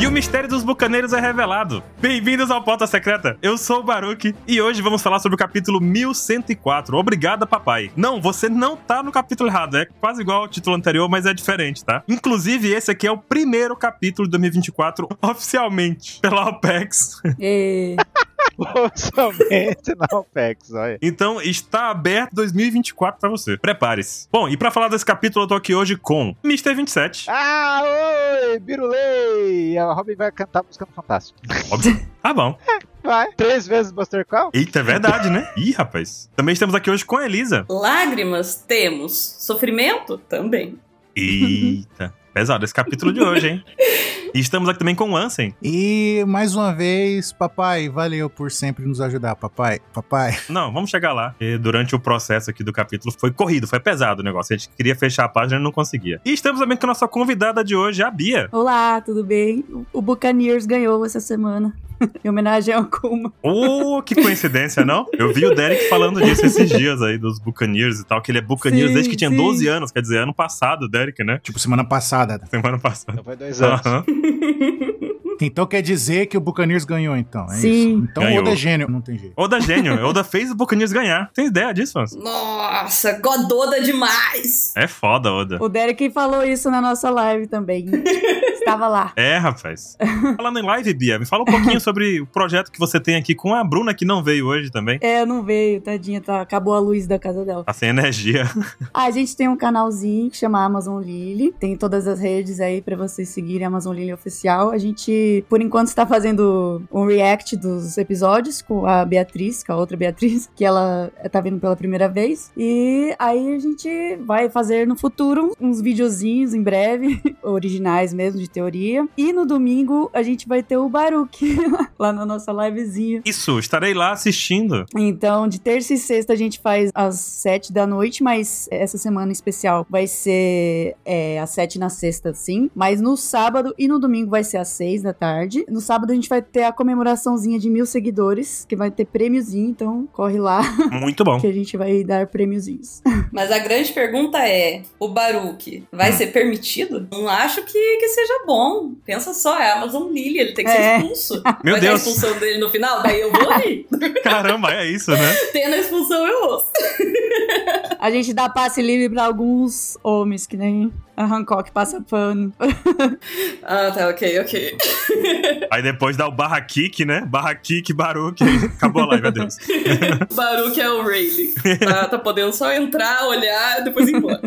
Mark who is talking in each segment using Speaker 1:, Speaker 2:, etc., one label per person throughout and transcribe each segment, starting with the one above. Speaker 1: E o mistério dos bucaneiros é revelado. Bem-vindos ao Pauta Secreta. Eu sou o Baruque e hoje vamos falar sobre o capítulo 1104. Obrigada, papai. Não, você não tá no capítulo errado. É quase igual ao título anterior, mas é diferente, tá? Inclusive, esse aqui é o primeiro capítulo de 2024 oficialmente pela OPEX.
Speaker 2: E...
Speaker 3: Somente na OPEX, olha.
Speaker 1: Então, está aberto 2024 pra você. Prepare-se. Bom, e pra falar desse capítulo, eu tô aqui hoje com Mr. 27.
Speaker 3: Ah, oi, Birulei! A Robin vai cantar a música do Fantástico.
Speaker 1: Óbvio. Ah, bom.
Speaker 3: Vai. Três vezes Buster Call?
Speaker 1: Eita, é verdade, né? Ih, rapaz. Também estamos aqui hoje com a Elisa.
Speaker 2: Lágrimas temos. Sofrimento também.
Speaker 1: Eita. Pesado esse capítulo de hoje, hein? E estamos aqui também com o Ansem.
Speaker 4: E mais uma vez, papai, valeu por sempre nos ajudar, papai. Papai.
Speaker 1: Não, vamos chegar lá. E durante o processo aqui do capítulo foi corrido, foi pesado o negócio. A gente queria fechar a página e não conseguia. E estamos também com a nossa convidada de hoje, a Bia.
Speaker 5: Olá, tudo bem? O Buccaneers ganhou essa semana. em homenagem ao Kuma.
Speaker 1: Oh, que coincidência, não? Eu vi o Derek falando disso esses dias aí, dos Buccaneers e tal, que ele é Buccaneers
Speaker 5: Sim,
Speaker 1: desde que tinha
Speaker 5: sim.
Speaker 1: 12 anos, quer dizer, ano passado, Derek, né?
Speaker 4: Tipo, semana passada.
Speaker 1: Semana passada.
Speaker 3: Então foi dois anos.
Speaker 1: Aham.
Speaker 4: Então quer dizer que o Buccaneers ganhou, então. É
Speaker 5: Sim.
Speaker 4: isso. Então
Speaker 1: Ganhou.
Speaker 4: o Oda é gênio. Não tem jeito.
Speaker 1: Oda gênio. Oda fez o Buccaneers ganhar. Tem ideia disso, Ansem?
Speaker 2: Nossa, gododa demais!
Speaker 1: É foda, Oda.
Speaker 5: O Derek falou isso na nossa live também. Estava lá.
Speaker 1: É, rapaz. Falando em live, Bia, me fala um pouquinho sobre o projeto que você tem aqui com a Bruna, que não veio hoje também.
Speaker 5: É, não veio, tadinha, tá, acabou a luz da casa dela.
Speaker 1: Tá sem energia.
Speaker 5: A gente tem um canalzinho que chama Amazon Lily, tem todas as redes aí pra vocês seguirem Amazon Lily oficial. A gente, por enquanto, está fazendo um react dos episódios com a Beatriz, com a outra Beatriz, que ela tá vindo pela primeira vez. E aí a gente vai fazer no futuro uns videozinhos em breve, originais mesmo, de teoria. E no domingo a gente vai ter o Baruque lá na nossa livezinha.
Speaker 1: Isso, estarei lá assistindo.
Speaker 5: Então, de terça e sexta a gente faz às sete da noite, mas essa semana especial vai ser é, às sete na sexta, sim. Mas no sábado e no domingo vai ser às seis da tarde. No sábado a gente vai ter a comemoraçãozinha de mil seguidores, que vai ter prêmiozinho, então corre lá
Speaker 1: Muito bom.
Speaker 5: que a gente vai dar prêmiozinhos.
Speaker 2: Mas a grande pergunta é: o Baruque vai
Speaker 1: Hum.
Speaker 2: ser permitido? Não acho que, que seja bom. Pensa só, é a Amazon Lily, ele tem que ser
Speaker 5: É.
Speaker 2: expulso.
Speaker 1: Meu
Speaker 2: vai ter a
Speaker 1: Deus.
Speaker 2: expulsão dele no final, daí eu vou rir.
Speaker 1: Caramba, é isso, né?
Speaker 2: Tendo a expulsão, eu ouço.
Speaker 5: A gente dá passe livre pra alguns homens, que nem a Hancock passa pano.
Speaker 2: Ah, tá, ok, ok.
Speaker 1: Aí depois dá o barra kick, né? Barra kick, baruque. Acabou a live, meu Deus.
Speaker 2: Baruque é o Rayleigh. Tá, tá podendo só entrar, olhar, depois ir embora.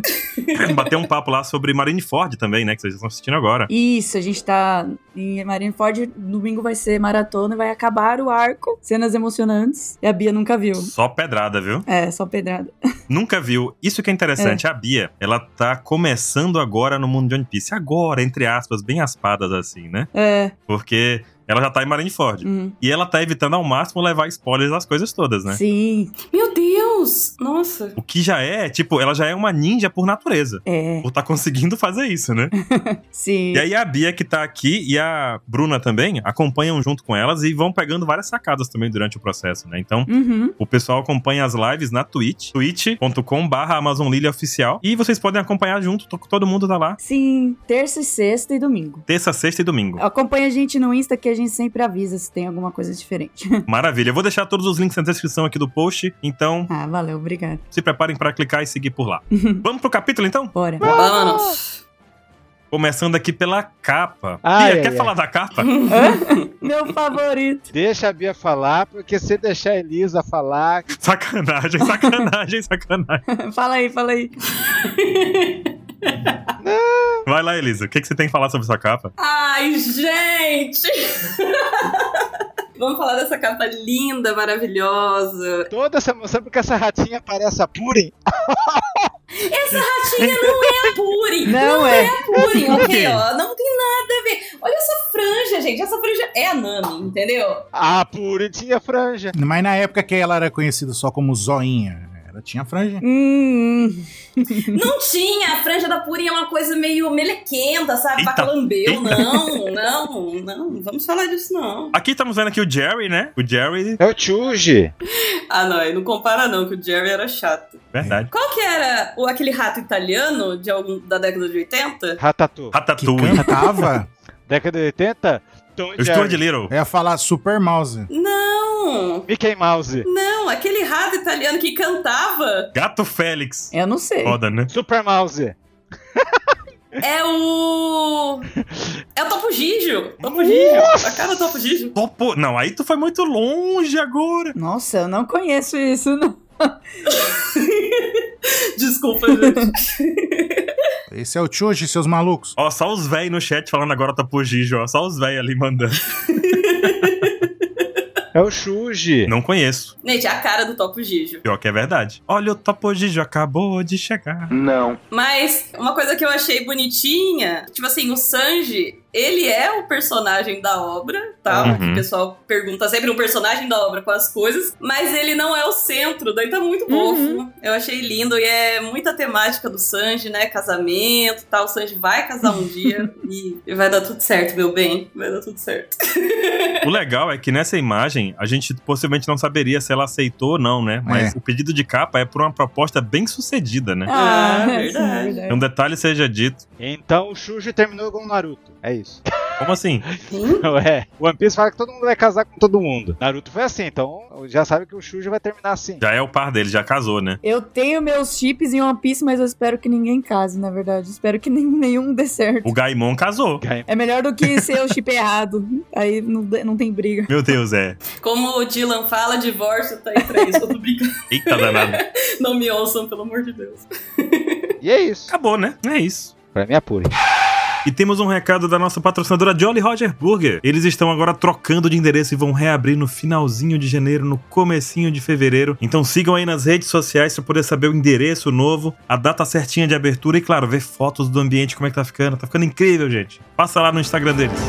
Speaker 1: Bater um papo lá sobre Marineford também, né? Que vocês estão assistindo agora.
Speaker 5: Isso, a gente tá em Marineford. Domingo vai ser maratona, vai acabar o arco. Cenas emocionantes. E a Bia nunca viu.
Speaker 1: Só pedrada, viu?
Speaker 5: É, só pedrada.
Speaker 1: Nunca viu. Isso que é interessante. A Bia, ela tá começando agora no mundo de One Piece. Agora, entre aspas, bem aspadas assim, né?
Speaker 5: É,
Speaker 1: Porque ela já tá em Marineford.
Speaker 5: hum.
Speaker 1: E ela tá evitando ao máximo levar spoilers das coisas todas, né?
Speaker 5: sim,
Speaker 2: Meu Deus! Nossa.
Speaker 1: O que já é, tipo, ela já é uma ninja por natureza.
Speaker 5: é,
Speaker 1: Por tá conseguindo fazer isso, né?
Speaker 5: sim.
Speaker 1: E aí a Bia que tá aqui e a Bruna também acompanham junto com elas e vão pegando várias sacadas também durante o processo, né? Então,
Speaker 5: Uhum.
Speaker 1: o pessoal acompanha as lives na Twitch, twitch.com.br Oficial. E vocês podem acompanhar junto, to- todo mundo tá lá,
Speaker 5: Sim, terça e sexta e domingo.
Speaker 1: terça, sexta e domingo.
Speaker 5: Acompanha a gente no Insta que a gente sempre avisa se tem alguma coisa diferente.
Speaker 1: Maravilha. Eu vou deixar todos os links na descrição aqui do post, então
Speaker 5: ah, valeu, obrigado.
Speaker 1: se preparem pra clicar e seguir por lá. Vamos pro capítulo então?
Speaker 5: Bora.
Speaker 2: Vamos.
Speaker 1: Começando aqui pela capa.
Speaker 3: Ai,
Speaker 1: Bia,
Speaker 3: ai,
Speaker 1: quer
Speaker 3: ai.
Speaker 1: falar da capa?
Speaker 5: Meu favorito.
Speaker 3: Deixa a Bia falar, porque se deixar a Elisa falar,
Speaker 1: Sacanagem, sacanagem, sacanagem.
Speaker 5: fala aí, fala aí.
Speaker 1: Vai lá, Elisa. O que, que você tem que falar sobre essa capa?
Speaker 2: Ai, gente! Vamos falar dessa capa linda, maravilhosa.
Speaker 3: toda essa emoção, porque essa ratinha parece a Purim.
Speaker 2: Ratinha não é a Puri!
Speaker 5: Não é.
Speaker 2: Puri,
Speaker 1: Por quê?
Speaker 2: ok, ó. Não tem nada a ver. Olha essa franja, gente. Essa franja é a Nami, entendeu?
Speaker 3: A Purim tinha franja.
Speaker 4: Mas na época que ela era conhecida só como Zoinha. né? Ela tinha franja.
Speaker 5: Hum, hum.
Speaker 2: Não tinha, a franja da Purim é uma coisa meio melequenta, sabe?
Speaker 1: Eita,
Speaker 2: Bacalambeu,
Speaker 1: eita.
Speaker 2: não, não, não, vamos falar disso não.
Speaker 1: Aqui estamos vendo aqui o Jerry, né? O Jerry,
Speaker 3: É o Chuji.
Speaker 2: Ah, não, aí não compara não, que o Jerry era chato.
Speaker 1: verdade.
Speaker 2: Qual que era o, aquele rato italiano de algum, da década de 80?
Speaker 3: Ratatu.
Speaker 4: Que
Speaker 1: Ratatouille.
Speaker 4: cantava.
Speaker 3: Década de 80. Tom e
Speaker 1: O Stuart
Speaker 3: Jerry.
Speaker 1: Little.
Speaker 4: Eu ia falar Super Mouse.
Speaker 2: Não,
Speaker 3: Mickey Mouse.
Speaker 2: não, aquele rato italiano que
Speaker 3: É.
Speaker 2: cantava
Speaker 1: Gato Félix.
Speaker 5: eu não sei.
Speaker 1: Foda, né?
Speaker 3: Super Mouse.
Speaker 2: é o... É o Topo Gijo, Topo Gijo, a cara do Topo Gijo.
Speaker 1: Topo... Não, aí tu foi muito longe agora.
Speaker 5: Nossa, eu não conheço isso, não.
Speaker 2: Desculpa, gente.
Speaker 4: Esse é o Chuji, seus malucos.
Speaker 1: Ó, só os véi no chat falando agora Topo Gijo, ó. Só os véi ali mandando.
Speaker 3: É o Chuji.
Speaker 1: Não conheço.
Speaker 2: Gente, é a cara do Topo Gijo.
Speaker 1: Pior que é verdade. Olha, o Topo Gijo acabou de chegar.
Speaker 2: Mas uma coisa que eu achei bonitinha, tipo assim, o Sanji, ele é o personagem da obra, tá?
Speaker 1: Uhum.
Speaker 2: O pessoal pergunta sempre um personagem da obra com as coisas, mas ele não é o centro, daí tá muito fofo. Eu achei lindo e é muita temática do Sanji, né? Casamento, tal. O Sanji vai casar um dia e vai dar tudo certo, meu bem. Vai dar tudo certo.
Speaker 1: O legal é que nessa imagem, a gente possivelmente não saberia se ela aceitou ou não, né? Mas o pedido de capa é por uma proposta bem sucedida, né?
Speaker 2: Ah,
Speaker 5: sim, é
Speaker 2: verdade.
Speaker 1: Um detalhe seja dito.
Speaker 3: Então o Chuji terminou com o Naruto. É isso.
Speaker 1: Como assim?
Speaker 2: Sim.
Speaker 3: Ué, o One Piece fala que todo mundo vai casar com todo mundo. Naruto foi assim, então já sabe que o Chuji vai terminar assim.
Speaker 1: Já é o par dele, já casou, né?
Speaker 5: Eu tenho meus chips em One Piece, mas eu espero que ninguém case, na verdade. Espero que nem- nenhum dê certo.
Speaker 1: O Gaimon casou.
Speaker 5: É melhor do que ser o chip errado. Aí não, dê- não tem briga.
Speaker 1: Meu Deus, é.
Speaker 2: Como o Dylan fala, divórcio tá aí pra isso. Eu tô brincando.
Speaker 1: Eita danado.
Speaker 2: Não me ouçam, pelo amor de Deus.
Speaker 3: E é isso.
Speaker 1: Acabou, né? É isso.
Speaker 3: Pra mim é pura.
Speaker 1: E temos um recado da nossa patrocinadora Jolly Roger Burger. Eles estão agora trocando de endereço e vão reabrir no finalzinho de janeiro, no comecinho de fevereiro. Então sigam aí nas redes sociais para poder saber o endereço novo, a data certinha de abertura e, claro, ver fotos do ambiente, como é que tá ficando. Tá ficando incrível, gente. Passa lá no Instagram deles.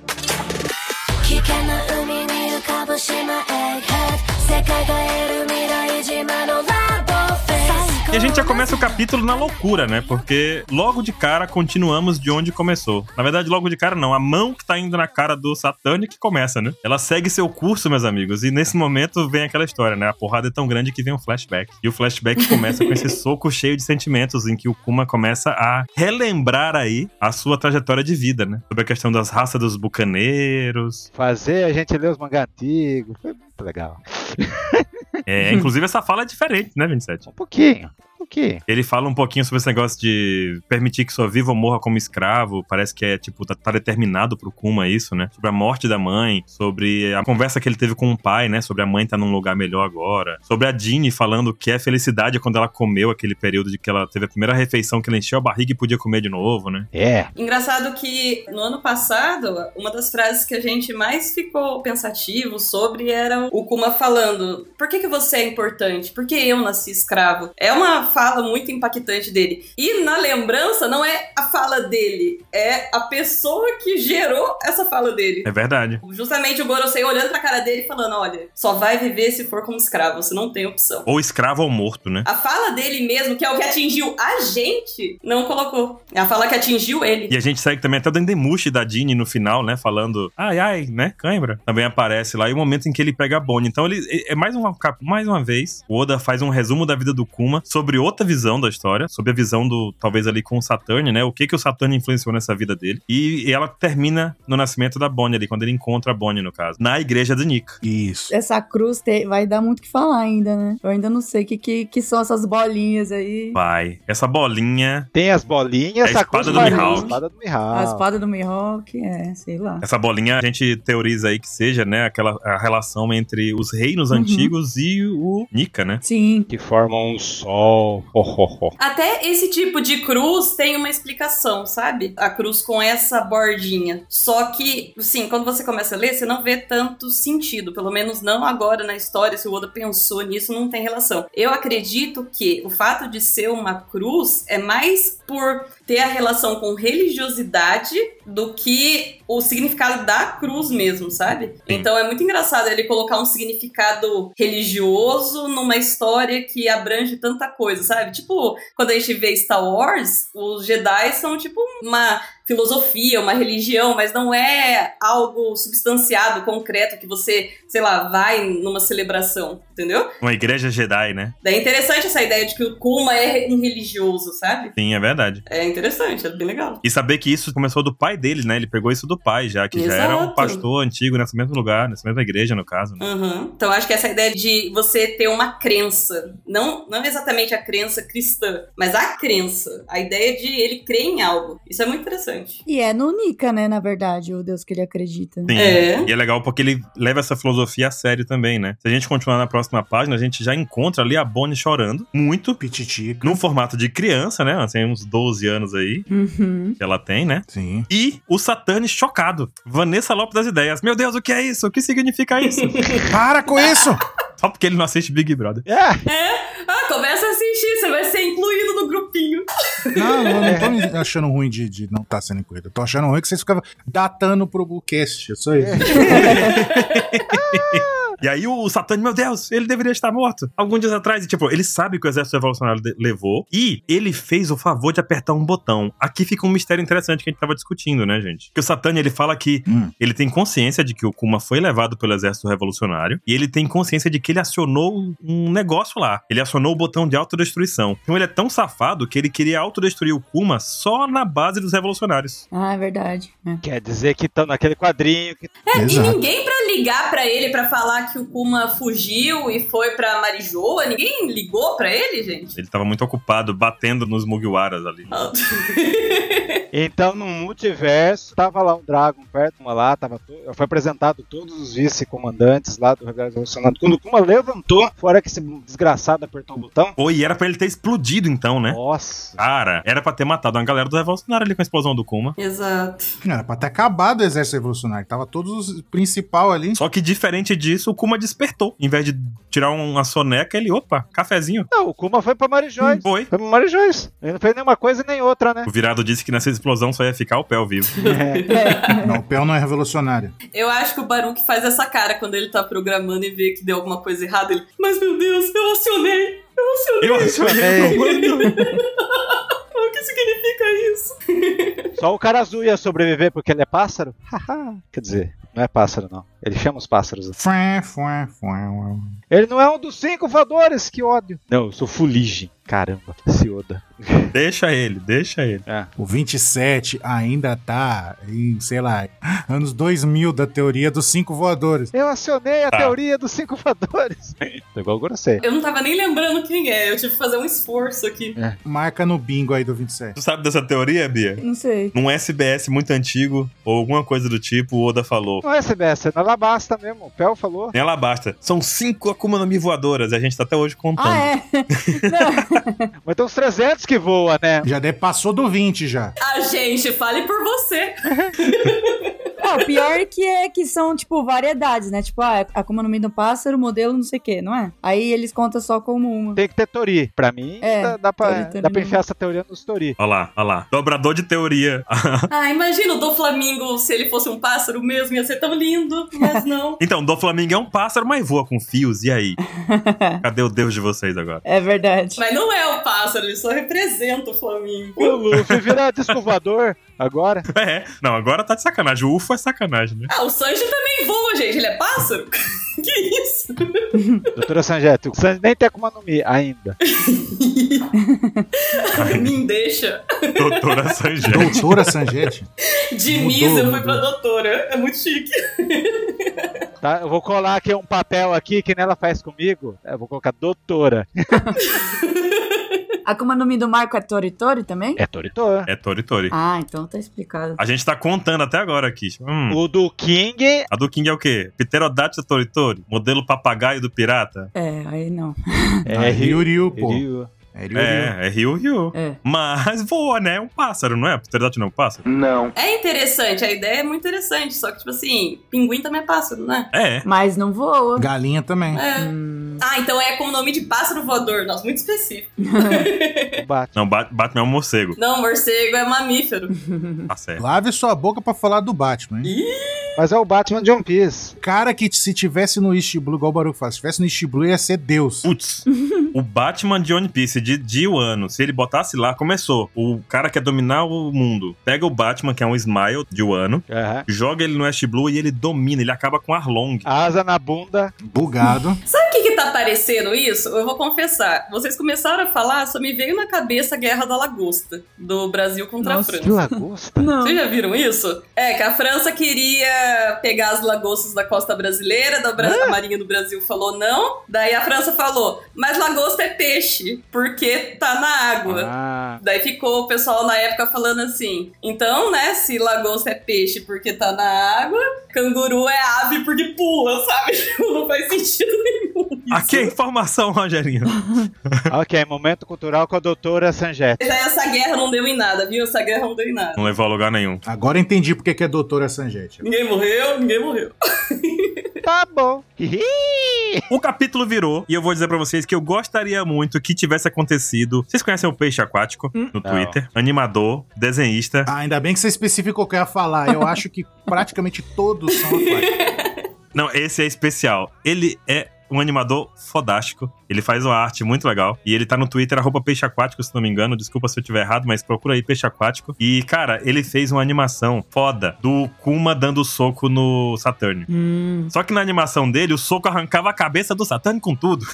Speaker 6: 「危険な海に浮かぶ島エッヘッ世界が得る未来島のラボフェス」
Speaker 1: E a gente já começa o capítulo na loucura, né? Porque logo de cara continuamos de onde começou. Na verdade, logo de cara não. A mão que tá indo na cara do Satani que começa, né? Ela segue seu curso, meus amigos. E nesse momento vem aquela história, né? A porrada é tão grande que vem um flashback. E o flashback começa com esse soco cheio de sentimentos em que o Kuma começa a relembrar aí a sua trajetória de vida, né? Sobre a questão das raças dos bucaneiros.
Speaker 3: Fazer a gente ler os mangá antigos. Foi muito legal.
Speaker 1: É, inclusive essa fala é diferente, né, 27?
Speaker 3: Um pouquinho. Um pouquinho.
Speaker 1: Ele fala um pouquinho sobre esse negócio de permitir que só viva ou morra como escravo. Parece que é, tipo, tá, tá determinado pro Kuma isso, né? Sobre a morte da mãe, sobre a conversa que ele teve com o pai, né? Sobre a mãe tá num lugar melhor agora. Sobre a Jeanne falando que é felicidade quando ela comeu aquele período de que ela teve a primeira refeição que ela encheu a barriga e podia comer de novo, né?
Speaker 3: É.
Speaker 2: Engraçado que no ano passado, uma das frases que a gente mais ficou pensativo sobre era o Kuma falando: Por que, que você é importante? Por que eu nasci escravo? É uma fala muito impactante dele. E na lembrança, não é a fala dele, é a pessoa que gerou essa fala dele.
Speaker 1: É verdade.
Speaker 2: Justamente o Gorosei olhando pra cara dele e falando: Olha, só vai viver se for como escravo, você não tem opção.
Speaker 1: Ou escravo ou morto, né?
Speaker 2: A fala dele mesmo, que é o que atingiu a gente, não colocou. É a fala que atingiu ele.
Speaker 1: E a gente segue também até o Dendemushi da Dini no final, né? Falando, ai, ai, né? Cãibra. Também aparece lá. E o momento em que ele pega a Bonnie. Então, ele é- é mais uma, cap- mais uma vez, o Oda faz um resumo da vida do Kuma sobre outra visão da história, sobre a visão do, talvez ali com o Saturn, né? O que que o Saturn influenciou nessa vida dele. E, e ela termina no nascimento da Bonnie ali, quando ele encontra a Bonnie, no caso, na igreja de Nika.
Speaker 4: Isso.
Speaker 5: Essa cruz te- vai dar muito o que falar ainda, né? Eu ainda não sei o que, que, que são essas bolinhas aí.
Speaker 1: Vai. Essa bolinha.
Speaker 3: Tem as bolinhas,
Speaker 1: É a
Speaker 3: essa
Speaker 1: espada
Speaker 3: cruz
Speaker 1: do
Speaker 3: varia-
Speaker 1: Mihawk.
Speaker 3: espada do
Speaker 5: A
Speaker 3: Mihawk.
Speaker 5: espada do Mihawk, é, sei lá.
Speaker 1: Essa bolinha a gente teoriza aí que seja, né? Aquela a relação entre os reinos
Speaker 5: Uhum.
Speaker 1: antigos e o Nika, né?
Speaker 5: Sim.
Speaker 3: Que formam um sol. Ho, ho, ho.
Speaker 2: Até esse tipo de cruz tem uma explicação, sabe? A cruz com essa bordinha. Só que, assim, quando você começa a ler, você não vê tanto sentido. Pelo menos não agora na história, se o Oda pensou nisso, não tem relação. Eu acredito que o fato de ser uma cruz é mais por ter a relação com religiosidade do que o significado da cruz mesmo, sabe?
Speaker 1: Sim.
Speaker 2: Então é muito engraçado ele colocar um significado religioso numa história que abrange tanta coisa, sabe? Tipo, quando a gente vê Star Wars, os Jedi são tipo uma filosofia, uma religião, mas não é algo substanciado, concreto que você, sei lá, vai numa celebração, entendeu?
Speaker 1: Uma igreja Jedi, né?
Speaker 2: Daí é interessante essa ideia de que o Kuma é um religioso, sabe?
Speaker 1: Sim, é verdade.
Speaker 2: É interessante, é bem legal.
Speaker 1: E saber que isso começou do pai dele, né? Ele pegou isso do pai já, que já era um
Speaker 2: Exato.
Speaker 1: pastor antigo nesse mesmo lugar, nessa mesma igreja, no caso. Né?
Speaker 2: Uhum. Então acho que essa ideia de você ter uma crença, não, não exatamente a crença cristã, mas a crença, a ideia de ele crer em algo, isso é muito interessante.
Speaker 5: E é no Nika, né, na verdade, o Deus que ele acredita.
Speaker 1: Sim.
Speaker 2: É.
Speaker 1: E é legal porque ele leva essa filosofia a sério também, né? Se a gente continuar na próxima página, a gente já encontra ali a Bonnie chorando
Speaker 4: É
Speaker 1: muito,
Speaker 4: Pititica.
Speaker 1: num formato de criança, né? Ela tem uns 12 anos aí
Speaker 5: Uhum.
Speaker 1: que ela tem, né?
Speaker 4: Sim.
Speaker 1: E o Satane chocado. Vanessa Lopes das Ideias. Meu Deus, o que é isso? O que significa isso?
Speaker 4: Para com isso!
Speaker 1: Só porque ele não assiste Big Brother.
Speaker 3: É,
Speaker 2: Ah, começa a assistir, você vai ser incluído no grupinho.
Speaker 4: Não, não, não tô me achando ruim de, de não estar sendo incluído. Eu tô achando ruim que vocês ficavam datando pro Bluecast. É só isso.
Speaker 1: E aí o Satane, meu Deus, ele deveria estar morto. Alguns dias atrás, e, tipo, ele sabe que o exército revolucionário de- levou e ele fez o favor de apertar um botão. Aqui fica um mistério interessante que a gente tava discutindo, né, gente? Que o Satane, ele fala que
Speaker 4: Hum.
Speaker 1: ele tem consciência de que o Kuma foi levado pelo exército revolucionário e ele tem consciência de que ele acionou um negócio lá. Ele acionou o botão de autodestruição. Então ele é tão safado que ele queria autodestruir o Kuma só na base dos revolucionários.
Speaker 5: Ah, é verdade. É.
Speaker 3: quer dizer que estão naquele quadrinho que
Speaker 2: E
Speaker 4: Exato.
Speaker 2: ninguém pra ligar pra ele pra falar que o Kuma fugiu e foi pra Marijoa, ninguém ligou pra ele, gente?
Speaker 1: Ele tava muito ocupado batendo nos Mugiwaras ali.
Speaker 2: Ah,
Speaker 3: Então, no multiverso, tava lá o Dragon perto, uma lá, tava to- foi apresentado todos os vice-comandantes lá do Rebelde Revolucionário. Quando o Kuma levantou, fora que esse desgraçado apertou o botão,
Speaker 1: Pô, e era pra ele ter explodido então, né?
Speaker 3: nossa.
Speaker 1: Cara, era pra ter matado uma galera do revolucionário ali com a explosão do Kuma.
Speaker 2: Exato.
Speaker 4: Era pra ter acabado o exército revolucionário. Tava todos os principal ali.
Speaker 1: Só que diferente disso, o Kuma despertou. Em vez de tirar um, uma soneca, ele, opa, cafezinho.
Speaker 3: Não, o Kuma foi pra Mary Joyce.
Speaker 1: Foi.
Speaker 3: Foi pra Mary Joyce. Ele não fez nenhuma coisa nem outra, né?
Speaker 1: O virado disse que nessa explosão só ia ficar o pé ao vivo.
Speaker 4: Não, o Pel não é revolucionário.
Speaker 2: Eu acho que o Baruch faz essa cara quando ele tá programando e vê que deu alguma coisa errada. Ele, mas meu Deus, eu acionei! Eu é acionei!
Speaker 1: Eu acho
Speaker 3: Ei.
Speaker 1: que
Speaker 2: O que significa isso?
Speaker 3: É, Só o cara azul ia sobreviver porque ele é pássaro? Haha. Quer dizer, não é pássaro, não. Ele chama os pássaros.
Speaker 4: Fué, fué, fué.
Speaker 3: Ele não é um dos cinco voadores, que ódio. Não, eu sou fuligem. Caramba, esse Oda.
Speaker 1: Deixa ele, deixa ele.
Speaker 4: O 27 ainda tá em, sei lá, anos 2000 da teoria dos cinco voadores.
Speaker 3: Eu acionei a
Speaker 1: Tá.
Speaker 3: teoria dos cinco voadores. Tô igual o Gorosei.
Speaker 2: Eu não tava nem lembrando quem é, eu tive que fazer um esforço aqui.
Speaker 4: Marca no bingo aí do 27.
Speaker 1: Tu sabe dessa teoria, Bia?
Speaker 5: Não sei.
Speaker 1: Num SBS muito antigo, ou alguma coisa do tipo, o Oda falou.
Speaker 3: Não é CBS, é na Alabasta mesmo. O Pel falou.
Speaker 1: Nela basta. São cinco Akuma no Mi voadoras. e A gente tá até hoje contando.
Speaker 5: Ah, é? Não.
Speaker 3: Mas tem uns 300 então que voa, né?
Speaker 4: Já de- passou do 20 já.
Speaker 2: Ah, gente, fale por você.
Speaker 5: Ah, o pior que é que são, tipo, variedades, né? Tipo, ah, a Akuma no Mi do pássaro, modelo não sei o quê, não é? Aí eles contam só como uma.
Speaker 3: Tem que ter Tori. Pra mim,
Speaker 5: É,
Speaker 3: dá, dá pra,
Speaker 5: Tori, Tori
Speaker 3: dá pra
Speaker 5: mesmo.
Speaker 3: enfiar essa teoria nos Tori.
Speaker 1: Olha lá, olha lá. Dobrador de teoria.
Speaker 2: Ah, imagina o do Flamingo se ele fosse um pássaro mesmo, ia ser tão lindo, mas não.
Speaker 1: Então, do Flamengo é um pássaro, mas voa com fios. E aí? Cadê o Deus de vocês agora?
Speaker 5: É verdade.
Speaker 2: Mas não é o pássaro, ele só representa o Flamingo.
Speaker 3: O Luffy vira disco voador agora.
Speaker 1: É, não, agora tá de sacanagem. O UFO é sacanagem, né?
Speaker 2: Ah, o Sanji também voa, gente, ele é pássaro? que isso?
Speaker 3: Doutora Sanjeto, o Sanji nem tem Akuma no Mi ainda.
Speaker 2: Me deixa.
Speaker 1: Doutora Sanjay.
Speaker 4: Doutora Sanjete.
Speaker 2: Diniz,
Speaker 4: Mudou,
Speaker 2: eu fui
Speaker 4: mudou.
Speaker 2: pra doutora. É muito chique.
Speaker 3: Tá? Eu vou colar aqui um papel aqui que nela faz comigo. Eu vou colocar doutora.
Speaker 5: A Akuma no Mi do Marco é Tori Tori também?
Speaker 3: É Tori Tora.
Speaker 1: É Tori Tori.
Speaker 5: Ah, então tá explicado.
Speaker 1: A gente tá contando até agora aqui. Hum,
Speaker 3: O do King.
Speaker 1: A do King é o quê? Pterodáctilo é Tori Tori? Modelo papagaio do pirata?
Speaker 5: É, aí não.
Speaker 4: É, Ryuryu, pô.
Speaker 3: Ryu.
Speaker 4: É, Ryu, Ryu.
Speaker 1: É, é Ryu Ryu.
Speaker 7: É.
Speaker 1: Mas voa, né? É um pássaro, não é? Pterodátil não é um pássaro?
Speaker 8: Não.
Speaker 2: É interessante, a ideia é muito interessante, só que, tipo assim, pinguim também é pássaro, né?
Speaker 1: É.
Speaker 5: Mas não voa.
Speaker 4: Galinha também.
Speaker 2: É.
Speaker 7: Hum,
Speaker 2: Ah, então é com o nome de pássaro voador. Nossa, muito específico.
Speaker 3: O Batman.
Speaker 1: Não, Bat- Batman é um morcego.
Speaker 2: Não, morcego é mamífero.
Speaker 1: Tá certo.
Speaker 4: Lave sua boca pra falar do Batman. hein?
Speaker 3: Mas é o Batman de One Piece.
Speaker 4: Cara que se tivesse no East Blue, igual o Baruch faz, se tivesse no East Blue ia ser Deus.
Speaker 1: Putz, o Batman de One Piece de, de Wano, se ele botasse lá, começou. O cara quer dominar o mundo. Pega o Batman, que é um Smile de Wano,
Speaker 3: Aham.
Speaker 1: joga ele no Ash Blue e ele domina, ele acaba com Arlong.
Speaker 3: Asa na bunda.
Speaker 4: Bugado.
Speaker 2: Sabe o que, que tá parecendo isso? Eu vou confessar. Vocês começaram a falar, só me veio na cabeça a Guerra da Lagosta, do Brasil contra
Speaker 7: Nossa,
Speaker 2: a
Speaker 3: Que
Speaker 2: França.
Speaker 3: lagosta.
Speaker 7: não.
Speaker 2: Vocês já viram isso? É, que a França queria pegar as lagostas da costa brasileira, da
Speaker 7: É?
Speaker 2: Bra- a Marinha do Brasil falou não. Daí a França falou, mas lagosta é peixe, porque tá na água.
Speaker 3: Ah,
Speaker 2: Daí ficou o pessoal na época falando assim: então, né, se lagosta é peixe porque tá na água, canguru é ave porque pula, sabe? Não faz sentido nenhum. Isso.
Speaker 1: Aqui é informação, Rogerinho.
Speaker 3: ok, momento cultural com a doutora Sanjete.
Speaker 2: Essa guerra não deu em nada, viu? Essa guerra não deu em nada.
Speaker 1: Não levou a lugar nenhum.
Speaker 4: Agora eu entendi porque que é doutora Sanjete.
Speaker 2: Ninguém morreu, ninguém morreu.
Speaker 3: Tá bom. Hihi.
Speaker 1: O capítulo virou, e eu vou dizer pra vocês que eu gostaria muito que tivesse acontecido. Vocês conhecem o Peixe Aquático no Twitter? Animador, desenhista.
Speaker 4: Ah, ainda bem que você especificou o que eu ia falar. Eu acho que praticamente todos são aquáticos.
Speaker 1: Não, esse é especial. Ele é um animador fodástico. Ele faz uma arte muito legal. E ele tá no Twitter, arroba peixe aquático, se não me engano. Desculpa se eu tiver errado, mas procura aí peixe aquático. E, cara, ele fez uma animação foda do Kuma dando soco no Saturno.
Speaker 7: Hum,
Speaker 1: Só que na animação dele, o soco arrancava a cabeça do Saturno com tudo.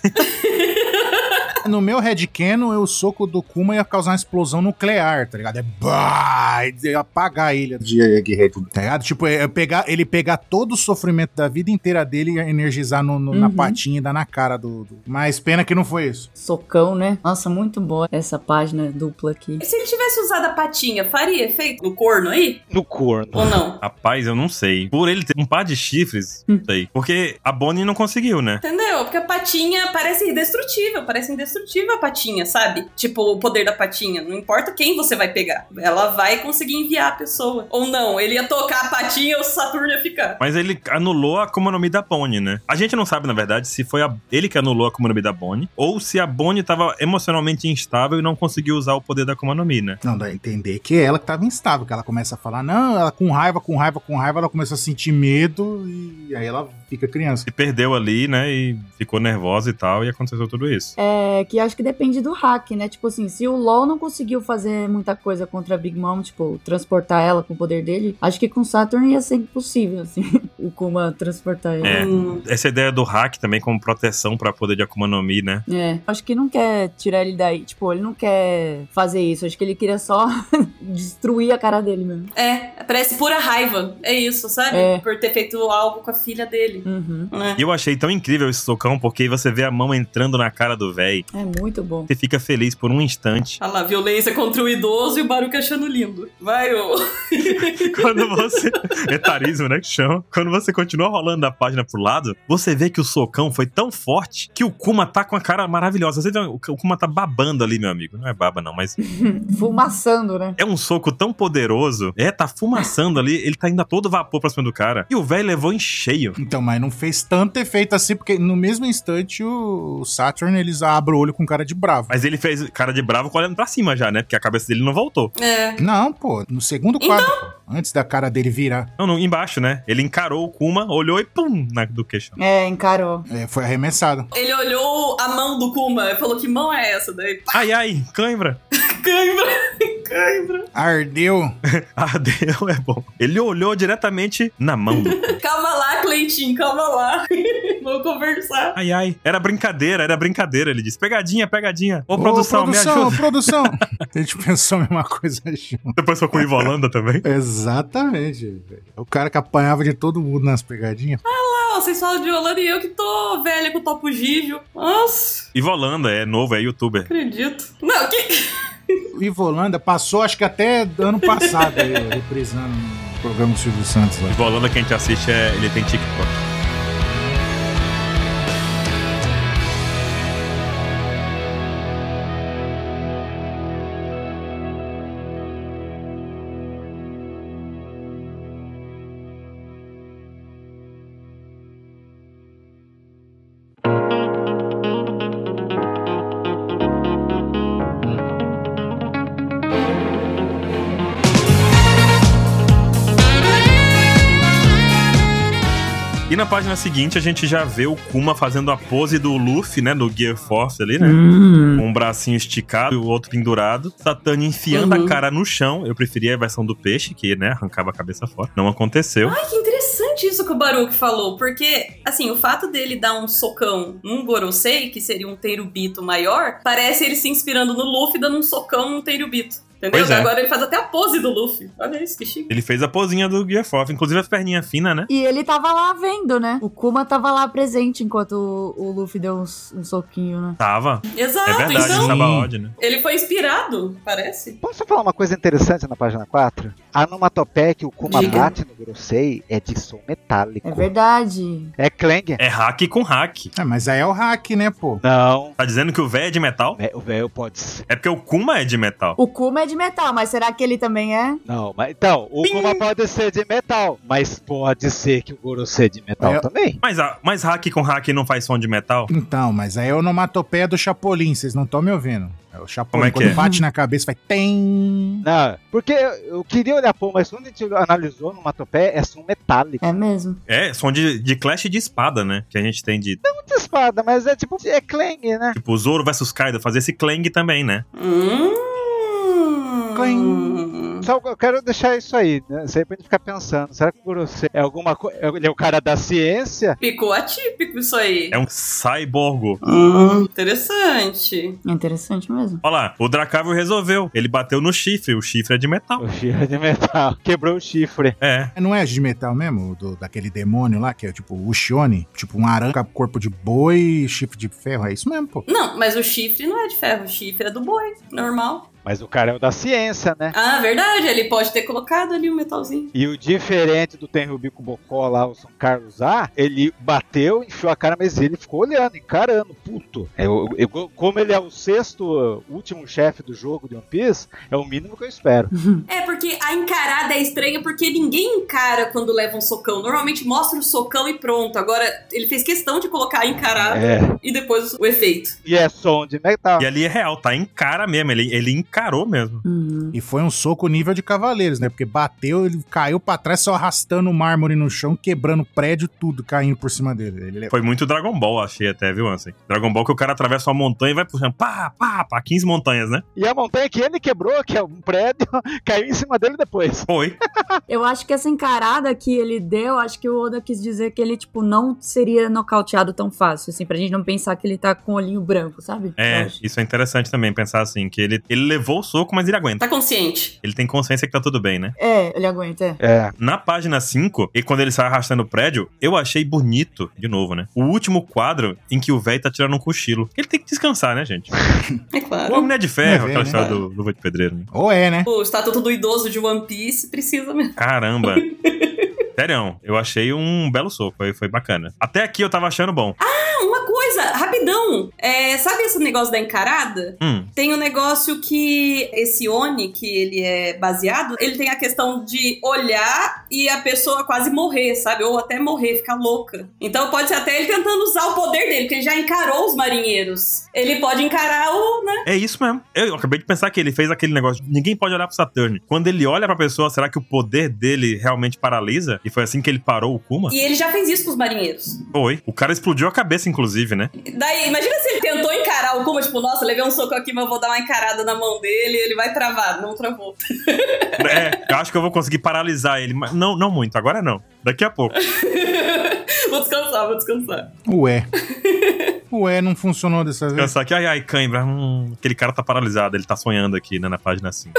Speaker 4: No meu headcanon, eu- o soco do Kuma ia causar uma explosão nuclear, tá ligado? É bah, ia apagar a ilha de Egghead, tá ligado? Tipo, é pegar, ele pegar todo o sofrimento da vida inteira dele e energizar no- no- na
Speaker 7: Uhum.
Speaker 4: patinha e dar na cara do, do... Mas pena que não foi isso.
Speaker 7: socão, né? Nossa, muito boa essa página dupla aqui.
Speaker 2: E se ele tivesse usado a patinha, faria efeito no corno aí?
Speaker 3: No corno.
Speaker 2: Ou não?
Speaker 1: Rapaz, eu não sei. Por ele ter um par de chifres, não sei. Porque a Bonnie não conseguiu, né?
Speaker 2: Entendeu? Porque a patinha parece indestrutível, parece indestrutível a patinha, sabe? Tipo, o poder da patinha. Não importa quem você vai pegar, ela vai conseguir enviar a pessoa. Ou não, ele ia tocar a patinha o Saturno ia ficar.
Speaker 1: Mas ele anulou a Akuma no Mi da Bonnie, né? A gente não sabe, na verdade, se foi a- ele que anulou a Akuma no Mi da Bonnie ou se a Bonnie tava emocionalmente instável e não conseguiu usar o poder da Akuma no Mi, né?
Speaker 4: Não, dá a entender que é ela que tava instável, que ela começa a falar, não, ela com raiva, com raiva, com raiva, ela começa a sentir medo e aí ela fica criança.
Speaker 1: Se perdeu ali, né? E ficou nervosa e tal, e aconteceu tudo isso.
Speaker 5: É, que acho que depende do hack, né? Tipo assim, se o LoL não conseguiu fazer muita coisa contra a Big Mom, tipo, transportar ela com o poder dele, acho que com Saturn ia ser impossível, assim, o Kuma transportar ela.
Speaker 1: É.
Speaker 2: Hum,
Speaker 1: Essa ideia do hack também como proteção pra poder de Akuma no Mi, né?
Speaker 5: É, acho que não quer tirar ele daí, tipo, ele não quer fazer isso, acho que ele queria só destruir a cara dele mesmo.
Speaker 2: é, parece pura raiva. É isso, sabe?
Speaker 5: É.
Speaker 2: Por ter feito algo com a filha dele.
Speaker 5: Uhum.
Speaker 2: Né?
Speaker 1: E eu achei tão incrível esse socão, porque você vê a mão entrando na cara do véi.
Speaker 5: É muito bom.
Speaker 1: Você fica feliz por um instante.
Speaker 2: Olha lá, violência contra o idoso e o Baruca achando lindo. Vai, ô.
Speaker 1: Quando você. Etarismo, né? Que chama. Quando você continua rolando a página pro lado, você vê que o socão foi tão forte que o Kuma tá com a cara maravilhosa. Você vê, o Kuma tá babando ali, meu amigo. Não é baba, não, mas
Speaker 5: Fumaçando, né?
Speaker 1: é um soco tão poderoso. É, tá fumaçando ali. Ele tá ainda todo vapor pra cima do cara. E o velho levou em cheio.
Speaker 4: Então, mas não fez tanto efeito assim, porque no mesmo instante o Saturn, eles abrem o olho com cara de bravo.
Speaker 1: Mas ele fez cara de bravo olhando pra cima já, né? Porque a cabeça dele não voltou.
Speaker 2: É.
Speaker 4: Não, pô, no segundo
Speaker 2: Então?
Speaker 4: quadro, pô, antes da cara dele virar,
Speaker 1: Não, não, embaixo, né? Ele encarou o Kuma, olhou e pum, na, do queixo.
Speaker 5: É, encarou.
Speaker 4: é, foi arremessado.
Speaker 2: Ele olhou a mão do Kuma e falou: Que mão é essa? Daí, pá,
Speaker 1: Ai, ai, cãibra.
Speaker 2: cãibra, cãibra.
Speaker 4: Ardeu.
Speaker 1: Ardeu, é bom. Ele olhou diretamente na mão do
Speaker 2: Calma lá, Cleitinho, calma lá. Vamos conversar.
Speaker 1: Ai, ai. Era brincadeira, era brincadeira, ele disse. Pegadinha, pegadinha. Ô, produção,
Speaker 4: Ô,
Speaker 1: me
Speaker 4: produção,
Speaker 1: ajuda.
Speaker 4: produção. A gente pensou a mesma coisa junto.
Speaker 1: Depois foi com o Ivo Holanda também.
Speaker 4: Exatamente. velho. O cara que apanhava de todo mundo nas pegadinhas.
Speaker 2: Ah, vocês falam de Holanda e eu que tô velha com o Topo Gigio. Nossa,
Speaker 1: Ivo Holanda é novo, é youtuber.
Speaker 2: acredito. Não, que.
Speaker 4: O Ivolanda passou, acho que até ano passado, aí, ó, reprisando o programa do Silvio Santos lá.
Speaker 1: Ivo Holanda, que a gente assiste, é, ele tem TikTok. E na página seguinte a gente já vê o Kuma fazendo a pose do Luffy, né? Do Gear Force ali, né?
Speaker 7: Hum.
Speaker 1: Com um bracinho esticado e o outro pendurado. Satani enfiando
Speaker 2: Uhum.
Speaker 1: a cara no chão. Eu preferia a versão do peixe, que, né, arrancava a cabeça fora. Não aconteceu.
Speaker 2: Ai, que interessante isso que o Baruch falou, porque, assim, o fato dele dar um socão num Gorosei, que seria um Teirubito maior, parece ele se inspirando no Luffy dando um socão num Teirubito. Entendeu?
Speaker 1: Pois é.
Speaker 2: Agora ele faz até a pose do Luffy. Olha isso, que chique.
Speaker 1: Ele fez a posinha do Gear Force, inclusive as perninhas finas, né?
Speaker 5: E ele tava lá vendo, né? O Kuma tava lá presente enquanto o, o Luffy deu uns- um, soquinho, né?
Speaker 1: Tava.
Speaker 2: Exato,
Speaker 1: É verdade,
Speaker 2: então.
Speaker 1: então... Sabaody, né?
Speaker 2: Ele foi inspirado, parece.
Speaker 3: Posso só falar uma coisa interessante na página 4? A onomatopeia que o Kuma
Speaker 2: Diga.
Speaker 3: bate no Gorosei é de som metálico.
Speaker 5: É verdade.
Speaker 3: É Klang.
Speaker 1: É hack com hack.
Speaker 4: É, mas aí é o hack, né, pô?
Speaker 3: Não.
Speaker 1: Tá dizendo que o véio é de metal?
Speaker 3: Vé- O velho pode ser.
Speaker 1: É porque o Kuma é de metal.
Speaker 5: O Kuma é de metal, mas será que ele também é?
Speaker 3: Não, mas então, o Kuma pode ser de metal, mas pode ser que o Gorosei é de metal
Speaker 4: É.
Speaker 3: também.
Speaker 1: Mas, a- mas hack com hack não faz som de metal?
Speaker 4: Então, mas aí é a onomatopeia do Chapolin, vocês não estão me ouvindo. É o Chapolin,
Speaker 1: Como é que
Speaker 4: quando
Speaker 1: é?
Speaker 4: bate na cabeça, vai tem.
Speaker 3: Não, porque eu eu queria olhar, pô, mas quando a gente analisou onomatopeia, é som metálico.
Speaker 5: É mesmo.
Speaker 1: É, som de, de clash de espada, né? Que a gente tem de,
Speaker 3: Muita espada, mas é tipo, é Klang, né?
Speaker 1: tipo, Zoro versus Kaido, fazer esse clang também, né?
Speaker 2: Hum.
Speaker 4: Clim.
Speaker 3: Só Então, eu quero deixar isso aí, né? Isso aí pra gente ficar pensando. Será que o Gorosei é alguma coisa. Ele é o cara da ciência?
Speaker 2: Ficou atípico isso aí.
Speaker 1: É um cyborgo.
Speaker 2: Hum, interessante.
Speaker 5: É interessante mesmo.
Speaker 1: Olha lá, o Dracávio resolveu. Ele bateu no chifre, o chifre é de metal.
Speaker 3: O chifre de metal. Quebrou o chifre.
Speaker 1: É.
Speaker 4: Não é de metal mesmo? Do, daquele demônio lá, que é tipo o Shione? Tipo um aranha, corpo de boi e chifre de ferro. É isso mesmo, pô.
Speaker 2: Não, mas o chifre não é de ferro, o chifre é do boi, normal.
Speaker 3: Mas o cara é o da ciência, né?
Speaker 2: Ah, verdade, ele pode ter colocado ali um metalzinho.
Speaker 3: E o diferente do Tenryubi Bocó lá, o São Carlos A, ele bateu, enfiou a cara, mas ele ficou olhando, encarando, puto. É, eu- eu- como ele é o sexto, uh, último chefe do jogo de One Piece, é o mínimo que eu espero.
Speaker 2: É, porque a encarada é estranha porque ninguém encara quando leva um socão. Normalmente mostra o socão e pronto. Agora, ele fez questão de colocar a encarada
Speaker 3: É.
Speaker 2: e depois o efeito.
Speaker 3: E é som de metal.
Speaker 1: E ali é real, tá em cara mesmo. Ele, ele encarou mesmo.
Speaker 5: Uhum.
Speaker 7: Hum.
Speaker 4: E foi um soco nível de cavaleiros, né? Porque bateu, ele caiu pra trás, só arrastando o mármore no chão, quebrando o prédio, tudo caindo por cima dele. Ele é-
Speaker 1: Foi muito Dragon Ball, achei até, viu, Ansem? Dragon Ball que o cara atravessa uma montanha e vai puxando. Pá, pá, pá, 15 montanhas, né?
Speaker 3: E a montanha que ele quebrou, que é um prédio, caiu em cima dele depois.
Speaker 1: Foi.
Speaker 5: Eu acho que essa encarada que ele deu, acho que o Oda quis dizer que ele, tipo, não seria nocauteado tão fácil, assim, pra gente não pensar que ele tá com o olhinho branco, sabe?
Speaker 1: É,
Speaker 5: Eu acho.
Speaker 1: isso é interessante também, pensar assim, que ele, ele levou o soco, mas ele aguenta.
Speaker 2: Tá consciente.
Speaker 1: Ele tem consciência que tá tudo bem, né?
Speaker 5: É, ele aguenta, é.
Speaker 3: É.
Speaker 1: Na página 5, e quando ele sai arrastando o prédio, eu achei bonito, de novo, né? O último quadro em que o velho tá tirando um cochilo. Ele tem que descansar, né, gente?
Speaker 2: É
Speaker 1: O
Speaker 2: claro.
Speaker 1: homem não é de ferro,
Speaker 4: É,
Speaker 1: aquela
Speaker 4: velho,
Speaker 1: história
Speaker 2: né?
Speaker 1: do Luva de Pedreiro, né?
Speaker 4: Ou é, né?
Speaker 2: O estatuto do idoso de One Piece precisa mesmo.
Speaker 1: Caramba. Sério, eu achei um belo soco, foi, foi bacana. Até aqui eu tava achando bom.
Speaker 2: Ah, uma coisa, rapidão. É, sabe esse negócio da encarada?
Speaker 1: Hum,
Speaker 2: Tem o negócio que esse Oni, que ele é baseado, ele tem a questão de olhar e a pessoa quase morrer, sabe? Ou até morrer, ficar louca. Então pode ser até ele tentando usar o poder dele, porque ele já encarou os marinheiros. Ele pode encarar o, né?
Speaker 1: é isso mesmo. Eu acabei de pensar que ele fez aquele negócio. de Ninguém pode olhar pro Saturn. Quando ele olha pra pessoa, será que o poder dele realmente paralisa? E foi assim que ele parou o Kuma?
Speaker 2: E ele já fez isso com os marinheiros.
Speaker 1: Foi. O cara explodiu a cabeça, inclusive, né?
Speaker 2: Daí, imagina se ele tentou encarar o Kuma, tipo, nossa, levei um soco aqui, mas eu vou dar uma encarada na mão dele, ele vai travar. Não travou.
Speaker 1: É, eu acho que eu vou conseguir paralisar ele. Mas não, não muito, agora não. Daqui a pouco.
Speaker 2: vou descansar, vou descansar.
Speaker 4: Ué. Ué, não funcionou dessa vez.
Speaker 1: Pensar que, ai, ai, cãibra, hum, aquele cara tá paralisado, ele tá sonhando aqui, né, na página 5.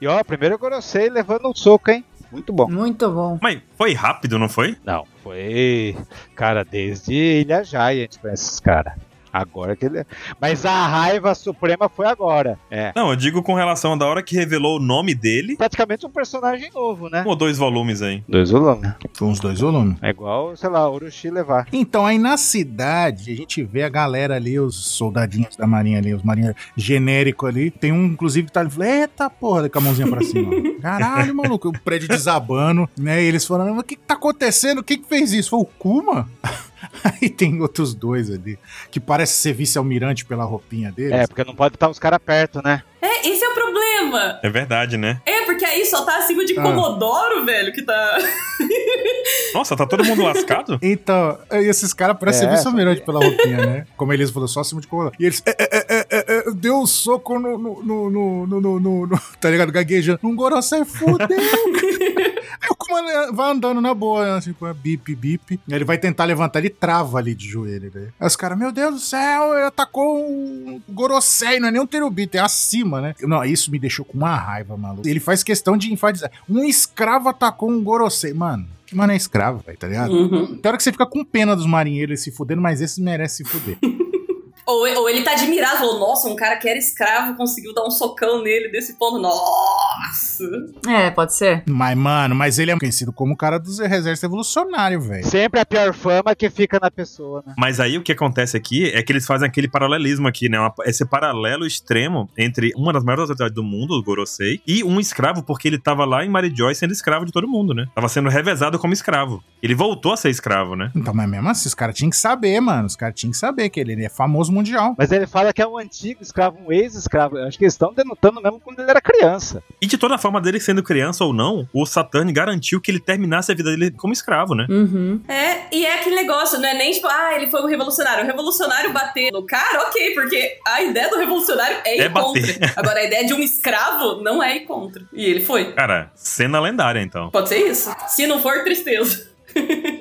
Speaker 3: E ó, primeiro Gorosei levando um soco, hein? Muito bom.
Speaker 5: Muito bom.
Speaker 1: Mas foi rápido, não foi?
Speaker 3: Não, foi. Cara, desde Ilha Jai a gente conhece esses caras. Agora que ele. é- Mas a raiva suprema foi agora. É.
Speaker 1: Não, eu digo com relação da hora que revelou o nome dele.
Speaker 3: Praticamente um personagem novo, né?
Speaker 1: Um ou dois volumes aí.
Speaker 3: Dois volumes.
Speaker 4: Foi uns dois volumes.
Speaker 3: É igual, sei lá, Orochi levar.
Speaker 4: Então, aí na cidade, a gente vê a galera ali, os soldadinhos da marinha ali, os marinheiros genérico ali. Tem um, inclusive, que tá ali, falou, eita porra, com a mãozinha pra cima. Caralho, maluco, o prédio desabando, né? E eles falando, "Mas o que que tá acontecendo? Quem que fez isso? Foi o Kuma? Aí tem outros dois ali, que parece ser vice-almirante pela roupinha deles.
Speaker 3: É, porque não pode estar os caras perto, né?
Speaker 2: É, esse é o problema.
Speaker 1: É verdade, né?
Speaker 2: É, porque aí só tá acima de
Speaker 4: Ah.
Speaker 2: Comodoro, velho, que tá.
Speaker 1: Nossa, tá todo mundo lascado?
Speaker 4: Então, esses caras parecem
Speaker 3: É,
Speaker 4: vice-almirante pela roupinha, né? Como eles falou, só acima de coluna. E eles. É, é, é, é, é, deu um soco no. no, no, no, no, no, no- no- tá ligado? Gaguejando. Um Gorosei fudeu. Aí o comando vai andando na boa, assim, com a bip, bip. Aí Ele vai tentar levantar, ele trava ali de joelho, né? Aí os caras, meu Deus do céu, ele atacou um Gorosei, não é nem um terubito, é acima, né? Não, isso me deixou com uma raiva, maluco. Ele faz questão de enfatizar. Um escravo atacou um Gorosei. Mano, que mano é escravo, velho, tá ligado?
Speaker 2: Uhum.
Speaker 4: Tem hora que você fica com pena dos marinheiros se fudendo, mas esse merece se fuder.
Speaker 2: Ou, ou ele tá admirado, falou, nossa, um cara que era escravo conseguiu dar um socão nele desse ponto. Nossa!
Speaker 7: É, pode ser.
Speaker 4: mas, mano, mas ele é conhecido como o cara dos exércitos revolucionários, velho.
Speaker 3: Sempre a pior fama que fica na pessoa, né?
Speaker 1: Mas aí o que acontece aqui é que eles fazem aquele paralelismo aqui, né? Uma- Esse paralelo extremo entre uma das maiores autoridades do mundo, o Gorosei, e um escravo, porque ele tava lá em Marijoy sendo escravo de todo mundo, né? Tava sendo revezado como escravo. Ele voltou a ser escravo, né?
Speaker 4: Então, mas mesmo assim, os caras tinham que saber, mano. Os caras tinham que saber que ele, ele é famoso mundial.
Speaker 3: Mas ele fala que é um antigo escravo, um ex-escravo. Eu Acho que eles estão denotando mesmo quando ele era criança.
Speaker 1: E de toda forma, dele sendo criança ou não, o Saturn garantiu que ele terminasse a vida dele como escravo, né?
Speaker 7: Uhum.
Speaker 2: É, e é aquele negócio, não é nem tipo, ah, ele foi um revolucionário. O revolucionário bater no cara, ok, porque a ideia do revolucionário é ir
Speaker 1: É bater.
Speaker 2: contra. Agora, a ideia de um escravo não é ir contra. E ele foi.
Speaker 1: Cara, cena lendária, então.
Speaker 2: Pode ser isso. Se não for, tristeza.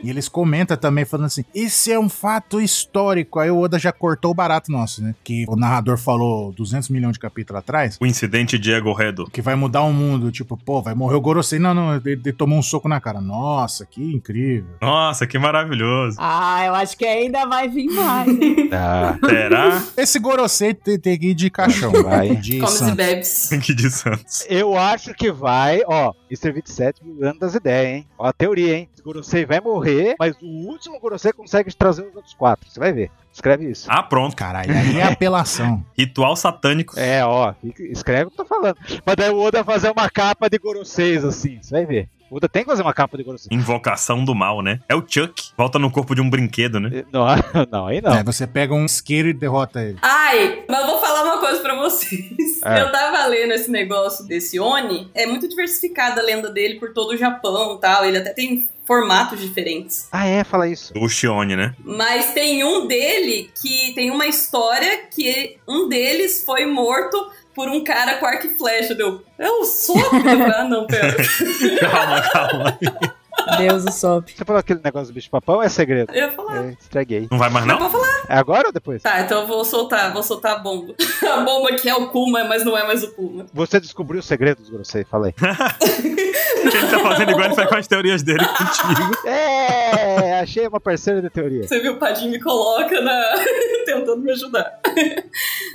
Speaker 4: E eles comentam também, falando assim: esse é um fato histórico. Aí o Oda já cortou o barato nosso, né? Que o narrador falou 200 milhões de capítulos atrás.
Speaker 1: O incidente Diego Redo.
Speaker 4: Que vai mudar o mundo, tipo, pô, vai morrer o Gorosei. Não, não, ele, ele tomou um soco na cara. Nossa, que incrível.
Speaker 1: Nossa, que maravilhoso.
Speaker 7: Ah, eu acho que ainda vai vir mais. hein?
Speaker 3: Ah,
Speaker 1: Será?
Speaker 4: Esse Gorosei tem, tem que ir de caixão, vai.
Speaker 3: Vai.
Speaker 4: De
Speaker 2: Comes e
Speaker 4: santo.
Speaker 2: bebes.
Speaker 1: que de Santos.
Speaker 3: eu acho que vai, ó. Isso é 27 mil anos das ideias, hein? Ó, a teoria, hein? O Gorosei vai morrer, mas o último Gorosei consegue trazer os outros quatro. Você vai ver. Escreve isso.
Speaker 1: Ah, pronto.
Speaker 4: Caralho, aí é apelação.
Speaker 1: Ritual satânico.
Speaker 3: É, ó, fica- escreve o que eu tô falando. Mas daí o Oda vai fazer uma capa de Goroseis, assim, você vai ver. O Oda tem que fazer uma capa de Goroseis.
Speaker 1: Invocação do mal, né? É o Chuck. Volta no corpo de um brinquedo, né?
Speaker 3: Não, não, aí não.
Speaker 4: Aí você pega um isqueiro e derrota ele.
Speaker 2: Ai, mas eu vou falar uma coisa pra vocês.
Speaker 3: É.
Speaker 2: Eu tava lendo esse negócio desse Oni. É muito diversificada a lenda dele por todo o Japão e tal. Ele até tem formatos diferentes.
Speaker 3: Ah, é, fala isso.
Speaker 1: Do Shione, né?
Speaker 2: Mas tem um dele que tem uma história que um deles foi morto por um cara com arco e flecha. Deu, é um soco? Eu falei, ah, não, pera.
Speaker 1: Calma, calma.
Speaker 7: Deus o
Speaker 5: Hum.
Speaker 7: sop.
Speaker 3: Você falou aquele negócio do bicho-papão ou é segredo?
Speaker 2: Eu ia falar.
Speaker 3: É, estraguei.
Speaker 1: Não vai mais,
Speaker 2: Não
Speaker 1: não?
Speaker 2: vou falar.
Speaker 3: É agora ou depois?
Speaker 2: Tá, então eu vou soltar, vou soltar a bomba. A bomba que é o Kuma, mas não é mais o Kuma.
Speaker 3: Você descobriu o segredo dos Goroseis, fala aí.
Speaker 1: Ele tá fazendo igual ele faz com as teorias dele contigo.
Speaker 3: é, achei uma parceira de teoria.
Speaker 2: Você viu, o Padinho me coloca na. tentando me ajudar.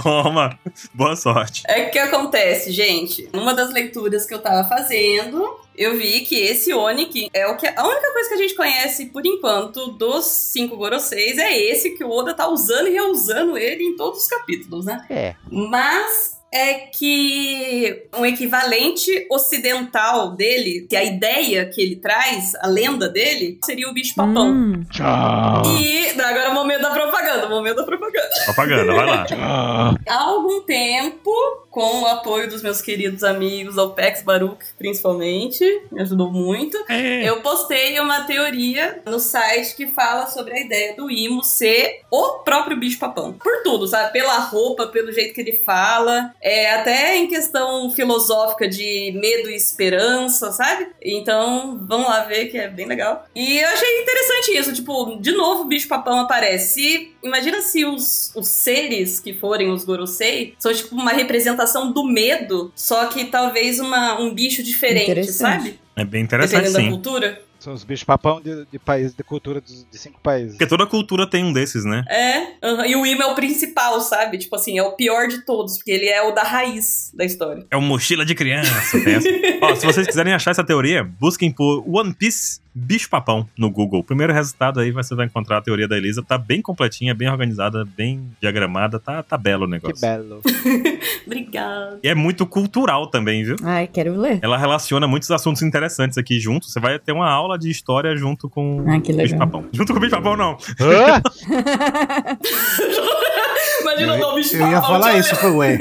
Speaker 1: Toma. Boa sorte.
Speaker 2: É que o que acontece, gente. Numa das leituras que eu tava fazendo, eu vi que esse Oni, que é o que a única coisa que a gente conhece por enquanto dos cinco Goroseis é esse que o Oda tá usando e reusando ele em todos os capítulos, né?
Speaker 3: É.
Speaker 2: Mas é que um equivalente ocidental dele, que a ideia que ele traz, a lenda dele, seria o bicho papão.
Speaker 7: Hum.
Speaker 3: Tchau.
Speaker 2: E agora é o momento da propaganda, o momento da propaganda.
Speaker 1: Propaganda, vai lá.
Speaker 3: Tchau.
Speaker 2: Há algum tempo, com o apoio dos meus queridos amigos, ao Pex Baruch principalmente, me ajudou muito,
Speaker 1: É.
Speaker 2: eu postei uma teoria no site que fala sobre a ideia do Imo ser o próprio bicho-papão. Por tudo, sabe? Pela roupa, pelo jeito que ele fala, é, até em questão filosófica de medo e esperança, sabe? Então, vamos lá ver que é bem legal. E eu achei interessante isso, tipo, de novo o bicho-papão aparece. E imagina se os, os seres que forem os Gorosei são tipo uma representação do medo, só que talvez uma, um bicho diferente,
Speaker 7: Interessante.
Speaker 2: sabe?
Speaker 1: É bem interessante,
Speaker 2: Dependendo da
Speaker 1: sim.
Speaker 2: cultura.
Speaker 3: São os bichos-papão de, de país, de cultura dos- de cinco países.
Speaker 1: Porque toda cultura tem um desses, né?
Speaker 2: É, aham. e o Im é o principal, sabe? Tipo assim, é o pior de todos, porque ele é o da raiz da história.
Speaker 1: É o mochila de criança. tem essa. Ó, se vocês quiserem achar essa teoria, busquem por One Piece Bicho Papão no Google. Primeiro resultado aí você vai encontrar a teoria da Elisa. Tá bem completinha, bem organizada, bem diagramada. Tá, tá belo o
Speaker 3: Que
Speaker 1: negócio.
Speaker 3: belo.
Speaker 2: Obrigada.
Speaker 1: E é muito cultural também, viu?
Speaker 7: Ai, quero ler.
Speaker 1: Ela relaciona muitos assuntos interessantes aqui junto. Você vai ter uma aula de história junto com
Speaker 7: Ah, que
Speaker 1: o Bicho
Speaker 7: legal.
Speaker 1: Papão. Junto com o Bicho Papão, não.
Speaker 3: Hã?
Speaker 2: Imagina o nome de
Speaker 4: Eu ia
Speaker 2: papão,
Speaker 4: falar
Speaker 2: um tchau.
Speaker 4: isso, eu falei, ué.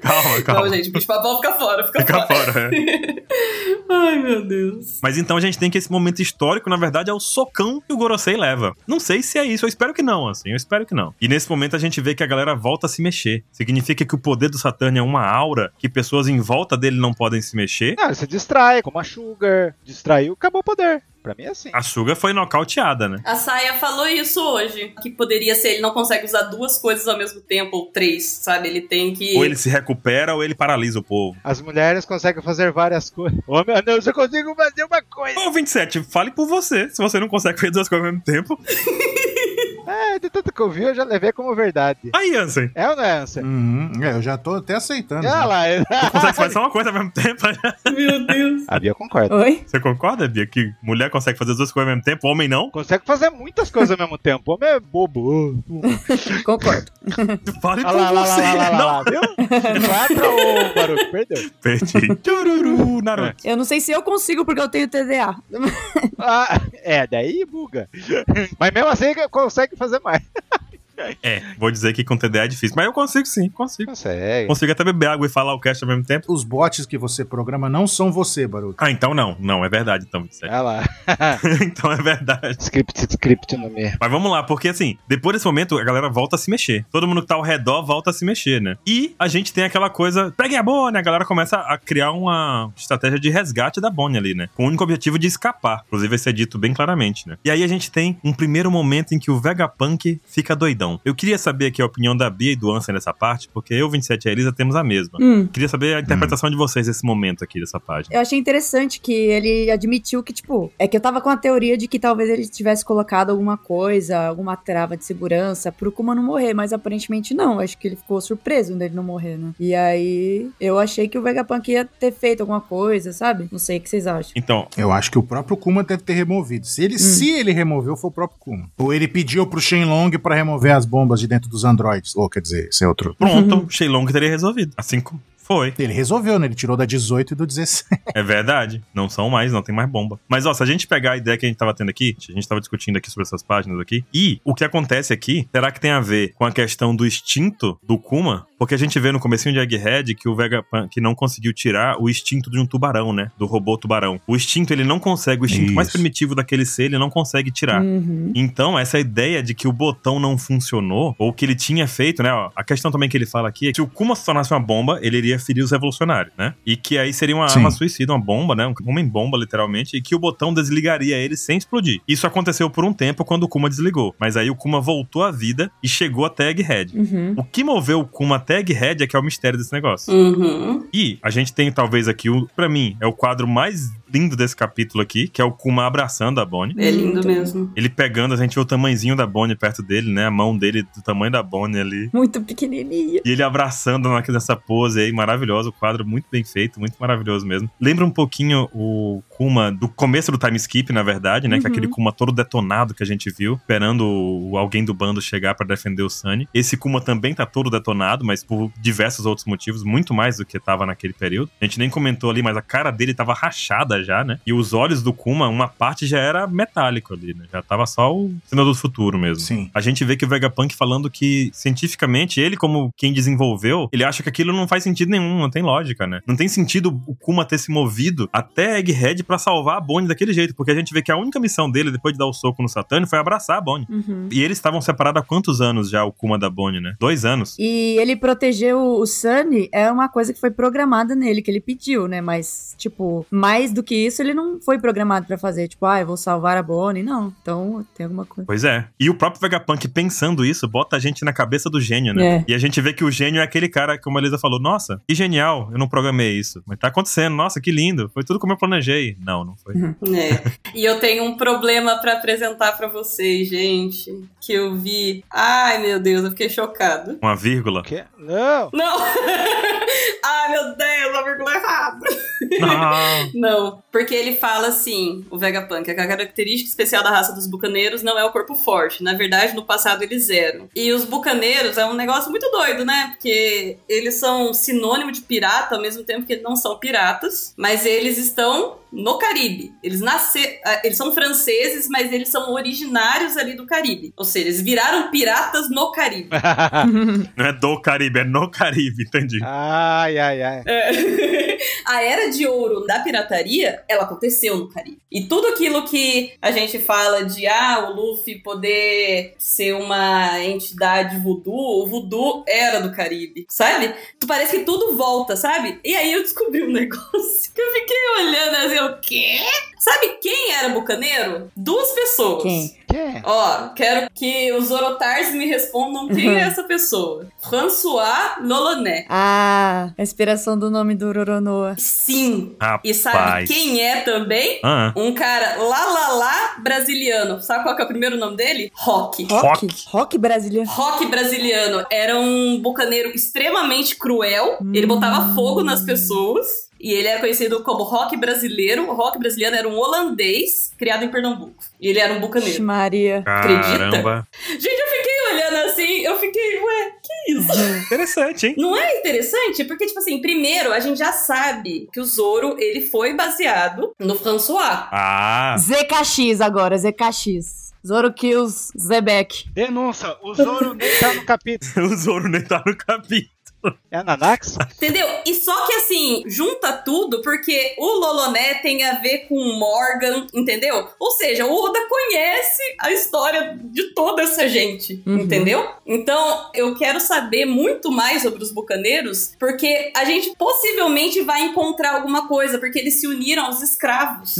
Speaker 1: Calma, calma.
Speaker 2: Não, gente, bicho papão fica fora, fica,
Speaker 1: Fica
Speaker 2: fora.
Speaker 1: fora. é.
Speaker 2: Ai, meu Deus.
Speaker 1: Mas então a gente tem que esse momento histórico, na verdade, é o socão que o Gorosei leva. Não sei se é isso, eu espero que não, assim, eu espero que não. E nesse momento a gente vê que a galera volta a se mexer. Significa que o poder do Saturn é uma aura que pessoas em volta dele não podem se mexer.
Speaker 3: Não, ele se distrai, como a Sugar, distraiu, acabou o poder. Pra mim é assim.
Speaker 1: A Suga foi nocauteada, né?
Speaker 2: A Saia falou isso hoje, que poderia ser, ele não consegue usar duas coisas ao mesmo tempo, ou três, sabe? Ele tem que...
Speaker 1: Ou ele se recupera ou ele paralisa o povo.
Speaker 3: As mulheres conseguem fazer várias coisas. Ô meu Deus, eu consigo fazer uma coisa.
Speaker 1: Ô, 27, fale por você, se você não consegue fazer duas coisas ao mesmo tempo.
Speaker 3: É, de tanto que eu vi, eu já levei como verdade.
Speaker 1: Aí, Ansem,
Speaker 3: É ou não é, Ansem?
Speaker 4: Uhum, é, eu já tô até aceitando. né?
Speaker 3: Olha
Speaker 4: já.
Speaker 3: lá. é. Ah,
Speaker 1: consegue fazer só uma coisa ao mesmo tempo.
Speaker 2: Meu Deus.
Speaker 3: A Bia concorda.
Speaker 7: Oi?
Speaker 1: Você concorda, Bia, que mulher consegue fazer duas coisas ao mesmo tempo, homem não?
Speaker 3: Consegue fazer muitas coisas ao mesmo tempo. O homem é bobo.
Speaker 7: Concordo.
Speaker 1: Fale
Speaker 3: Olha
Speaker 1: por
Speaker 3: lá, olha lá,
Speaker 1: você.
Speaker 3: olha lá, olha lá,
Speaker 1: Não,
Speaker 3: lá, viu? Quatro ô, Baruco, perdeu.
Speaker 1: Perdi. Tchururu, Naruto.
Speaker 7: Eu não sei se eu consigo porque eu tenho TDA.
Speaker 3: Ah, é, daí buga. Mas mesmo assim consegue fazer mais.
Speaker 1: É, vou dizer que com TDA é difícil, mas eu consigo sim, consigo.
Speaker 3: Consegue.
Speaker 1: Consigo até beber água e falar o cast ao mesmo tempo.
Speaker 4: Os bots que você programa não são você, Baruto.
Speaker 1: Ah, então não. Não, é verdade, então, 27.
Speaker 3: Olha lá.
Speaker 1: então é verdade.
Speaker 3: Script, script no meio.
Speaker 1: Mas vamos lá, porque assim, depois desse momento, a galera volta a se mexer. Todo mundo que tá ao redor volta a se mexer, né? E a gente tem aquela coisa, peguem a Bonnie, a galera começa a criar uma estratégia de resgate da Bonnie ali, né? Com o único objetivo de escapar. Inclusive, isso é dito bem claramente, né? E aí a gente tem um primeiro momento em que o Vegapunk fica doidão. Eu queria saber aqui a opinião da Bia e do Ansem nessa parte, porque eu, 27 e a Elisa temos a mesma.
Speaker 7: Hum.
Speaker 1: Queria saber a interpretação de vocês desse momento aqui, dessa página.
Speaker 7: Eu achei interessante que ele admitiu que, tipo, é que eu tava com a teoria de que talvez ele tivesse colocado alguma coisa, alguma trava de segurança pro Kuma não morrer, mas aparentemente não. Acho que ele ficou surpreso dele não morrer, né? E aí eu achei que o Vegapunk ia ter feito alguma coisa, sabe? Não sei o que vocês acham.
Speaker 1: Então,
Speaker 4: Eu acho que o próprio Kuma deve ter removido. Se ele, se ele removeu, foi o próprio Kuma. Ou ele pediu pro Shenlong pra remover as bombas de dentro dos androides. Ou quer dizer, esse é outro.
Speaker 1: pronto,
Speaker 7: Uhum.
Speaker 1: o Shenlong teria resolvido. Assim como foi.
Speaker 4: Ele resolveu, né? Ele tirou da 18 e do 16.
Speaker 1: É verdade. Não são mais, não tem mais bomba. Mas, ó, se a gente pegar a ideia que a gente tava tendo aqui, a gente tava discutindo aqui sobre essas páginas aqui, e o que acontece aqui, será que tem a ver com a questão do instinto do Kuma? Porque a gente vê no comecinho de Egghead que o Vegapunk não conseguiu tirar o instinto de um tubarão, né? Do robô tubarão. O instinto, ele não consegue, o instinto mais
Speaker 4: Isso.
Speaker 1: primitivo daquele ser, ele não consegue tirar.
Speaker 7: Uhum.
Speaker 1: Então, essa ideia de que o botão não funcionou, ou que ele tinha feito, né? ó, a questão também que ele fala aqui é que se o Kuma se tornasse uma bomba, ele iria ferir os revolucionários, né? E que aí seria uma
Speaker 4: Sim.
Speaker 1: arma suicida, uma bomba, né? Um homem-bomba, literalmente, e que o botão desligaria ele sem explodir. Isso aconteceu por um tempo quando o Kuma desligou, mas aí o Kuma voltou à vida e chegou até Egghead.
Speaker 7: Uhum.
Speaker 1: O que moveu o Kuma até Egghead é que é o mistério desse negócio.
Speaker 2: Uhum.
Speaker 1: E a gente tem talvez aqui, o- pra mim, é o quadro mais lindo desse capítulo aqui, que é o Kuma abraçando a Bonnie.
Speaker 2: É lindo mesmo.
Speaker 1: Ele pegando, a gente vê o tamanhozinho da Bonnie perto dele, né? A mão dele do tamanho da Bonnie ali.
Speaker 7: Muito pequenininha.
Speaker 1: E ele abraçando na- nessa pose aí, maravilhoso. O quadro muito bem feito, muito maravilhoso mesmo. Lembra um pouquinho o Kuma do começo do time skip, na verdade, né? Que é
Speaker 7: Uhum.
Speaker 1: aquele Kuma todo detonado que a gente viu, esperando o- alguém do bando chegar pra defender o Sunny. Esse Kuma também tá todo detonado, mas por diversos outros motivos, muito mais do que tava naquele período. A gente nem comentou ali, mas a cara dele tava rachada já, né? E os olhos do Kuma, uma parte já era metálico ali, né? Já tava só o sinal do futuro mesmo.
Speaker 4: Sim.
Speaker 1: A gente vê que o Vegapunk falando que, cientificamente, ele, como quem desenvolveu, ele acha que aquilo não faz sentido nenhum, não tem lógica, né? Não tem sentido o Kuma ter se movido até Egghead pra salvar a Bonnie daquele jeito, porque a gente vê que a única missão dele, depois de dar o soco no Satani, foi abraçar a Bonnie.
Speaker 7: Uhum.
Speaker 1: E eles estavam separados há quantos anos já, o Kuma da Bonnie, né? Dois anos.
Speaker 7: E ele proteger o, o Sunny é uma coisa que foi programada nele, que ele pediu, né? Mas, tipo, mais do que isso, ele não foi programado pra fazer. Tipo, ah, eu vou salvar a Bonnie. Não, então tem alguma coisa.
Speaker 1: Pois é. E o próprio Vegapunk pensando isso, bota a gente na cabeça do gênio, né? E a gente vê que o gênio é aquele cara que, como a Elisa falou, nossa, que genial, eu não programei isso. Mas tá acontecendo, nossa, que lindo, foi tudo como eu planejei. Não, não foi.
Speaker 2: É. E eu tenho um problema pra apresentar pra vocês, gente. Que eu vi. Ai, meu Deus, eu fiquei chocado.
Speaker 1: Uma vírgula.
Speaker 3: O quê? Não.
Speaker 2: Não! Ai, meu Deus, a vírgula errada.
Speaker 1: Não.
Speaker 2: Não, porque ele fala assim, o Vegapunk, que a característica especial da raça dos bucaneiros não é o corpo forte. Na verdade, no passado eles eram. E os bucaneiros é um negócio muito doido, né? Porque eles são sinônimo de pirata, ao mesmo tempo que eles não são piratas, mas eles estão no Caribe. Eles nasceram, eles são franceses, mas eles são originários ali do Caribe. Ou seja, eles viraram piratas no Caribe.
Speaker 1: Não é do Caribe, é no Caribe, entendi.
Speaker 3: Ai, ai, ai.
Speaker 2: É. a era de ouro da pirataria, ela aconteceu no Caribe. E tudo aquilo que a gente fala de ah, o Luffy poder ser uma entidade voodoo, o voodoo era do Caribe, sabe? Tu parece que tudo volta, sabe? E aí eu descobri um negócio que eu fiquei olhando assim, o quê? Sabe quem era bucaneiro? Duas pessoas.
Speaker 7: Quem?
Speaker 3: Que?
Speaker 2: Ó, quero que os Orotars me respondam quem é essa pessoa. François Lolonet.
Speaker 7: Ah, a inspiração do nome do Roronoa.
Speaker 2: Sim.
Speaker 1: Rapaz.
Speaker 2: E sabe quem é também?
Speaker 1: Ah,
Speaker 2: Um cara lá, lá, lá, brasiliano. Sabe qual que é o primeiro nome dele? Rock.
Speaker 1: Rock.
Speaker 7: Rock brasileiro.
Speaker 2: Rock brasiliano era um bucaneiro extremamente cruel. Ele botava fogo nas pessoas. E ele era conhecido como rock brasileiro. O rock brasiliano era um holandês criado em Pernambuco. E ele era um
Speaker 7: Vixe
Speaker 2: bucaneiro.
Speaker 7: Maria.
Speaker 2: Acredita?
Speaker 1: caramba.
Speaker 2: Gente, eu fiquei olhando assim, eu fiquei, ué, que isso?
Speaker 1: Uhum. Interessante, hein?
Speaker 2: Não é interessante? Porque, tipo assim, primeiro, a gente já sabe que o Zoro, ele foi baseado no François.
Speaker 1: Ah,
Speaker 7: ZKX agora, ZKX. Zoro Kills, Zebek.
Speaker 3: Denúncia, o Zoro nem tá no capítulo.
Speaker 1: o Zoro nem tá no capim.
Speaker 3: É Nanax?
Speaker 2: Entendeu? E só que, assim, junta tudo, porque o Loloné tem a ver com o Morgan, entendeu? Ou seja, o Oda conhece a história de toda essa gente,
Speaker 7: Uhum.
Speaker 2: entendeu? Então, eu quero saber muito mais sobre os bucaneiros, porque a gente possivelmente vai encontrar alguma coisa, porque eles se uniram aos escravos.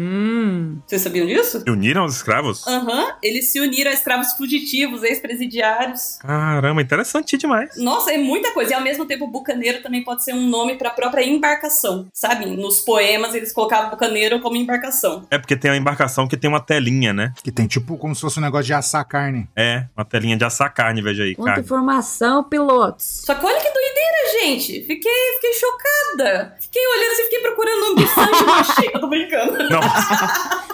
Speaker 7: Hum.
Speaker 2: Vocês sabiam disso?
Speaker 1: Se uniram os escravos?
Speaker 2: Aham, eles se uniram a escravos fugitivos, ex-presidiários.
Speaker 1: Caramba, interessante demais.
Speaker 2: Nossa, é muita coisa. E ao mesmo tempo, bucaneiro também pode ser um nome para a própria embarcação, sabe? Nos poemas eles colocavam bucaneiro como embarcação.
Speaker 1: É porque tem a embarcação que tem uma telinha, né?
Speaker 4: Que tem tipo como se fosse um negócio de assar carne.
Speaker 1: É, uma telinha de assar carne, veja aí,
Speaker 7: Quanta
Speaker 1: cara.
Speaker 7: informação, pilotos.
Speaker 2: Só que olha que doideira, gente. Fiquei, fiquei chocada. Fiquei olhando assim, fiquei procurando um bisanho não achei. Eu tô brincando.
Speaker 1: Nossa.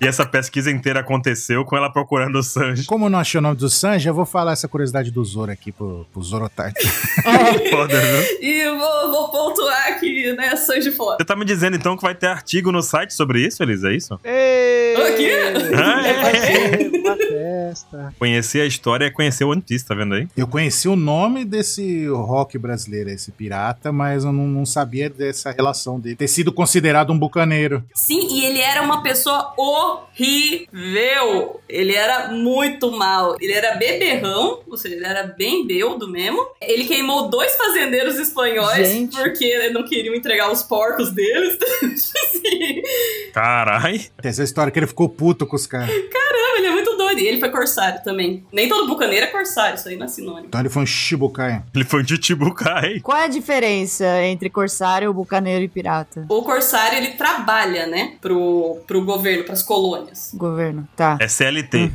Speaker 1: e essa pesquisa inteira aconteceu com ela procurando o Sanji.
Speaker 4: Como eu não achei o nome do Sanji, eu vou falar essa curiosidade do Zoro aqui pro, pro Zorotar.
Speaker 1: Foda, viu?
Speaker 2: E eu vou, vou pontuar aqui, né? Sanji fora.
Speaker 1: Você tá me dizendo então que vai ter artigo no site sobre isso, Elisa? É isso?
Speaker 3: Ei!
Speaker 2: O quê?
Speaker 1: Ah,
Speaker 3: Vai
Speaker 1: é.
Speaker 3: ter uma festa.
Speaker 1: Conhecer a história é conhecer o One Piece, tá vendo aí?
Speaker 4: Eu conheci o nome desse rock brasileiro, esse pirata, mas eu não, não sabia dessa relação dele ter sido considerado um bucaneiro.
Speaker 2: Sim, e ele era uma pessoa horrível. Ele era muito mal. Ele era beberrão, ou seja, ele era bem beudo mesmo. Ele queimou dois fazendeiros espanhóis
Speaker 7: Gente.
Speaker 2: porque não queriam entregar os porcos deles. Assim,
Speaker 1: Carai.
Speaker 4: Tem essa história que ele ficou puto com os caras.
Speaker 2: Caramba, ele é muito doido. E ele foi corsário também. Nem todo bucaneiro é corsário, isso aí não é sinônimo.
Speaker 4: Então ele foi um shibukai.
Speaker 1: Ele foi um Chichibukai.
Speaker 7: Qual é a diferença entre corsário, bucaneiro e pirata?
Speaker 2: O corsário, ele trabalha, né, pro, pro governo, pras colônias.
Speaker 7: Governo, tá.
Speaker 1: É CLT.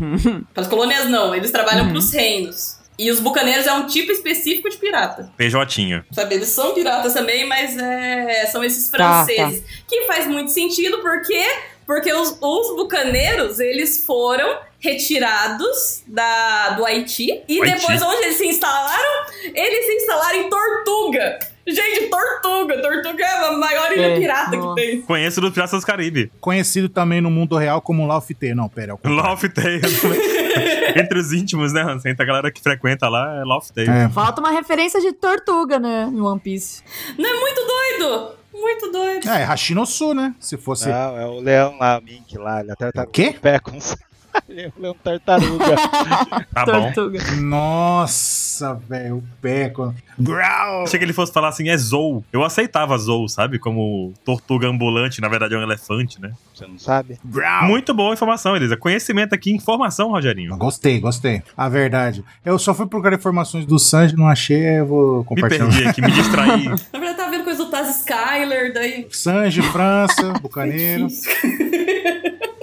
Speaker 2: Pras colônias não, eles trabalham
Speaker 7: Uhum.
Speaker 2: pros reinos. E os bucaneiros é um tipo específico de pirata.
Speaker 1: PJ.
Speaker 2: Sabe, eles são piratas também, mas é, são esses
Speaker 7: Tá,
Speaker 2: franceses. Que faz muito sentido, por quê? Porque os, os bucaneiros, eles foram retirados da, do Haiti. E
Speaker 1: Haiti.
Speaker 2: depois, onde eles se instalaram? Eles se instalaram em Tortuga. Gente, Tortuga. Tortuga é a maior ilha
Speaker 7: É,
Speaker 2: pirata
Speaker 7: nossa.
Speaker 2: que tem.
Speaker 1: Conheço do Piratas do Caribe.
Speaker 4: Conhecido também no mundo real como Laufite. Não, pera, é o contrário.
Speaker 1: Love Tale. Entre os íntimos, né, Hansen? A galera que frequenta lá é Love Tale.
Speaker 4: É.
Speaker 7: Falta uma referência de tortuga, né? Em One Piece.
Speaker 2: Não é muito doido? Muito doido.
Speaker 4: É, é Hashinosu, né? Se fosse.
Speaker 3: Não, é o leão lá, o Mink lá, ele é tartaruga.
Speaker 4: O quê?
Speaker 3: Pé com Ele é o leão tartaruga.
Speaker 1: Tá bom.
Speaker 7: tortuga.
Speaker 4: Nossa, velho, o pé. quando- Growl!
Speaker 1: Achei que ele fosse falar assim, é Zou. Eu aceitava Zou, sabe? Como tortuga ambulante, na verdade é um elefante, né?
Speaker 3: Você não sabe?
Speaker 4: Growl!
Speaker 1: Muito boa informação, Elisa. Conhecimento aqui, informação, Rogerinho.
Speaker 4: Gostei, gostei. A verdade. Eu só fui procurar informações do Sanji, não achei, eu vou
Speaker 1: Me
Speaker 4: compartilhar.
Speaker 1: perdi aqui, me distraí.
Speaker 2: Na verdade, tá vendo coisa do Taz Skyler, daí...
Speaker 4: Sanji, França, Bucaneiro.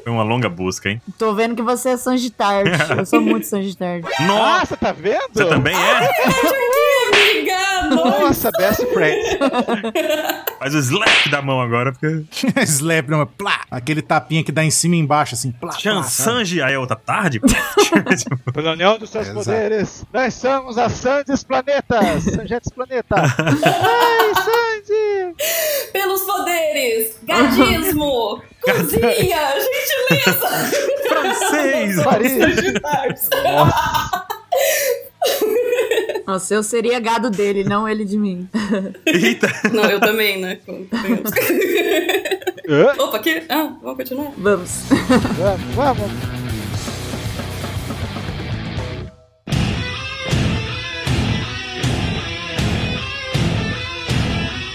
Speaker 1: Foi uma longa busca, hein?
Speaker 7: Tô vendo que você é Sanji Tard. Eu sou muito Sanji Tard.
Speaker 1: Nossa!
Speaker 3: Nossa, tá vendo?
Speaker 1: Você também é?
Speaker 2: Obrigado!
Speaker 3: Nossa, best friends.
Speaker 1: Faz o slap da mão agora, porque.
Speaker 4: Slap, não, é plá. Aquele tapinha que dá em cima e embaixo, assim, plá. plá, sabe?
Speaker 1: Chansange, aí a outra tarde.
Speaker 3: Pela união dos seus
Speaker 4: Exato.
Speaker 3: poderes, nós somos a Sandes Planeta! Sanjetes Planeta! Ai, Sandy!
Speaker 2: Pelos poderes, gadismo, cozinha, gentileza,
Speaker 1: Francês!
Speaker 3: Paris!
Speaker 2: Sagitários.
Speaker 5: Nossa, eu seria gado dele, não ele de mim.
Speaker 1: Eita!
Speaker 2: Não, eu também, né?
Speaker 3: Hã?
Speaker 2: Opa, aqui. Ah, vamos continuar.
Speaker 5: Vamos.
Speaker 3: Vamos, vamos!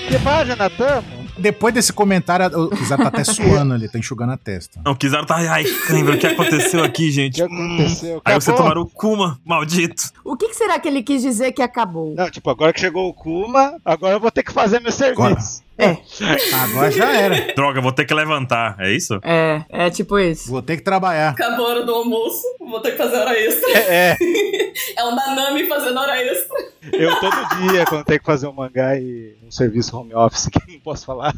Speaker 3: Que página estamos?
Speaker 4: Depois desse comentário, o Kizaru tá até suando ali, tá enxugando a testa.
Speaker 1: Não, quiseram tá. Ai, lembra o que aconteceu aqui,
Speaker 3: O que
Speaker 1: gente?
Speaker 3: aconteceu?
Speaker 1: Aí você
Speaker 3: Acabou?
Speaker 1: tomaram o Kuma, maldito.
Speaker 5: O que, que será que ele quis dizer que acabou?
Speaker 3: Não, tipo, agora que chegou o Kuma, agora eu vou ter que fazer meu serviço.
Speaker 5: É,
Speaker 4: Agora já era.
Speaker 1: Droga, vou ter que levantar, é isso?
Speaker 5: É, é tipo isso.
Speaker 4: Vou ter que trabalhar.
Speaker 2: Acabou a hora do almoço, vou ter que fazer hora extra.
Speaker 3: É, é,
Speaker 2: É um Danami fazendo hora extra.
Speaker 3: eu todo dia, quando tenho que fazer um mangá e um serviço home office, que não posso falar.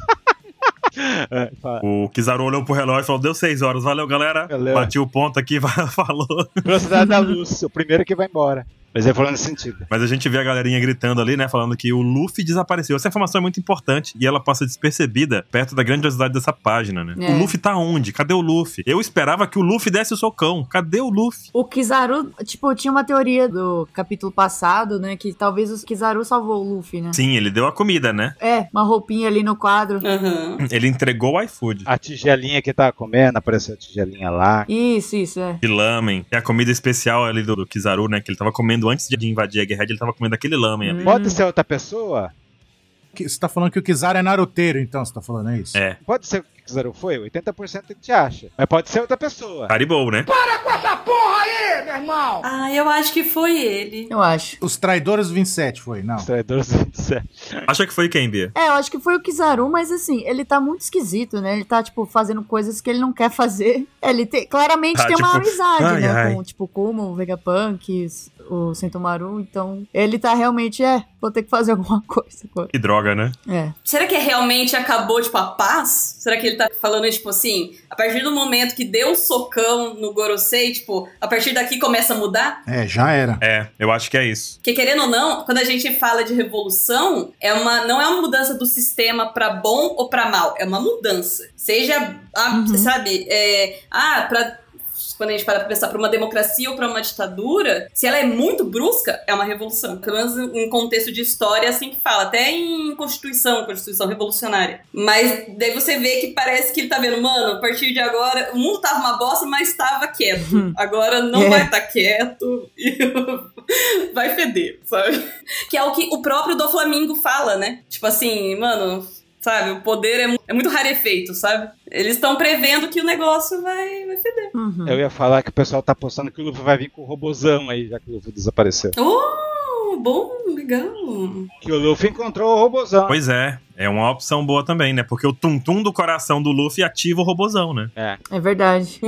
Speaker 3: É, fala,
Speaker 1: O Kizaru olhou pro relógio e falou: deu seis horas, valeu, galera.
Speaker 3: Valeu.
Speaker 1: Bati o ponto aqui, falou.
Speaker 3: Velocidade da luz, o primeiro que vai embora. Mas ele falou nesse sentido.
Speaker 1: Mas a gente vê a galerinha gritando ali, né? Falando que o Luffy desapareceu. Essa informação é muito importante e ela passa despercebida perto da grandiosidade dessa página, né?
Speaker 5: É.
Speaker 1: O Luffy tá onde? Cadê o Luffy? Eu esperava que o Luffy desse o socão. Cadê o Luffy?
Speaker 5: O Kizaru, tipo, tinha uma teoria do capítulo passado, né? Que talvez o Kizaru salvou o Luffy, né?
Speaker 1: Sim, ele deu a comida, né?
Speaker 5: É, uma roupinha ali no quadro.
Speaker 2: Aham.
Speaker 1: Ele entregou o iFood.
Speaker 3: A tigelinha que tava comendo, apareceu a tigelinha lá.
Speaker 5: Isso, isso, é.
Speaker 1: De lamen. É a comida especial ali do, do Kizaru, né? Que ele tava comendo antes de invadir a Egghead, ele tava comendo aquele lamen ali.
Speaker 3: Pode ser outra pessoa?
Speaker 4: Que- Você tá falando que o Kizaru é naruteiro, então, você tá falando é isso?
Speaker 1: É.
Speaker 3: Pode ser o que quiser foi? 80% a gente acha. Mas pode ser outra pessoa.
Speaker 1: Caribou, né?
Speaker 2: Ah, eu acho que foi ele.
Speaker 5: Eu acho.
Speaker 4: Os traidores do 27 foi, não.
Speaker 3: Os
Speaker 1: é
Speaker 3: traidores do 27.
Speaker 1: Acha que foi quem, Bia?
Speaker 5: É, eu acho que foi o Kizaru, mas assim, ele tá muito esquisito, né? Ele tá, tipo, fazendo coisas que ele não quer fazer. É, Ele tem- claramente
Speaker 1: Ah,
Speaker 5: tem uma
Speaker 1: tipo,
Speaker 5: amizade,
Speaker 1: ai,
Speaker 5: né?
Speaker 1: ai.
Speaker 5: Com, tipo, como o Vegapunk, s- o Sentomaru. Então, ele tá realmente, é, vou ter que fazer alguma coisa agora.
Speaker 1: Que droga, né?
Speaker 5: É.
Speaker 2: Será que realmente acabou, tipo, a paz? Será que ele tá falando, tipo assim, a partir do momento que deu um socão no Gorosei, tipo, a partir daqui começa a mudar?
Speaker 4: É, já era.
Speaker 1: É, eu acho que é isso.
Speaker 2: Porque querendo ou não, quando a gente fala de revolução, é uma, não é uma mudança do sistema pra bom ou pra mal, é uma mudança. Seja, a-
Speaker 5: Uhum.
Speaker 2: sabe, é, ah, pra, quando a gente para pra pensar pra uma democracia ou pra uma ditadura, se ela é muito brusca, é uma revolução. Pelo menos em contexto de história, é assim que fala, até em Constituição, Constituição Revolucionária. Mas daí você vê que parece que ele tá vendo, mano, a partir de agora, o mundo tava uma bosta, mas tava quieto. Agora não
Speaker 5: É.
Speaker 2: vai estar quieto e vai feder, sabe? Que é o que o próprio do Flamingo fala, né? Tipo assim, mano, sabe, o poder é, mu- é muito rarefeito, sabe? Eles estão prevendo que o negócio vai, vai feder.
Speaker 5: Uhum.
Speaker 3: Eu ia falar que o pessoal tá postando que o Luffy vai vir com o robozão aí, já que o Luffy desapareceu.
Speaker 2: Oh, bom, legal.
Speaker 3: Que o Luffy encontrou o robozão.
Speaker 1: Pois é, é uma opção boa também, né? Porque o tum-tum do coração do Luffy ativa o robozão, né?
Speaker 5: É verdade.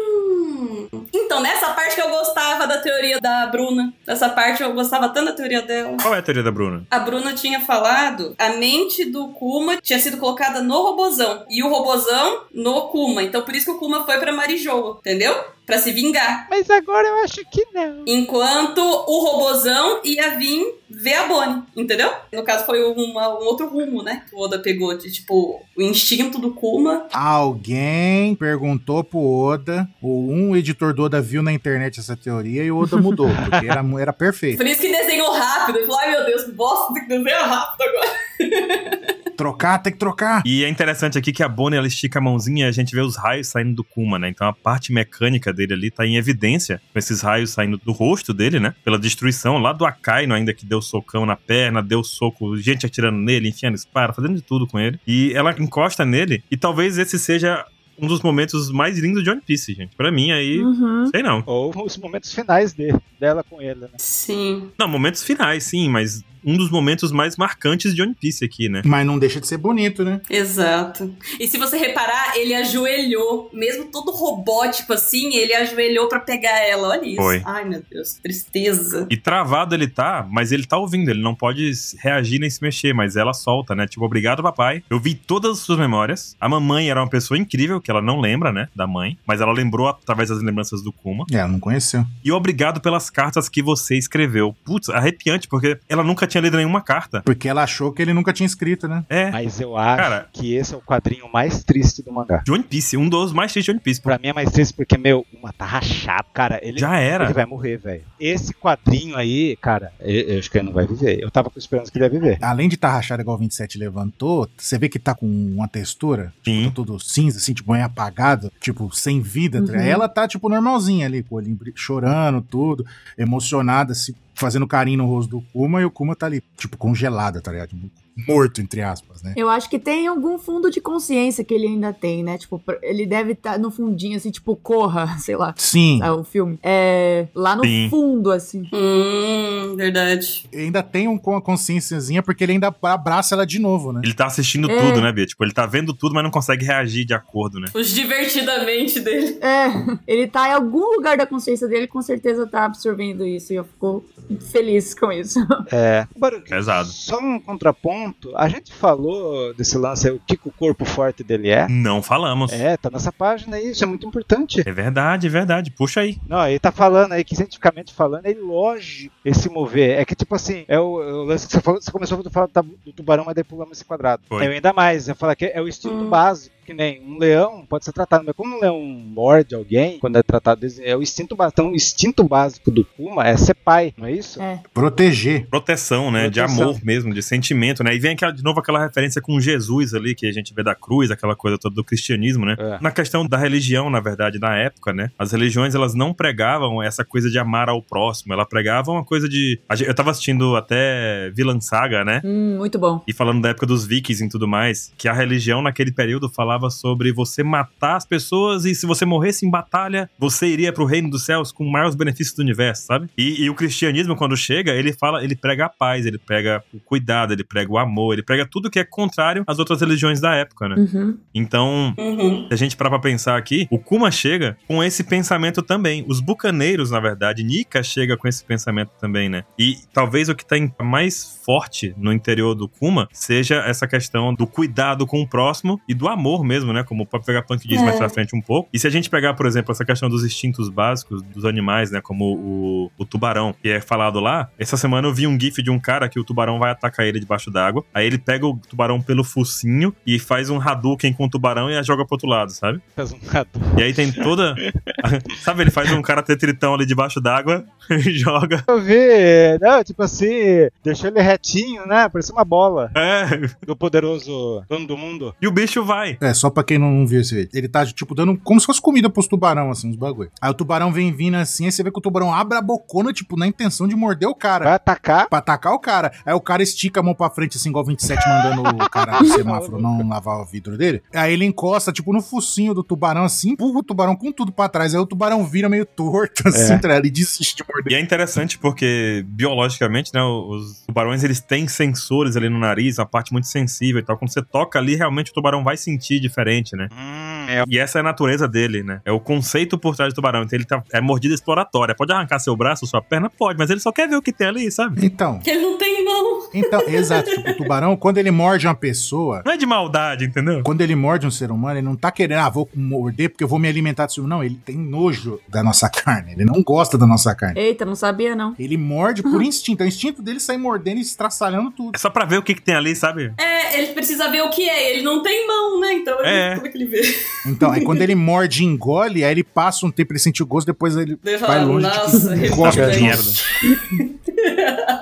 Speaker 2: Hum. Então, nessa parte que eu gostava da teoria da Bruna. Nessa parte eu gostava tanto da teoria dela.
Speaker 1: Qual é a teoria da Bruna?
Speaker 2: A Bruna tinha falado, a mente do Kuma tinha sido colocada no robozão e o robozão no Kuma. Então por isso que o Kuma foi pra Marijoa, entendeu? Pra se vingar.
Speaker 3: Mas agora eu acho que não.
Speaker 2: Enquanto o robozão ia vir ver a Bonnie, entendeu? No caso foi uma- um outro rumo, né? Que o Oda pegou de tipo o instinto do Kuma.
Speaker 4: Alguém perguntou pro Oda, ou um editor do Oda viu na internet essa teoria e o Oda mudou, porque era, mu- era perfeito.
Speaker 2: Por isso que desenhou rápido. Ele falou: ai meu Deus, que bosta, tem que desenhar rápido agora.
Speaker 4: Trocar, tem que trocar.
Speaker 1: E é interessante aqui que a Bonnie ela estica a mãozinha e a gente vê os raios saindo do Kuma, né? Então a parte mecânica dele ali tá em evidência, com esses raios saindo do rosto dele, né? Pela destruição lá do Akaino, ainda que deu socão na perna, deu soco, gente atirando nele, enfiando espada, fazendo de tudo com ele. E ela encosta nele, e talvez esse seja um dos momentos mais lindos de One Piece, gente. Pra mim, aí.
Speaker 5: Uhum.
Speaker 1: Sei não.
Speaker 3: Ou os momentos finais dele, dela com ele, né?
Speaker 2: Sim.
Speaker 1: Não, momentos finais, sim, mas um dos momentos mais marcantes de One Piece aqui, né?
Speaker 4: Mas não deixa de ser bonito, né?
Speaker 2: Exato. E se você reparar, ele ajoelhou. Mesmo todo robótico assim, ele ajoelhou pra pegar ela. Olha isso.
Speaker 1: Foi.
Speaker 2: Ai, meu Deus. Tristeza.
Speaker 1: E travado ele tá, mas ele tá ouvindo, ele não pode reagir nem se mexer, mas ela solta, né? Tipo, obrigado, papai. Eu vi todas as suas memórias. A mamãe era uma pessoa incrível, que ela não lembra, né? Da mãe, mas ela lembrou através das lembranças do Kuma.
Speaker 4: É, ela não conheceu.
Speaker 1: E obrigado pelas cartas que você escreveu. Putz, arrepiante, porque ela nunca tinha lido nenhuma carta.
Speaker 4: Porque ela achou que ele nunca tinha escrito, né?
Speaker 1: É.
Speaker 3: Mas eu acho
Speaker 1: Cara.
Speaker 3: que esse é o quadrinho mais triste do mangá.
Speaker 1: De One Piece, um dos mais tristes de One Piece.
Speaker 3: Pra mim é mais triste porque, meu, uma tá rachado, cara. Ele,
Speaker 1: Já
Speaker 3: ele
Speaker 1: era.
Speaker 3: vai morrer, velho. Esse quadrinho aí, cara, eu, eu acho que ele não vai viver. Eu tava com esperança que ele ia viver.
Speaker 4: Além de estar rachado igual o 27 levantou, você vê que tá com uma textura,
Speaker 1: Sim.
Speaker 4: tá tudo cinza, assim, tipo, bem apagado, tipo, sem vida. tá
Speaker 5: Uhum.
Speaker 4: ligado? Ela tá, tipo, normalzinha ali, com o olhinho bri- chorando, tudo, emocionada, se fazendo carinho no rosto do Kuma, e o Kuma tá ali, tipo, congelada, tá ligado? Tipo, Morto, entre aspas, né?
Speaker 5: Eu acho que tem algum fundo de consciência que ele ainda tem, né? Tipo, pr- ele deve estar no fundinho, assim, tipo, corra, sei lá.
Speaker 4: Sim.
Speaker 5: É o filme. É. Lá no
Speaker 1: Sim.
Speaker 5: fundo, assim.
Speaker 2: Hum, verdade.
Speaker 4: Ainda tem um com a consciênciazinha, porque ele ainda abraça ela de novo, né?
Speaker 1: Ele tá assistindo
Speaker 5: É.
Speaker 1: tudo, né, Bia? Tipo, ele tá vendo tudo, mas não consegue reagir de acordo, né?
Speaker 2: Os divertidamente dele.
Speaker 5: É. Ele tá em algum lugar da consciência dele, com certeza tá absorvendo isso. E eu fico feliz com isso.
Speaker 3: É. Baruque,
Speaker 1: Pesado.
Speaker 3: Só um contraponto. A gente falou desse lance aí, o que, que o corpo forte dele é.
Speaker 1: Não falamos. É,
Speaker 3: É, tá nessa página aí, isso é muito importante.
Speaker 1: verdade, é verdade. Puxa aí.
Speaker 3: Não, ele tá falando aí que cientificamente falando é lógico esse mover. É que tipo assim, é o, é o lance que você falou, você começou a falar do tabu- do tubarão, mas daí pulamos esse quadrado.
Speaker 1: Foi.
Speaker 3: Eu ainda mais, eu falar que é o instinto
Speaker 2: Hum.
Speaker 3: básico, que nem um leão pode ser tratado, mas como um leão morde alguém, quando é tratado, desse- é o instinto básico. Então o instinto básico do Kuma é ser pai, não é isso?
Speaker 5: É.
Speaker 4: Proteger.
Speaker 1: Proteção, né? De
Speaker 3: Proteção.
Speaker 1: amor mesmo, de sentimento, né? E vem aquela, de novo aquela referência com Jesus ali, que a gente vê da cruz, aquela coisa toda do cristianismo, né?
Speaker 3: É.
Speaker 1: Na questão da religião, na verdade, na época, né? As religiões, elas não pregavam essa coisa de amar ao próximo. Ela pregava uma coisa de... a gente- Eu tava assistindo até Villain Saga, né?
Speaker 5: Hum, muito bom.
Speaker 1: E falando da época dos vikings e tudo mais, que a religião naquele período falava sobre você matar as pessoas e se você morresse em batalha, você iria pro reino dos céus com maiores benefícios do universo, sabe? E, e o cristianismo, quando chega, ele fala, ele prega a paz, ele prega o cuidado, ele prega o amor, ele prega tudo que é contrário às outras religiões da época, né?
Speaker 5: Uhum.
Speaker 1: Então,
Speaker 2: Uhum.
Speaker 1: se a gente parar pra pensar aqui, o Kuma chega com esse pensamento também. Os bucaneiros, na verdade, Nika chega com esse pensamento também, né? E talvez o que tá em- mais forte no interior do Kuma seja essa questão do cuidado com o próximo e do amor mesmo, né? Como o próprio Vegapunk diz
Speaker 2: É.
Speaker 1: mais pra frente um pouco. E se a gente pegar, por exemplo, essa questão dos instintos básicos dos animais, né? Como o, o tubarão, que é falado lá. Essa semana eu vi um gif de um cara que o tubarão vai atacar ele debaixo d'água. Aí ele pega o tubarão pelo focinho e faz um Hadouken com o tubarão e a joga pro outro lado, sabe?
Speaker 3: Faz um gato.
Speaker 1: E aí tem toda. Sabe, ele faz um cara ter tritão ali debaixo d'água e joga.
Speaker 3: Eu vi, não, tipo assim, deixou ele retinho, né? Parecia uma bola
Speaker 1: É,
Speaker 3: do poderoso dono do mundo.
Speaker 1: e o bicho vai.
Speaker 4: É, só pra quem não viu esse vídeo. Ele tá, tipo, dando como se fosse comida pros tubarão, assim, uns bagulho. Aí o tubarão vem vindo assim, aí você vê que o tubarão abre a bocona, tipo, na intenção de morder o cara.
Speaker 3: Vai atacar.
Speaker 4: Pra atacar o cara. Aí o cara estica a mão pra frente, assim, igual o 27, mandando o cara no semáforo não lavar o vidro dele. Aí ele encosta, tipo, no focinho do tubarão, assim, empurra o tubarão com tudo pra trás. Aí o tubarão vira meio torto, assim, tá ligado? e desiste de morder.
Speaker 1: E é interessante porque, biologicamente, né, os tubarões, eles têm sensores ali no nariz, uma parte muito sensível e tal. Quando você toca ali, realmente o tubarão vai sentir diferente, né?
Speaker 3: Hum, é
Speaker 1: E essa é a natureza dele, né? É o conceito por trás do tubarão. Então ele tá, é mordida exploratória. Pode arrancar seu braço, sua perna? Pode, mas ele só quer ver o que tem ali, sabe?
Speaker 4: Então,
Speaker 2: Ele não tem mão.
Speaker 4: então, exato. Tipo, o tubarão, quando ele morde uma pessoa,
Speaker 1: Não é de maldade, entendeu?
Speaker 4: Quando ele morde um ser humano, ele não tá querendo, ah, vou morder porque eu vou me alimentar disso. Não, ele tem nojo da nossa carne. Ele não gosta da nossa carne.
Speaker 5: Eita, não sabia, não.
Speaker 4: Ele morde por instinto. É o instinto dele sair mordendo e estraçalhando tudo.
Speaker 1: É só pra ver o que, que tem ali, sabe?
Speaker 2: É, ele precisa ver o que é. Ele não tem mão, né? Então, ele-
Speaker 1: É.
Speaker 2: como é que ele vê?
Speaker 4: Então, aí quando ele morde e engole, aí ele passa um tempo, ele sente o gosto, depois ele
Speaker 2: Ele
Speaker 4: vai
Speaker 2: fala,
Speaker 4: longe.
Speaker 2: nossa, ele
Speaker 4: gosta
Speaker 2: tá
Speaker 4: de
Speaker 2: bem.
Speaker 4: nós.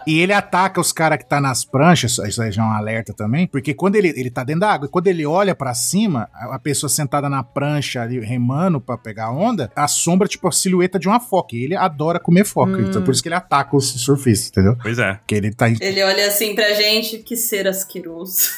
Speaker 4: E ele ataca os caras que tá nas pranchas, isso aí já é um alerta também, porque quando ele, ele tá dentro da água, e quando ele olha pra cima, a a pessoa sentada na prancha ali, remando pra pegar a onda, assombra tipo a silhueta de uma foca. E ele adora comer foca, então por isso que ele ataca os surfistas, entendeu?
Speaker 1: Pois é.
Speaker 4: Porque ele tá em-
Speaker 2: Ele olha assim pra gente, que ser asqueroso.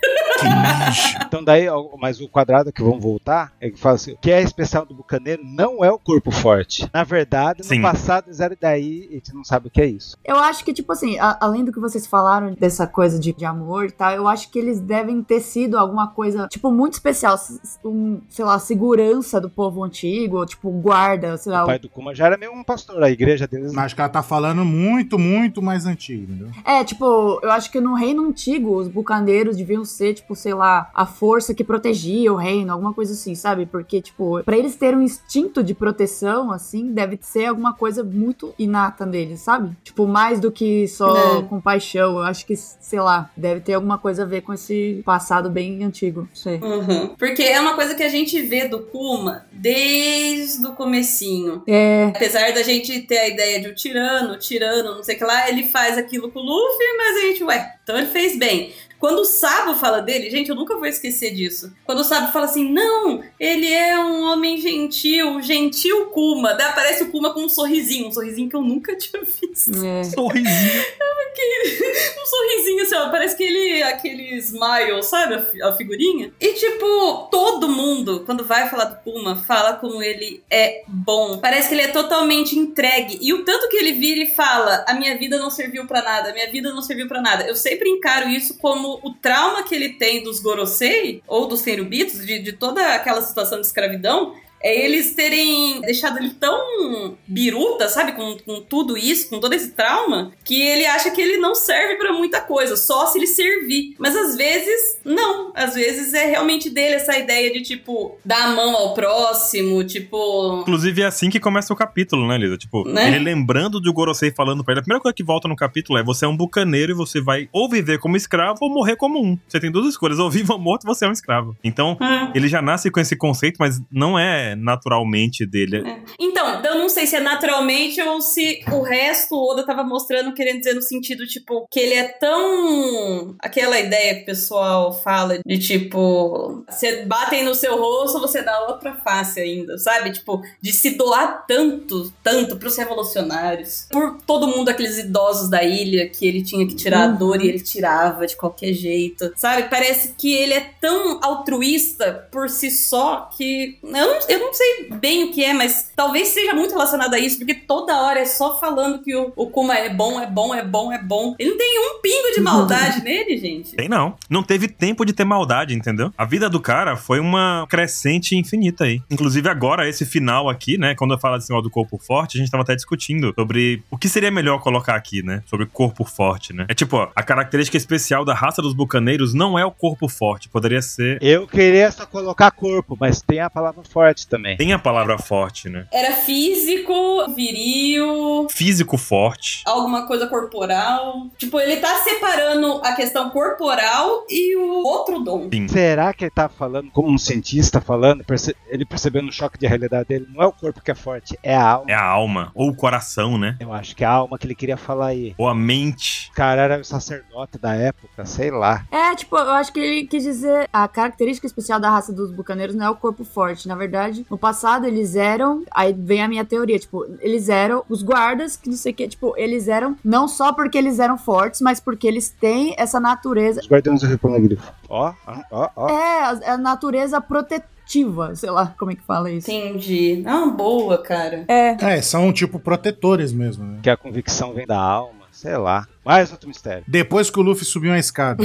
Speaker 4: Que lixo.
Speaker 3: Então daí, ó, mas o quadrado que vamos voltar, é que fala assim, o que é especial do bucaneiro não é o corpo forte. Na verdade, no
Speaker 1: Sim.
Speaker 3: passado, zero daí, a gente não sabe o que é isso.
Speaker 5: Eu acho que, tipo assim, a- além do que vocês falaram dessa coisa de, de amor e tal, eu acho que eles devem ter sido alguma coisa, tipo, muito especial. s- s- Um, sei lá, segurança do povo antigo, ou, tipo, guarda, sei lá.
Speaker 3: O pai do Kuma já era meio um pastor, a igreja deles
Speaker 4: Mas acho que ela tá falando muito, muito mais antigo, entendeu?
Speaker 5: É, tipo, eu acho que no reino antigo, os bucaneiros deviam ser, tipo, sei lá, a força que protegia o reino, alguma coisa assim, sabe? Porque, tipo, pra eles terem um instinto de proteção, assim, deve ser alguma coisa muito inata deles, sabe? Tipo, mais do que só
Speaker 2: É.
Speaker 5: compaixão. Eu acho que, sei lá, deve ter alguma coisa a ver com esse passado bem antigo. Não sei.
Speaker 2: Uhum. Porque é uma coisa que a gente vê do Kuma desde o comecinho.
Speaker 5: É,
Speaker 2: Apesar da gente ter a ideia de o tirano, o tirano, não sei o que lá, ele faz aquilo com o Luffy, mas a gente, ué, então ele fez bem. Quando o Sabo fala dele, gente, eu nunca vou esquecer disso. Quando o Sabo fala assim, não, ele é um homem gentil, um gentil Kuma. Daí aparece o Kuma com um sorrisinho, um sorrisinho que eu nunca tinha visto.
Speaker 5: é.
Speaker 1: Sorrisinho.
Speaker 2: um sorrisinho assim, ó, parece que ele aquele smile, sabe? A, fi- a figurinha. E tipo, todo mundo, quando vai falar do Kuma, fala como ele é bom. Parece que ele é totalmente entregue. E o tanto que ele vira e fala: a minha vida não serviu pra nada, a minha vida não serviu pra nada. Eu sempre encaro isso como o trauma que ele tem dos Gorosei, ou dos Serubitos, de, de toda aquela situação de escravidão. É eles terem deixado ele tão biruta, sabe? Com, com tudo isso, com todo esse trauma, que ele acha que ele não serve pra muita coisa, só se ele servir. Mas às vezes, não. Às vezes é realmente dele essa ideia de, tipo, dar a mão ao próximo, tipo.
Speaker 1: Inclusive, é assim que começa o capítulo, né, Lisa? Tipo,
Speaker 2: Né?
Speaker 1: ele lembrando de Gorosei falando pra ele. A primeira coisa que volta no capítulo é: você é um bucaneiro e você vai ou viver como escravo ou morrer como um. Você tem duas escolhas: ou vivo ou morto, você é um escravo. Então,
Speaker 2: "Ah,
Speaker 1: ele já nasce com esse conceito, mas não é naturalmente dele.
Speaker 2: Então, eu não sei se é naturalmente ou se o resto o Oda tava mostrando, querendo dizer no sentido, tipo, que ele é tão. aquela ideia que o pessoal fala de tipo. Você batem no seu rosto, você dá outra face ainda, sabe? Tipo, de se doar tanto, tanto pros revolucionários. Por todo mundo, aqueles idosos da ilha que ele tinha que tirar a dor e ele tirava de qualquer jeito, sabe? Parece que ele é tão altruísta por si só que. Eu não, eu não sei bem o que é, mas talvez seja muito relacionado a isso, porque toda hora é só falando que o, o Kuma é bom, é bom, é bom, é bom. Ele não tem um pingo de maldade nele, gente.
Speaker 1: Tem não. Não teve tempo de ter maldade, entendeu? A vida do cara foi uma crescente infinita aí. Inclusive, agora, esse final aqui, né? Quando eu falo desse negócio do corpo forte, a gente tava até discutindo sobre o que seria melhor colocar aqui, né? Sobre corpo forte, né? É tipo, ó, a característica especial da raça dos bucaneiros não é o corpo forte. Poderia ser.
Speaker 3: Eu queria só colocar corpo, mas tem a palavra forte também.
Speaker 1: Tem a palavra forte, né?
Speaker 2: Era físico, viril,
Speaker 1: Físico forte.
Speaker 2: alguma coisa corporal. Tipo, ele tá separando a questão corporal e o outro dom.
Speaker 3: Será que ele tá falando como um cientista falando, perce- ele percebendo o choque de realidade dele? Não é o corpo que é forte, é a alma.
Speaker 1: É a alma. Ou o coração, né?
Speaker 3: Eu acho que é a alma que ele queria falar aí.
Speaker 1: Ou a mente.
Speaker 3: O cara era o sacerdote da época, sei lá.
Speaker 5: É, tipo, eu acho que ele quis dizer a característica especial da raça dos bucaneiros não é o corpo forte. Na verdade, no passado eles eram. Aí vem a minha teoria, tipo, eles eram os guardas, que não sei o que, tipo, eles eram não só porque eles eram fortes, mas porque eles têm essa natureza.
Speaker 3: Os guardiões do Riponeglyph. Ó, ó, ó, ó.
Speaker 5: É, a- a natureza protetiva, sei lá como é que fala isso.
Speaker 2: Entendi. Ah, boa, cara.
Speaker 5: É,
Speaker 4: É, são tipo protetores mesmo, né?
Speaker 3: Que a convicção vem da alma, sei lá. Mais outro mistério.
Speaker 4: Depois que o Luffy subiu uma escada.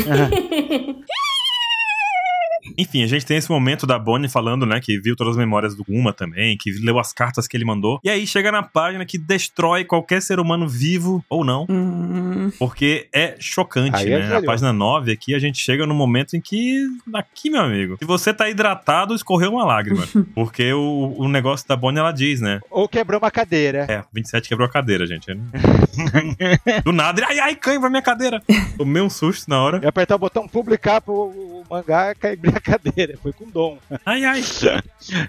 Speaker 1: Enfim, a gente tem esse momento da Bonnie falando, né, que viu todas as memórias do Uma também, que leu as cartas que ele mandou. E aí chega na página que destrói qualquer ser humano vivo ou não,
Speaker 9: Hum,
Speaker 1: porque é chocante,
Speaker 3: Aí é
Speaker 1: né? Na
Speaker 3: velho.
Speaker 1: página 9 aqui a gente chega no momento em que aqui, meu amigo, se você tá hidratado, escorreu uma lágrima, porque o, o negócio da Bonnie ela diz, né?
Speaker 3: Ou quebrou uma cadeira.
Speaker 1: É, 27 quebrou a cadeira, gente. É, Do nada, ele, ai ai, cãibra minha cadeira. Tomei um susto na hora.
Speaker 3: Eu apertar o botão publicar pro o mangá e quebrei a brincadeira, foi com dom.
Speaker 1: Ai, ai.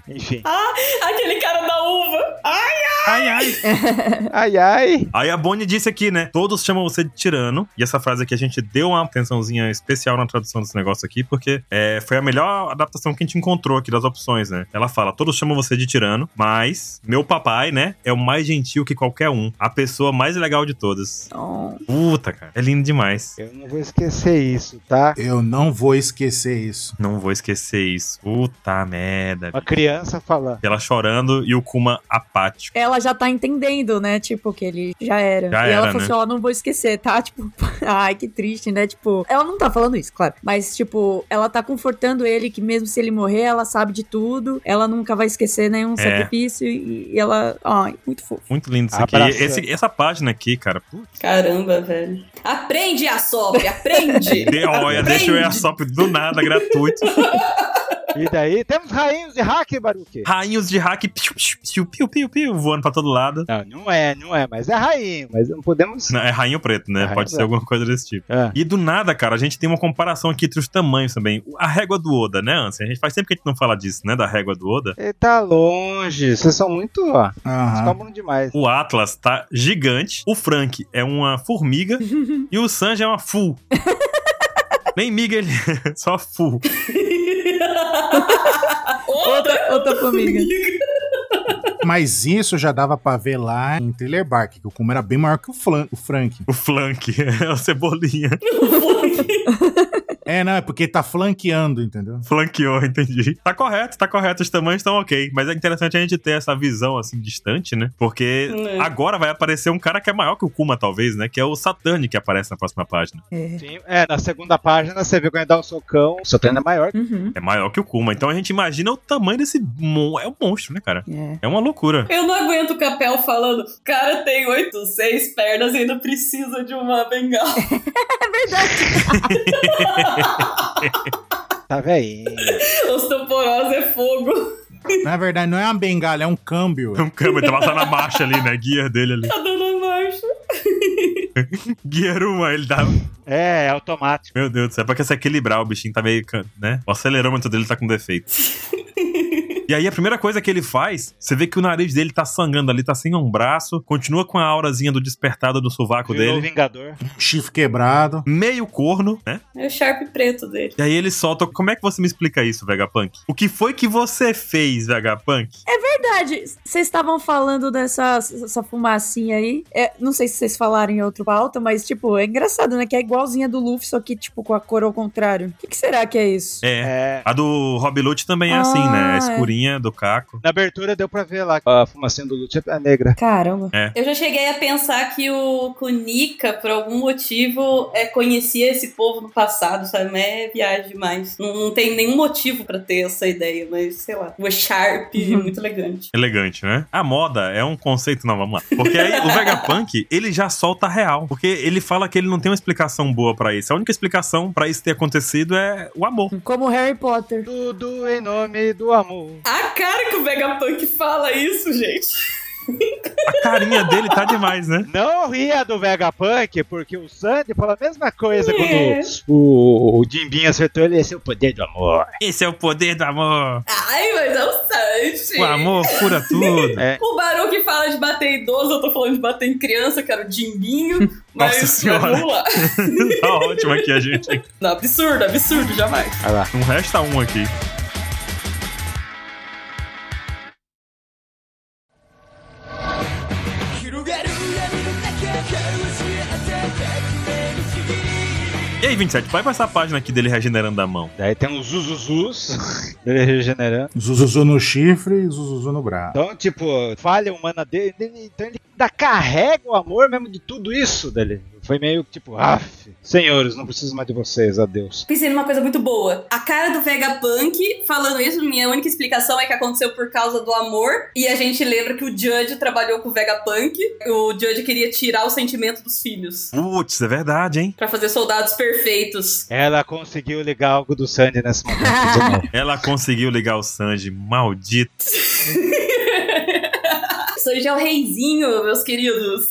Speaker 3: Enfim.
Speaker 2: Ah, aquele cara da uva. Ai,
Speaker 1: Ai, ai.
Speaker 3: Ai, ai.
Speaker 1: Aí a Bonnie disse aqui, né? Todos chamam você de tirano. E essa frase aqui a gente deu uma atençãozinha especial na tradução desse negócio aqui, porque é, foi a melhor adaptação que a gente encontrou aqui das opções, né? Ela fala: todos chamam você de tirano, mas meu papai, né? É o mais gentil que qualquer um. A pessoa mais legal de todas.
Speaker 7: Então,
Speaker 1: Puta, cara. É lindo demais.
Speaker 3: Eu não vou esquecer isso, tá?
Speaker 4: Eu não vou esquecer isso.
Speaker 1: Não vou esquecer isso. Puta merda.
Speaker 3: Uma criança falando.
Speaker 1: Ela chorando e o Kuma apático.
Speaker 7: ela já tá entendendo, né? Tipo, que ele já era.
Speaker 1: Já
Speaker 7: e ela
Speaker 1: era, né?
Speaker 7: falou assim: ó, não vou esquecer, tá? Tipo, ai, que triste, né? Tipo, ela não tá falando isso, claro. Mas, tipo, ela tá confortando ele que mesmo se ele morrer, ela sabe de tudo. Ela nunca vai esquecer nenhum
Speaker 1: É.
Speaker 7: sacrifício. E, e ela. Ai, muito fofo.
Speaker 1: Muito lindo isso aqui.
Speaker 3: Abraçando.
Speaker 1: Esse- essa página aqui, cara. Putz,
Speaker 2: Caramba, velho. Aprende a sopra, aprende.
Speaker 1: de- olha, deixa eu ir a sop do nada, gratuito.
Speaker 3: E daí, temos rainhos de hack, Baruque.
Speaker 1: rainhos de hack piu, piu, piu, piu, piu, piu, voando pra todo lado.
Speaker 3: Não, não é, não é, mas é rainho, mas não podemos.
Speaker 1: Não, é rainho preto, né?
Speaker 3: Rainho
Speaker 1: Pode ser
Speaker 3: preto.
Speaker 1: alguma coisa desse tipo.
Speaker 3: Ah,
Speaker 1: E do nada, cara, a gente tem uma comparação aqui entre os tamanhos também. A régua do Oda, né, Anson? A gente faz sempre que a gente não fala disso, né? Da régua do Oda.
Speaker 3: ele tá longe. Vocês são muito, ó. Vocês
Speaker 4: Aham.
Speaker 3: tomam demais.
Speaker 1: O Atlas tá gigante. O Frank é uma formiga. e o Sanji é uma full. Nem miga ele, é, só full.
Speaker 7: Outra, outra formiga.
Speaker 4: Mas isso já dava pra ver lá em Thriller Bark, que o Kuma era bem maior que o, Flan- o Frank.
Speaker 1: O flank é o cebolinha.
Speaker 4: É, não, é porque tá flanqueando, entendeu?
Speaker 1: Flanqueou, entendi. Tá correto, tá correto. Os tamanhos estão ok. Mas é interessante a gente ter essa visão assim distante, né? Porque
Speaker 2: É.
Speaker 1: agora vai aparecer um cara que é maior que o Kuma, talvez, né? Que é o Saturn que aparece na próxima página.
Speaker 7: É.
Speaker 3: Sim, é, na segunda página você vê quando ele dá um socão. O socão ainda é maior.
Speaker 7: Uhum.
Speaker 1: É maior que o Kuma. Então a gente imagina o tamanho desse. mon- É um monstro, né, cara?
Speaker 7: É.
Speaker 1: É uma loucura.
Speaker 2: Eu não aguento o Capel falando, o cara tem oito, seis pernas e ainda precisa de uma bengala.
Speaker 7: é verdade.
Speaker 3: Tá velhinho.
Speaker 2: Osteoporose é fogo.
Speaker 4: Na verdade, não é uma bengala, é um câmbio.
Speaker 1: É um câmbio, tava só na marcha ali, né? Gear dele ali.
Speaker 2: Tá dando marcha.
Speaker 1: Gear 1, ele dá.
Speaker 3: É, é automático.
Speaker 1: Meu Deus do céu, é pra que se equilibrar, o bichinho tá meio. can- né? O acelerômetro dele tá com defeito. E aí, a primeira coisa que ele faz, você vê que o nariz dele tá sangrando ali, tá sem um braço, continua com a aurazinha do despertado do sovaco
Speaker 3: Virou o
Speaker 1: dele,
Speaker 3: Vingador.
Speaker 4: um Chifre quebrado.
Speaker 1: meio corno, né?
Speaker 2: É o Sharp preto dele.
Speaker 1: E aí ele solta. Como é que você me explica isso, Vegapunk? O que foi que você fez, Vegapunk?
Speaker 7: Verdade. Vocês estavam falando dessa essa fumacinha aí. É, não sei se vocês falaram em outro pauta, mas, tipo, é engraçado, né? Que é igualzinha do Luffy, só que, tipo, com a cor ao contrário. O que, que será que é isso?
Speaker 1: É.
Speaker 3: É.
Speaker 1: A do Rob Lute também é assim, né? A
Speaker 7: Ah, é.
Speaker 1: escurinha do caco.
Speaker 3: Na abertura deu pra ver lá. A fumacinha do Lute é negra.
Speaker 7: Caramba.
Speaker 2: Eu já cheguei a pensar que o Kunika, por algum motivo, é, conhecia esse povo no passado, sabe? Mas é viagem demais. Não, não tem nenhum motivo pra ter essa ideia, mas sei lá. O Sharp é muito elegante.
Speaker 1: Elegante, né? A moda é um conceito. Não, vamos lá. Porque aí o Vegapunk, ele já solta a real. Porque ele fala que ele não tem uma explicação boa pra isso. A única explicação pra isso ter acontecido é o amor.
Speaker 7: Como Harry Potter.
Speaker 3: Tudo em nome do amor.
Speaker 2: A cara que o Vegapunk fala isso, gente.
Speaker 1: A carinha dele tá demais, né?
Speaker 3: Não ria do Vegapunk, porque o Sandy fala a mesma coisa
Speaker 2: É.
Speaker 3: quando o, o Jimbinho acertou ele. Esse é o poder do amor.
Speaker 1: Esse é o poder do amor.
Speaker 2: Ai, mas é o Sanji.
Speaker 1: O amor cura tudo.
Speaker 3: É.
Speaker 2: O Barão que fala de bater em idoso, eu tô falando de bater em criança, que era o Dimbinho. mas
Speaker 1: Nossa senhora.
Speaker 2: mas vamos lá.
Speaker 1: tá ótimo aqui a gente.
Speaker 2: Não, absurdo, absurdo, jamais.
Speaker 3: Olha lá.
Speaker 1: Não resta um aqui. E aí, 27, vai pra essa página aqui dele regenerando a mão.
Speaker 3: Daí tem os Zuzuzus dele regenerando.
Speaker 4: Zuzuzu no chifre, Zuzuzu no braço.
Speaker 3: Então, tipo, falha humana dele. dele- Então ele ainda carrega o amor mesmo de tudo isso dele. Foi meio que tipo, af, senhores, não preciso mais de vocês, adeus.
Speaker 2: Pensei numa coisa muito boa. A cara do Vegapunk falando isso, minha única explicação é que aconteceu por causa do amor. E a gente lembra que o Judge trabalhou com o Vegapunk. O Judge queria tirar o sentimento dos filhos.
Speaker 1: Putz, é verdade, hein?
Speaker 2: Pra fazer soldados perfeitos.
Speaker 3: Ela conseguiu ligar algo do Sandy nesse momento. de novo.
Speaker 1: Ela conseguiu ligar o Sanji, maldito.
Speaker 2: Sanji é o reizinho, meus queridos.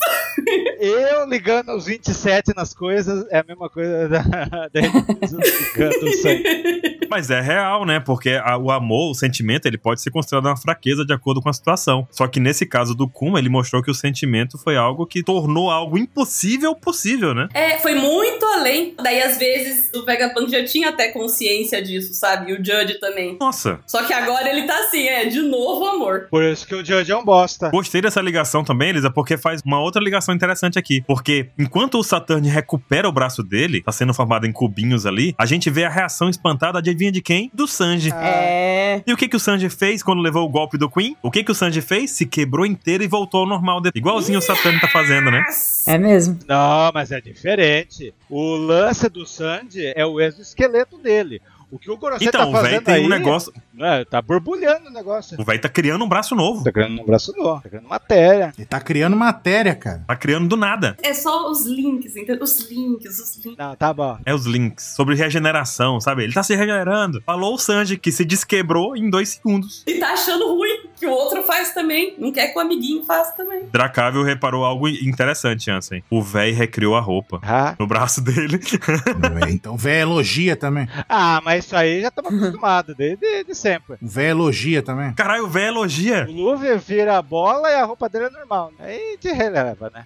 Speaker 3: Eu ligando os 27 nas coisas é a mesma coisa da, da ligando o Sandy.
Speaker 1: Mas é real, né? Porque a- o amor, o sentimento, ele pode ser considerado uma fraqueza de acordo com a situação. Só que nesse caso do Kuma, ele mostrou que o sentimento foi algo que tornou algo impossível possível, né?
Speaker 2: É, foi muito além. Daí, às vezes, o Vegapunk já tinha até consciência disso, sabe? E o Judge também.
Speaker 1: Nossa,
Speaker 2: Só que agora ele tá assim, é, de novo amor.
Speaker 3: Por isso que o Judge é um bosta.
Speaker 1: Gostei dessa ligação também, Elisa, porque faz uma outra ligação interessante aqui. Porque enquanto o Saturn recupera o braço dele, tá sendo formado em cubinhos ali, a gente vê a reação espantada, adivinha de quem? Do Sanji.
Speaker 3: Ah.
Speaker 7: É.
Speaker 1: E o que, que o Sanji fez quando levou o golpe do Queen? O que, que o Sanji fez? Se quebrou inteiro e voltou ao normal. depois. Igualzinho o Saturn tá fazendo, né?
Speaker 7: É mesmo.
Speaker 3: Não, mas é diferente. O lance do Sandy é o exoesqueleto dele. O que o Gorosei
Speaker 1: então,
Speaker 3: tá
Speaker 1: o
Speaker 3: fazendo
Speaker 1: velho tem
Speaker 3: aí,
Speaker 1: um negócio.
Speaker 3: né, tá borbulhando o negócio.
Speaker 1: O velho tá criando um braço novo.
Speaker 3: Tá criando um braço novo, tá criando matéria.
Speaker 4: Ele tá criando matéria, cara.
Speaker 1: Tá criando do nada.
Speaker 2: É só os links, entendeu? Os links, os links.
Speaker 3: Não, tá bom.
Speaker 1: É os links. Sobre regeneração, sabe? Ele tá se regenerando. Falou o Sanji que se desquebrou em dois segundos.
Speaker 2: E tá achando ruim que o outro faz também. Não quer que o amiguinho faça também.
Speaker 1: Dracávio reparou algo interessante, Ansem. O véi recriou a roupa
Speaker 3: Ah,
Speaker 1: no braço dele.
Speaker 4: Véi, então, véia elogia também.
Speaker 3: Ah, mas isso aí já tava acostumado desde de sempre.
Speaker 4: Véia elogia também.
Speaker 1: Caralho, o véi elogia.
Speaker 3: O Luffy vira a bola e a roupa dele é normal. Aí te releva, né?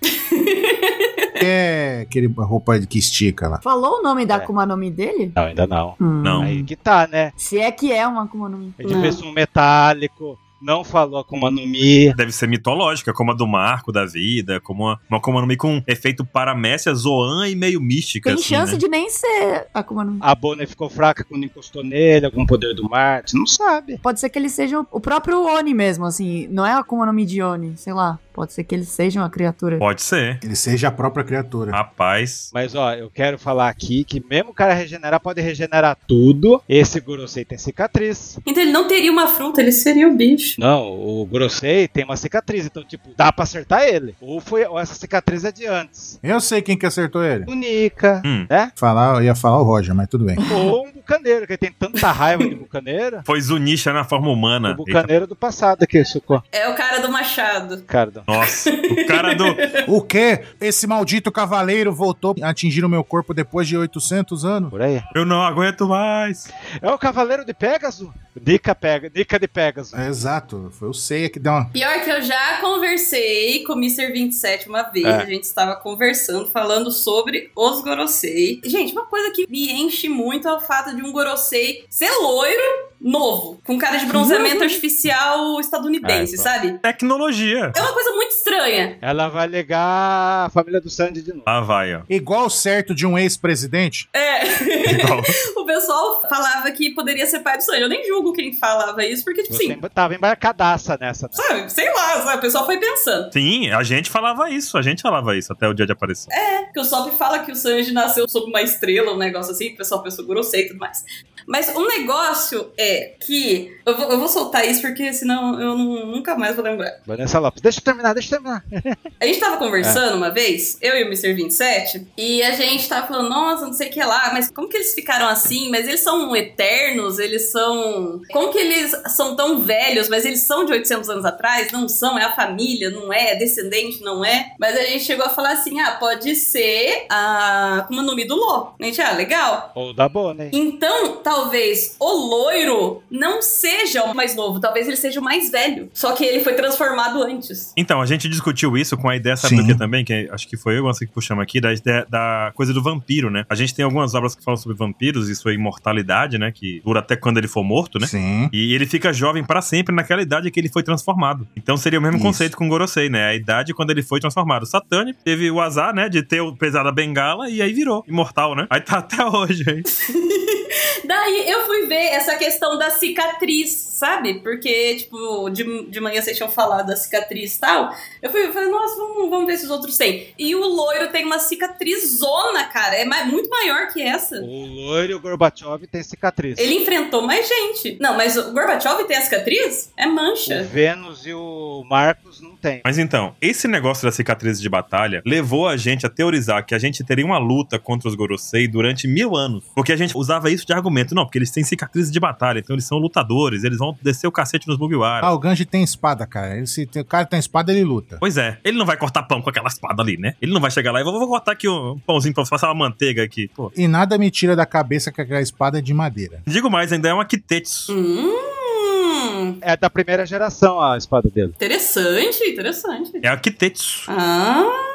Speaker 4: É aquele roupa que estica lá.
Speaker 7: Falou o nome da
Speaker 3: É.
Speaker 7: Akuma Nome dele?
Speaker 3: Não, ainda não.
Speaker 7: Hum.
Speaker 1: Não.
Speaker 3: Aí que tá, né?
Speaker 7: Se é que é uma Akuma Nome.
Speaker 3: Ele
Speaker 2: Não.
Speaker 3: fez um metálico, não falou com uma Mi.
Speaker 1: Deve ser mitológica, como a do Marco da vida, como uma, uma Akuma no Mi com efeito paramécia, zoan e meio mística.
Speaker 7: Tem
Speaker 1: assim,
Speaker 7: chance
Speaker 1: né?
Speaker 7: de nem ser Akuma Nome.
Speaker 3: A Bonnie ficou fraca quando encostou nele, algum poder do Marte, não sabe.
Speaker 7: Pode ser que eles sejam o próprio Oni mesmo, assim. Não é a Akuma Nome de Oni, sei lá. Pode ser que eles sejam a criatura.
Speaker 1: Pode ser.
Speaker 4: Ele seja a própria criatura.
Speaker 1: Rapaz.
Speaker 3: Mas ó, eu quero falar aqui que mesmo o cara regenerar, pode regenerar tudo. Esse Gorosei tem cicatriz.
Speaker 2: Então ele não teria uma fruta, ele seria o bicho.
Speaker 3: Não, o Gorosei tem uma cicatriz, então tipo, dá pra acertar ele. Ou foi ou essa cicatriz é de antes.
Speaker 4: Eu sei quem que acertou ele.
Speaker 3: O Nika,
Speaker 1: Hum.
Speaker 3: né?
Speaker 4: Falar, eu ia falar o Roger, mas tudo bem.
Speaker 3: Ou um bucaneiro, que ele tem tanta raiva de bucaneiro.
Speaker 1: Foi Zunisha na forma humana.
Speaker 3: O bucaneiro do passado aqui, Suco.
Speaker 2: É o cara do machado.
Speaker 3: Cara,
Speaker 1: Nossa, o cara do.
Speaker 4: O quê? Esse maldito cavaleiro voltou a atingir o meu corpo depois de 800 anos?
Speaker 3: por aí.
Speaker 1: Eu não aguento mais.
Speaker 3: É o Cavaleiro de Pégaso? Nika, pega, Nika de Pégaso.
Speaker 4: É, Exato, foi o Seiya que deu uma.
Speaker 2: Pior que eu já conversei com o Mr. 27 uma vez.
Speaker 3: É.
Speaker 2: A gente estava conversando, falando sobre os Gorosei. Gente, uma coisa que me enche muito é o fato de um Gorosei ser loiro, novo, com cara de bronzeamento artificial estadunidense,
Speaker 3: É, tá.
Speaker 2: sabe?
Speaker 1: Tecnologia.
Speaker 2: É uma coisa muito estranha.
Speaker 3: Ela vai ligar a família do Sandy de novo.
Speaker 1: Lá vai, ó.
Speaker 4: Igual certo de um ex-presidente?
Speaker 2: É.
Speaker 1: Igual.
Speaker 2: o pessoal falava que poderia ser pai do Sanji. Eu nem julgo quem falava isso, porque, tipo
Speaker 3: Você
Speaker 2: assim,
Speaker 3: emba- tava embarcadaça nessa. né?
Speaker 2: sabe? Sei lá, sabe? O pessoal foi pensando.
Speaker 1: Sim, a gente falava isso, a gente falava isso até o dia de aparecer.
Speaker 2: Porque o Sop fala É que o Sanji nasceu sob uma estrela, um negócio assim, que o pessoal pensou grossei e tudo mais. Mas o negócio é que. Eu vou, eu vou soltar isso porque senão eu nu- nunca mais vou lembrar.
Speaker 3: Vanessa Lopes, deixa eu terminar, deixa eu terminar.
Speaker 2: A gente tava conversando uma vez, eu e o Mr. 27, e a gente tava falando, nossa, não sei o que lá, mas como que eles ficaram assim? Mas eles são eternos? Eles são. Como que eles são tão velhos? Mas eles são de 800 anos atrás? Não são? É a família? Não é? É descendente? Não é? Mas a gente chegou a falar assim, ah, pode ser a. Como o nome do Ló? A gente, ah, legal.
Speaker 3: Ou da né? Bonnie.
Speaker 2: Então, talvez o loiro não seja o mais novo, talvez ele seja o mais velho. Só que ele foi transformado antes.
Speaker 1: Então, a gente discutiu isso com a ideia, sabe
Speaker 4: Sim.
Speaker 1: do que também? Que acho que foi eu, Anson, que puxamos aqui, da, ideia- da coisa do vampiro, né? A gente tem algumas obras que falam sobre vampiros e sua imortalidade, né? Que dura até quando ele for morto, né?
Speaker 4: Sim.
Speaker 1: E ele fica jovem pra sempre naquela idade que ele foi transformado. Então seria o mesmo
Speaker 4: Isso.
Speaker 1: conceito com o Gorosei, né? A idade quando ele foi transformado. Satani teve o azar, né, de ter o pesado bengala e aí virou imortal, né? Aí tá até hoje, hein?
Speaker 2: Daí eu fui ver essa questão da cicatriz, sabe? Porque, tipo, de, de manhã vocês tinham falado da cicatriz e tal. Eu fui eu falei, nossa, vamos, vamos ver se os outros têm. E o loiro tem uma cicatrizona, cara. É ma- muito maior que essa.
Speaker 3: O loiro e o Gorbachev tem cicatriz.
Speaker 2: Ele enfrentou mais gente. Não, mas o Gorbachev tem a cicatriz? É
Speaker 3: O
Speaker 2: mancha.
Speaker 3: Vênus e o Marcos não tem.
Speaker 1: Mas então, esse negócio da cicatriz de batalha levou a gente a teorizar que a gente teria uma luta contra os Gorosei durante mil anos. Porque a gente usava isso de argumento. Não, porque eles têm cicatriz de batalha, então eles são lutadores, eles vão vão descer o cacete nos Mugiwara.
Speaker 4: Ah, o Ganji tem espada, cara. Ele, se tem- o cara tem espada, ele luta.
Speaker 1: Pois é, ele não vai cortar pão com aquela espada ali, né? Ele não vai chegar lá e vou, vou cortar aqui um pãozinho pra você passar uma manteiga aqui. Pô.
Speaker 4: E nada me tira da cabeça que aquela espada é de madeira.
Speaker 1: Digo mais, ainda é uma Kitetsu.
Speaker 2: Hum,
Speaker 3: É da primeira geração a espada dele.
Speaker 2: interessante, interessante.
Speaker 1: É uma Kitetsu.
Speaker 2: Ah,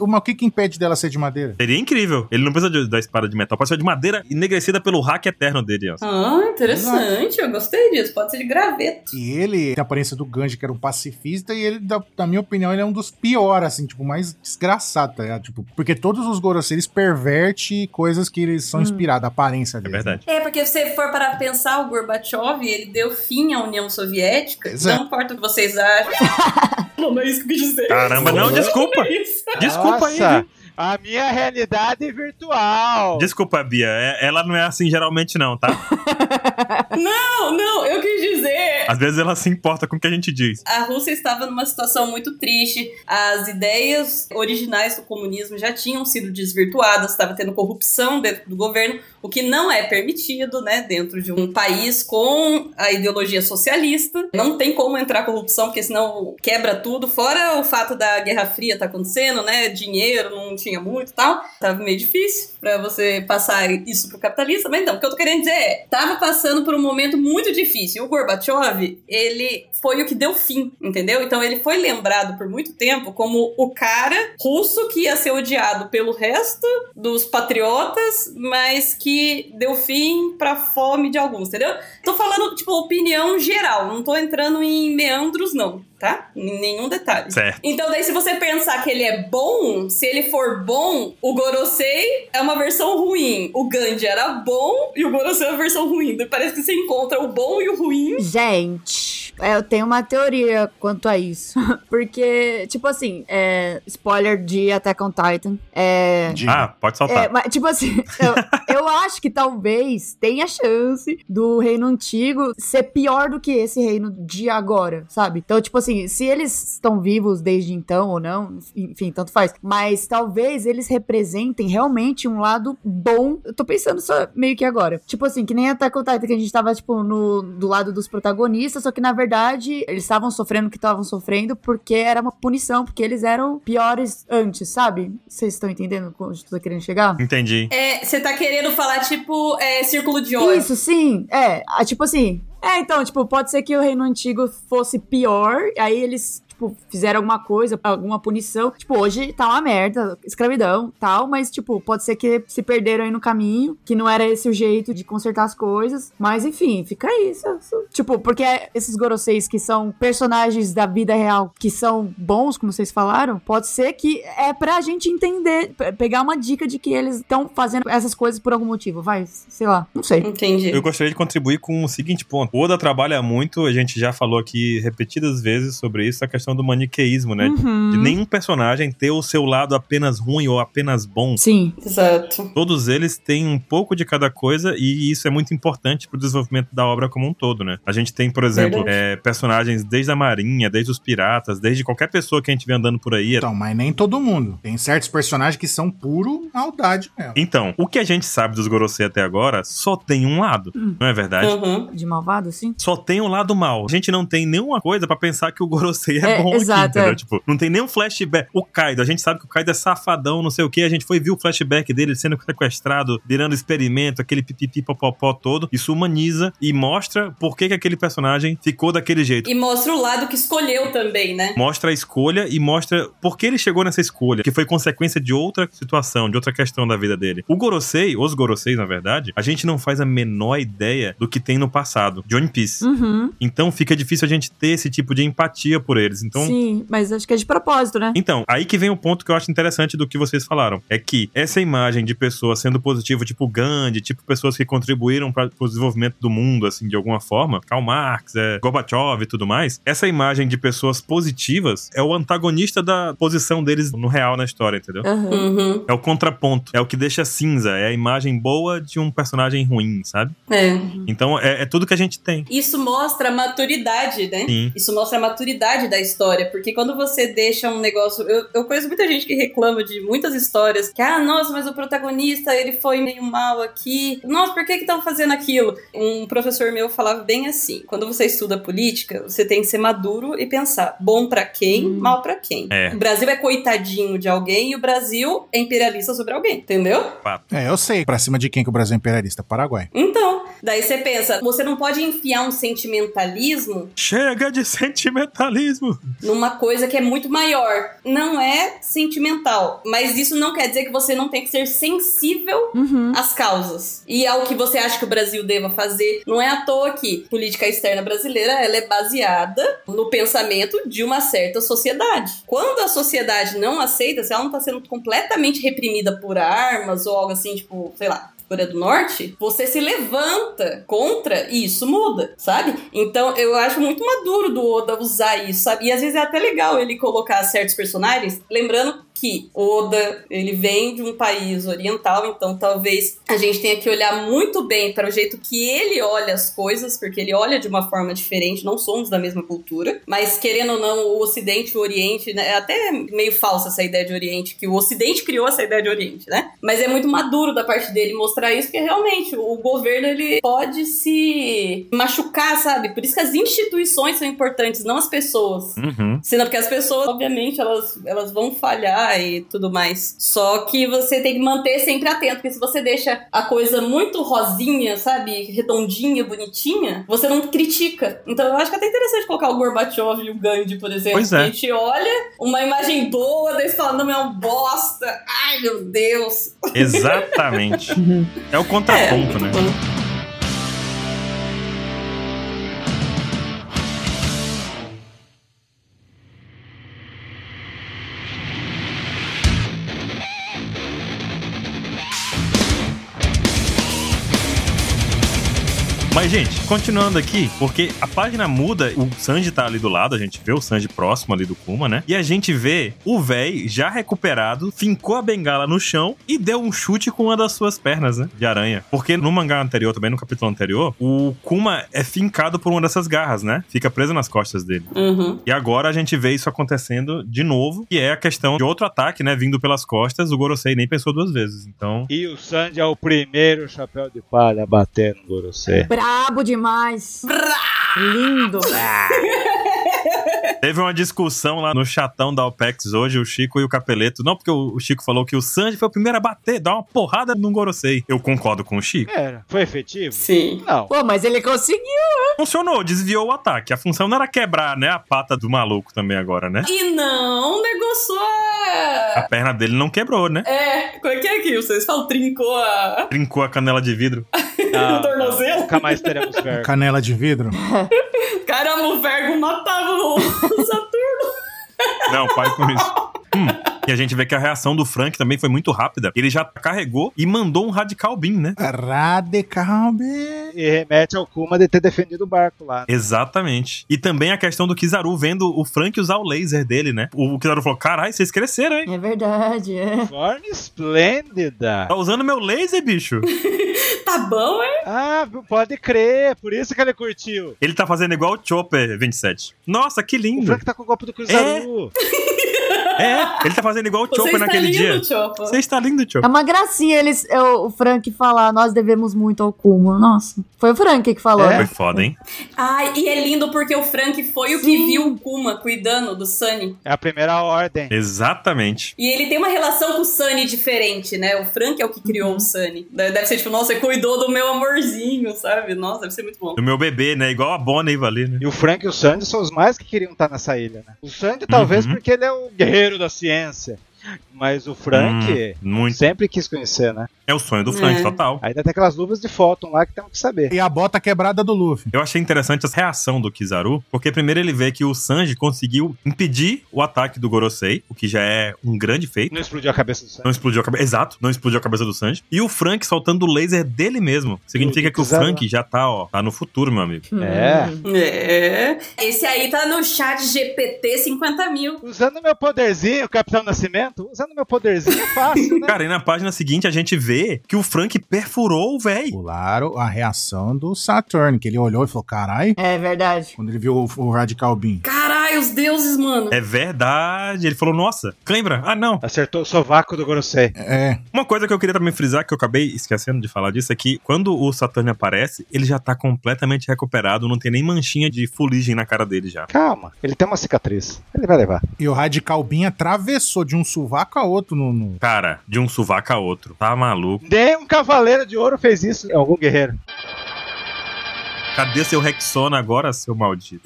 Speaker 4: Mas o que, que impede dela ser de madeira?
Speaker 1: Seria incrível. Ele não precisa de, da espada de metal, pode ser de madeira enegrecida pelo hack eterno dele, ó.
Speaker 2: ah, interessante. Eu gostei disso. Pode ser de graveto.
Speaker 4: E ele tem a aparência do Ganji, que era um pacifista, e ele, da, na minha opinião, ele é um dos piores, assim, tipo, mais desgraçado, tá ligado? Tipo, porque todos os Gorosei, eles perverte coisas que eles são inspirados, a aparência
Speaker 1: É
Speaker 4: deles.
Speaker 1: verdade.
Speaker 2: É, porque se você for para pensar, o Gorbachev, ele deu fim à União Soviética.
Speaker 4: Exato.
Speaker 2: Não importa o que vocês acham. não, não é isso que eu quis dizer.
Speaker 1: Caramba, não, desculpa.
Speaker 2: É isso.
Speaker 1: Ah, Desculpa aí,
Speaker 3: Nossa,
Speaker 1: viu?
Speaker 3: A minha realidade virtual.
Speaker 1: Desculpa, Bia. é- ela não é assim geralmente, não, tá?
Speaker 2: Não, não, eu quis dizer.
Speaker 1: Às vezes ela se importa com o que a gente diz.
Speaker 2: A Rússia estava numa situação muito triste. As ideias originais do comunismo já tinham sido desvirtuadas, estava tendo corrupção dentro do governo, o que não é permitido, né, dentro de um país com a ideologia socialista. Não tem como entrar corrupção, porque senão quebra tudo. Fora o fato da Guerra Fria estar acontecendo, né, dinheiro não tinha muito, e tal. Tava meio difícil para você passar isso pro capitalista, mas então, o que eu tô querendo dizer é, tava passando por um momento muito difícil. O Gorbachev, ele foi o que deu fim, entendeu? Então ele foi lembrado por muito tempo como o cara russo que ia ser odiado pelo resto dos patriotas, mas que deu fim pra fome de alguns, entendeu? Tô falando, tipo, opinião geral, não tô entrando em meandros não, tá? Em nenhum detalhe.
Speaker 1: Certo.
Speaker 2: Então, daí, se você pensar que ele é bom, se ele for bom, o Gorosei é uma versão ruim. O Gandhi era bom e o Gorosei é uma versão ruim. Daí Parece que você encontra o bom e o ruim.
Speaker 5: Gente, é, eu tenho uma teoria quanto a isso. Porque, tipo assim, é, spoiler de Attack on Titan. É,
Speaker 4: De-
Speaker 1: Ah, pode
Speaker 5: É,
Speaker 1: saltar.
Speaker 5: mas, tipo assim, eu, eu acho que talvez tenha chance do reino antigo ser pior do que esse reino de agora, sabe? Então, tipo assim, se eles estão vivos desde então ou não, enfim, tanto faz. Mas talvez eles representem realmente um lado bom. Eu tô pensando só meio que agora. Tipo assim, que nem até contar que a gente tava, tipo, no, do lado dos protagonistas, só que na verdade eles estavam sofrendo o que estavam sofrendo porque era uma punição, porque eles eram piores antes, sabe? Vocês estão entendendo onde eu tô querendo chegar?
Speaker 1: Entendi.
Speaker 2: É, você tá querendo falar, tipo, é, círculo de ódio.
Speaker 5: Isso, sim. É, ah, tipo assim. É, então, tipo, pode ser que o reino antigo fosse pior, aí eles. tipo, Fizeram alguma coisa, alguma punição. Tipo, hoje tá uma merda, escravidão tal, mas, tipo, pode ser que se perderam aí no caminho, que não era esse o jeito de consertar as coisas. Mas, enfim, fica isso. Tipo, porque esses Goroseis que são personagens da vida real, que são bons, como vocês falaram, pode ser que é pra gente entender, pe- pegar uma dica de que eles estão fazendo essas coisas por algum motivo. Vai, sei lá, não sei.
Speaker 2: Entendi.
Speaker 1: Eu gostaria de contribuir com o seguinte ponto. O Oda trabalha muito, a gente já falou aqui repetidas vezes sobre isso, a questão do maniqueísmo, né?
Speaker 5: Uhum.
Speaker 1: De nenhum personagem ter o seu lado apenas ruim ou apenas bom.
Speaker 5: Sim.
Speaker 2: Exato.
Speaker 1: Todos eles têm um pouco de cada coisa e isso é muito importante pro desenvolvimento da obra como um todo, né? A gente tem, por exemplo, é, personagens desde a marinha, desde os piratas, desde qualquer pessoa que a gente vê andando por aí. é
Speaker 4: Então, mas nem todo mundo. Tem certos personagens que são puro maldade mesmo.
Speaker 1: Então, o que a gente sabe dos Gorosei até agora só tem um lado,
Speaker 5: Hum.
Speaker 1: não é verdade?
Speaker 2: Uhum.
Speaker 5: De malvado, sim?
Speaker 1: Só tem o lado mal. A gente não tem nenhuma coisa pra pensar que o Gorosei é,
Speaker 5: É,
Speaker 1: bom
Speaker 5: exato,
Speaker 1: aqui, entendeu?
Speaker 5: é.
Speaker 1: Tipo, não tem nenhum flashback. O Kaido, a gente sabe que o Kaido é safadão, não sei o quê. A gente foi ver o flashback dele sendo sequestrado, virando experimento, aquele pipipi popopó todo. Isso humaniza e mostra por que, que aquele personagem ficou daquele jeito.
Speaker 2: E mostra o lado que escolheu também, né?
Speaker 1: Mostra a escolha e mostra por que ele chegou nessa escolha, que foi consequência de outra situação, de outra questão da vida dele. O Gorosei, os Goroseis, na verdade, a gente não faz a menor ideia do que tem no passado de One Piece.
Speaker 5: Uhum.
Speaker 1: Então fica difícil a gente ter esse tipo de empatia por eles. Então,
Speaker 5: Sim, mas acho que é de propósito, né?
Speaker 1: então, aí que vem o ponto que eu acho interessante do que vocês falaram. É que essa imagem de pessoas sendo positiva, tipo Gandhi, tipo pessoas que contribuíram para o desenvolvimento do mundo, assim, de alguma forma, Karl Marx, é, Gorbachev e tudo mais, essa imagem de pessoas positivas é o antagonista da posição deles no real na história, entendeu?
Speaker 5: Aham.
Speaker 2: Uhum.
Speaker 1: É o contraponto, é o que deixa cinza, é a imagem boa de um personagem ruim, sabe?
Speaker 2: É.
Speaker 1: Então é, é tudo que a gente tem.
Speaker 2: Isso mostra a maturidade, né?
Speaker 1: Sim.
Speaker 2: Isso mostra a maturidade da história, porque quando você deixa um negócio. Eu, eu conheço muita gente que reclama de muitas histórias que, ah, nossa, mas o protagonista ele foi meio mal aqui. Nossa, por que estão fazendo aquilo? Um professor meu falava bem assim: quando você estuda política, você tem que ser maduro e pensar bom para quem, hum. mal para quem.
Speaker 1: É.
Speaker 2: O Brasil é coitadinho de alguém e o Brasil é imperialista sobre alguém, entendeu?
Speaker 1: Fato.
Speaker 4: É, eu sei pra cima de quem que o Brasil é imperialista, Paraguai.
Speaker 2: Então, daí você pensa, você não pode enfiar um sentimentalismo
Speaker 1: Chega de sentimentalismo.
Speaker 2: numa coisa que é muito maior. Não é sentimental, mas isso não quer dizer que você não tem que ser sensível
Speaker 7: Uhum.
Speaker 2: às causas e ao que você acha que o Brasil deva fazer. Não é à toa que política externa brasileira ela é baseada no pensamento de uma certa sociedade. Quando a sociedade não aceita, se ela não está sendo completamente reprimida por armas ou algo assim, tipo, sei lá, Coreia do Norte, você se levanta contra e isso muda, sabe? Então eu acho muito maduro do Oda usar isso, sabe? E às vezes é até legal ele colocar certos personagens, lembrando que Oda, ele vem de um país oriental, então talvez a gente tenha que olhar muito bem para o jeito que ele olha as coisas, porque ele olha de uma forma diferente, não somos da mesma cultura, mas querendo ou não, o Ocidente e o Oriente, né, é até meio falsa essa ideia de Oriente, que o Ocidente criou essa ideia de Oriente, né? Mas é muito maduro da parte dele mostrar isso, porque realmente o governo, ele pode se machucar, sabe? Por isso que as instituições são importantes, não as pessoas.
Speaker 1: Uhum.
Speaker 2: Senão porque as pessoas, obviamente, elas, elas vão falhar e tudo mais. Só que você tem que manter sempre atento, porque se você deixa a coisa muito rosinha, sabe? Redondinha, bonitinha, você não critica. Então eu acho que é até interessante colocar o Gorbachev e o Gandhi, por exemplo.
Speaker 1: Pois é.
Speaker 2: A gente olha uma imagem boa, daí você fala, não, é um bosta. Ai, meu Deus.
Speaker 1: Exatamente. É o contraponto, né? Mas, gente, continuando aqui, porque a página muda, o Sanji tá ali do lado, a gente vê o Sanji próximo ali do Kuma, né? E a gente vê o véi já recuperado, fincou a bengala no chão e deu um chute com uma das suas pernas, né? De aranha. Porque no mangá anterior, também no capítulo anterior, o Kuma é fincado por uma dessas garras, né? Fica preso nas costas dele.
Speaker 2: Uhum.
Speaker 1: E agora a gente vê isso acontecendo de novo, que é a questão de outro ataque, né? Vindo pelas costas, o Gorosei nem pensou duas vezes. Então,
Speaker 3: E o Sandy é o primeiro chapéu de palha a bater no Gorosei.
Speaker 7: Brabo demais. Lindo.
Speaker 1: Teve uma discussão lá no chatão da OPEX hoje, o Chico e o Capeleto. Não, porque o o Chico falou que o Sanji foi o primeiro a bater, dar uma porrada no Gorosei. Eu concordo com o Chico.
Speaker 3: Era. Foi efetivo?
Speaker 2: Sim.
Speaker 3: Não.
Speaker 7: Pô, mas ele conseguiu.
Speaker 1: Funcionou, desviou o ataque. A função não era quebrar, né? A pata do maluco também agora, né?
Speaker 2: E não negociou.
Speaker 1: A
Speaker 2: a-
Speaker 1: perna dele não quebrou, né?
Speaker 2: É, como é que é que vocês falam? Trincou a,
Speaker 1: Trincou a canela de vidro.
Speaker 3: não,
Speaker 2: tornozelo?
Speaker 3: não. Nunca mais teremos verbo.
Speaker 4: Canela de vidro.
Speaker 2: Caramba, o Vergo matava o Saturno.
Speaker 1: Não, pare com isso. Hum. E a gente vê que a reação do Frank também foi muito rápida. Ele já carregou e mandou um radical beam, né?
Speaker 4: Radical B.
Speaker 3: E remete ao Kuma de ter defendido o barco lá.
Speaker 1: Exatamente. E também a questão do Kizaru vendo o Frank usar o laser dele, né? O Kizaru falou: carai, vocês cresceram, hein?
Speaker 7: É verdade, é.
Speaker 3: Forma esplêndida.
Speaker 1: Tá usando meu laser, bicho.
Speaker 2: Tá bom, hein?
Speaker 3: Ah, pode crer. Por isso que ele curtiu.
Speaker 1: Ele tá fazendo igual o Chopper 27. Nossa, que
Speaker 3: O
Speaker 1: lindo.
Speaker 3: Frank tá com o golpe do Cruzaru.
Speaker 1: É, ele tá fazendo igual o
Speaker 2: Você
Speaker 1: Chopper
Speaker 2: está
Speaker 1: naquele dia.
Speaker 2: lindo, Chopa.
Speaker 1: Você está lindo,
Speaker 7: É
Speaker 1: Chopper.
Speaker 7: uma gracinha eles, eu- o Frank falar, nós devemos muito ao Kuma. Nossa, foi o Frank que falou.
Speaker 3: É?
Speaker 1: Foi
Speaker 7: né?
Speaker 1: foda, hein?
Speaker 2: Ai, e é lindo porque o Frank foi o que
Speaker 7: Sim.
Speaker 2: viu o Kuma cuidando do Sunny.
Speaker 3: É a primeira ordem.
Speaker 1: Exatamente.
Speaker 2: E ele tem uma relação com o Sunny diferente, né? O Frank é o que criou o Sunny. Deve deve ser tipo, nossa, você cuidou do meu amorzinho, sabe? Nossa, deve ser muito bom.
Speaker 1: Do meu bebê, né? Igual a Bonnie ali, né?
Speaker 3: E o Frank e o Sandy são os mais que queriam estar nessa ilha, né? O Sandy talvez
Speaker 1: Uhum.
Speaker 3: porque ele é o guerreiro da ciência. Mas o Frank
Speaker 1: Hum, muito.
Speaker 3: sempre quis conhecer, né?
Speaker 1: É o sonho do Frank,
Speaker 2: É.
Speaker 1: total.
Speaker 3: Ainda tem aquelas luvas de fóton lá que temos que saber.
Speaker 4: E a bota quebrada do Luffy.
Speaker 1: Eu achei interessante a reação do Kizaru, porque primeiro ele vê que o Sanji conseguiu impedir o ataque do Gorosei, o que já é um grande feito.
Speaker 3: Não explodiu a cabeça do Sandy.
Speaker 1: Não explodiu a cabeça. Exato, não explodiu a cabeça do Sanji. E o Frank soltando o laser dele mesmo. Significa
Speaker 3: Do
Speaker 1: que o
Speaker 3: Kizaru.
Speaker 1: Frank já tá, ó, tá no futuro, meu amigo.
Speaker 7: né? Hum.
Speaker 2: É.
Speaker 3: É.
Speaker 2: Esse aí tá no chat GPT 50 mil.
Speaker 3: Usando meu poderzinho, Capitão Nascimento, usando meu poderzinho é fácil, né?
Speaker 1: Cara, e na página seguinte a gente vê que o Frank perfurou o véi.
Speaker 4: Pularam a reação do Saturn, que ele olhou e falou: carai.
Speaker 7: É verdade.
Speaker 4: Quando ele viu o, o Radical Beam.
Speaker 2: Caralho, Ai, os deuses, mano.
Speaker 1: É verdade. Ele falou, nossa, cãibra. Ah, não.
Speaker 3: Acertou o sovaco do Gorosei.
Speaker 4: É.
Speaker 1: Uma coisa que eu queria também frisar, que eu acabei esquecendo de falar disso, é que quando o Saturn aparece, ele já tá completamente recuperado, não tem nem manchinha de fuligem na cara dele já.
Speaker 3: Calma, ele tem uma cicatriz. Ele vai levar.
Speaker 4: E o Radical Bean atravessou de um sovaco a outro no. no-
Speaker 1: Cara, de um sovaco a outro. Tá maluco.
Speaker 3: Nem um cavaleiro de ouro fez isso em algum guerreiro.
Speaker 1: Cadê seu Rexona agora, seu maldito?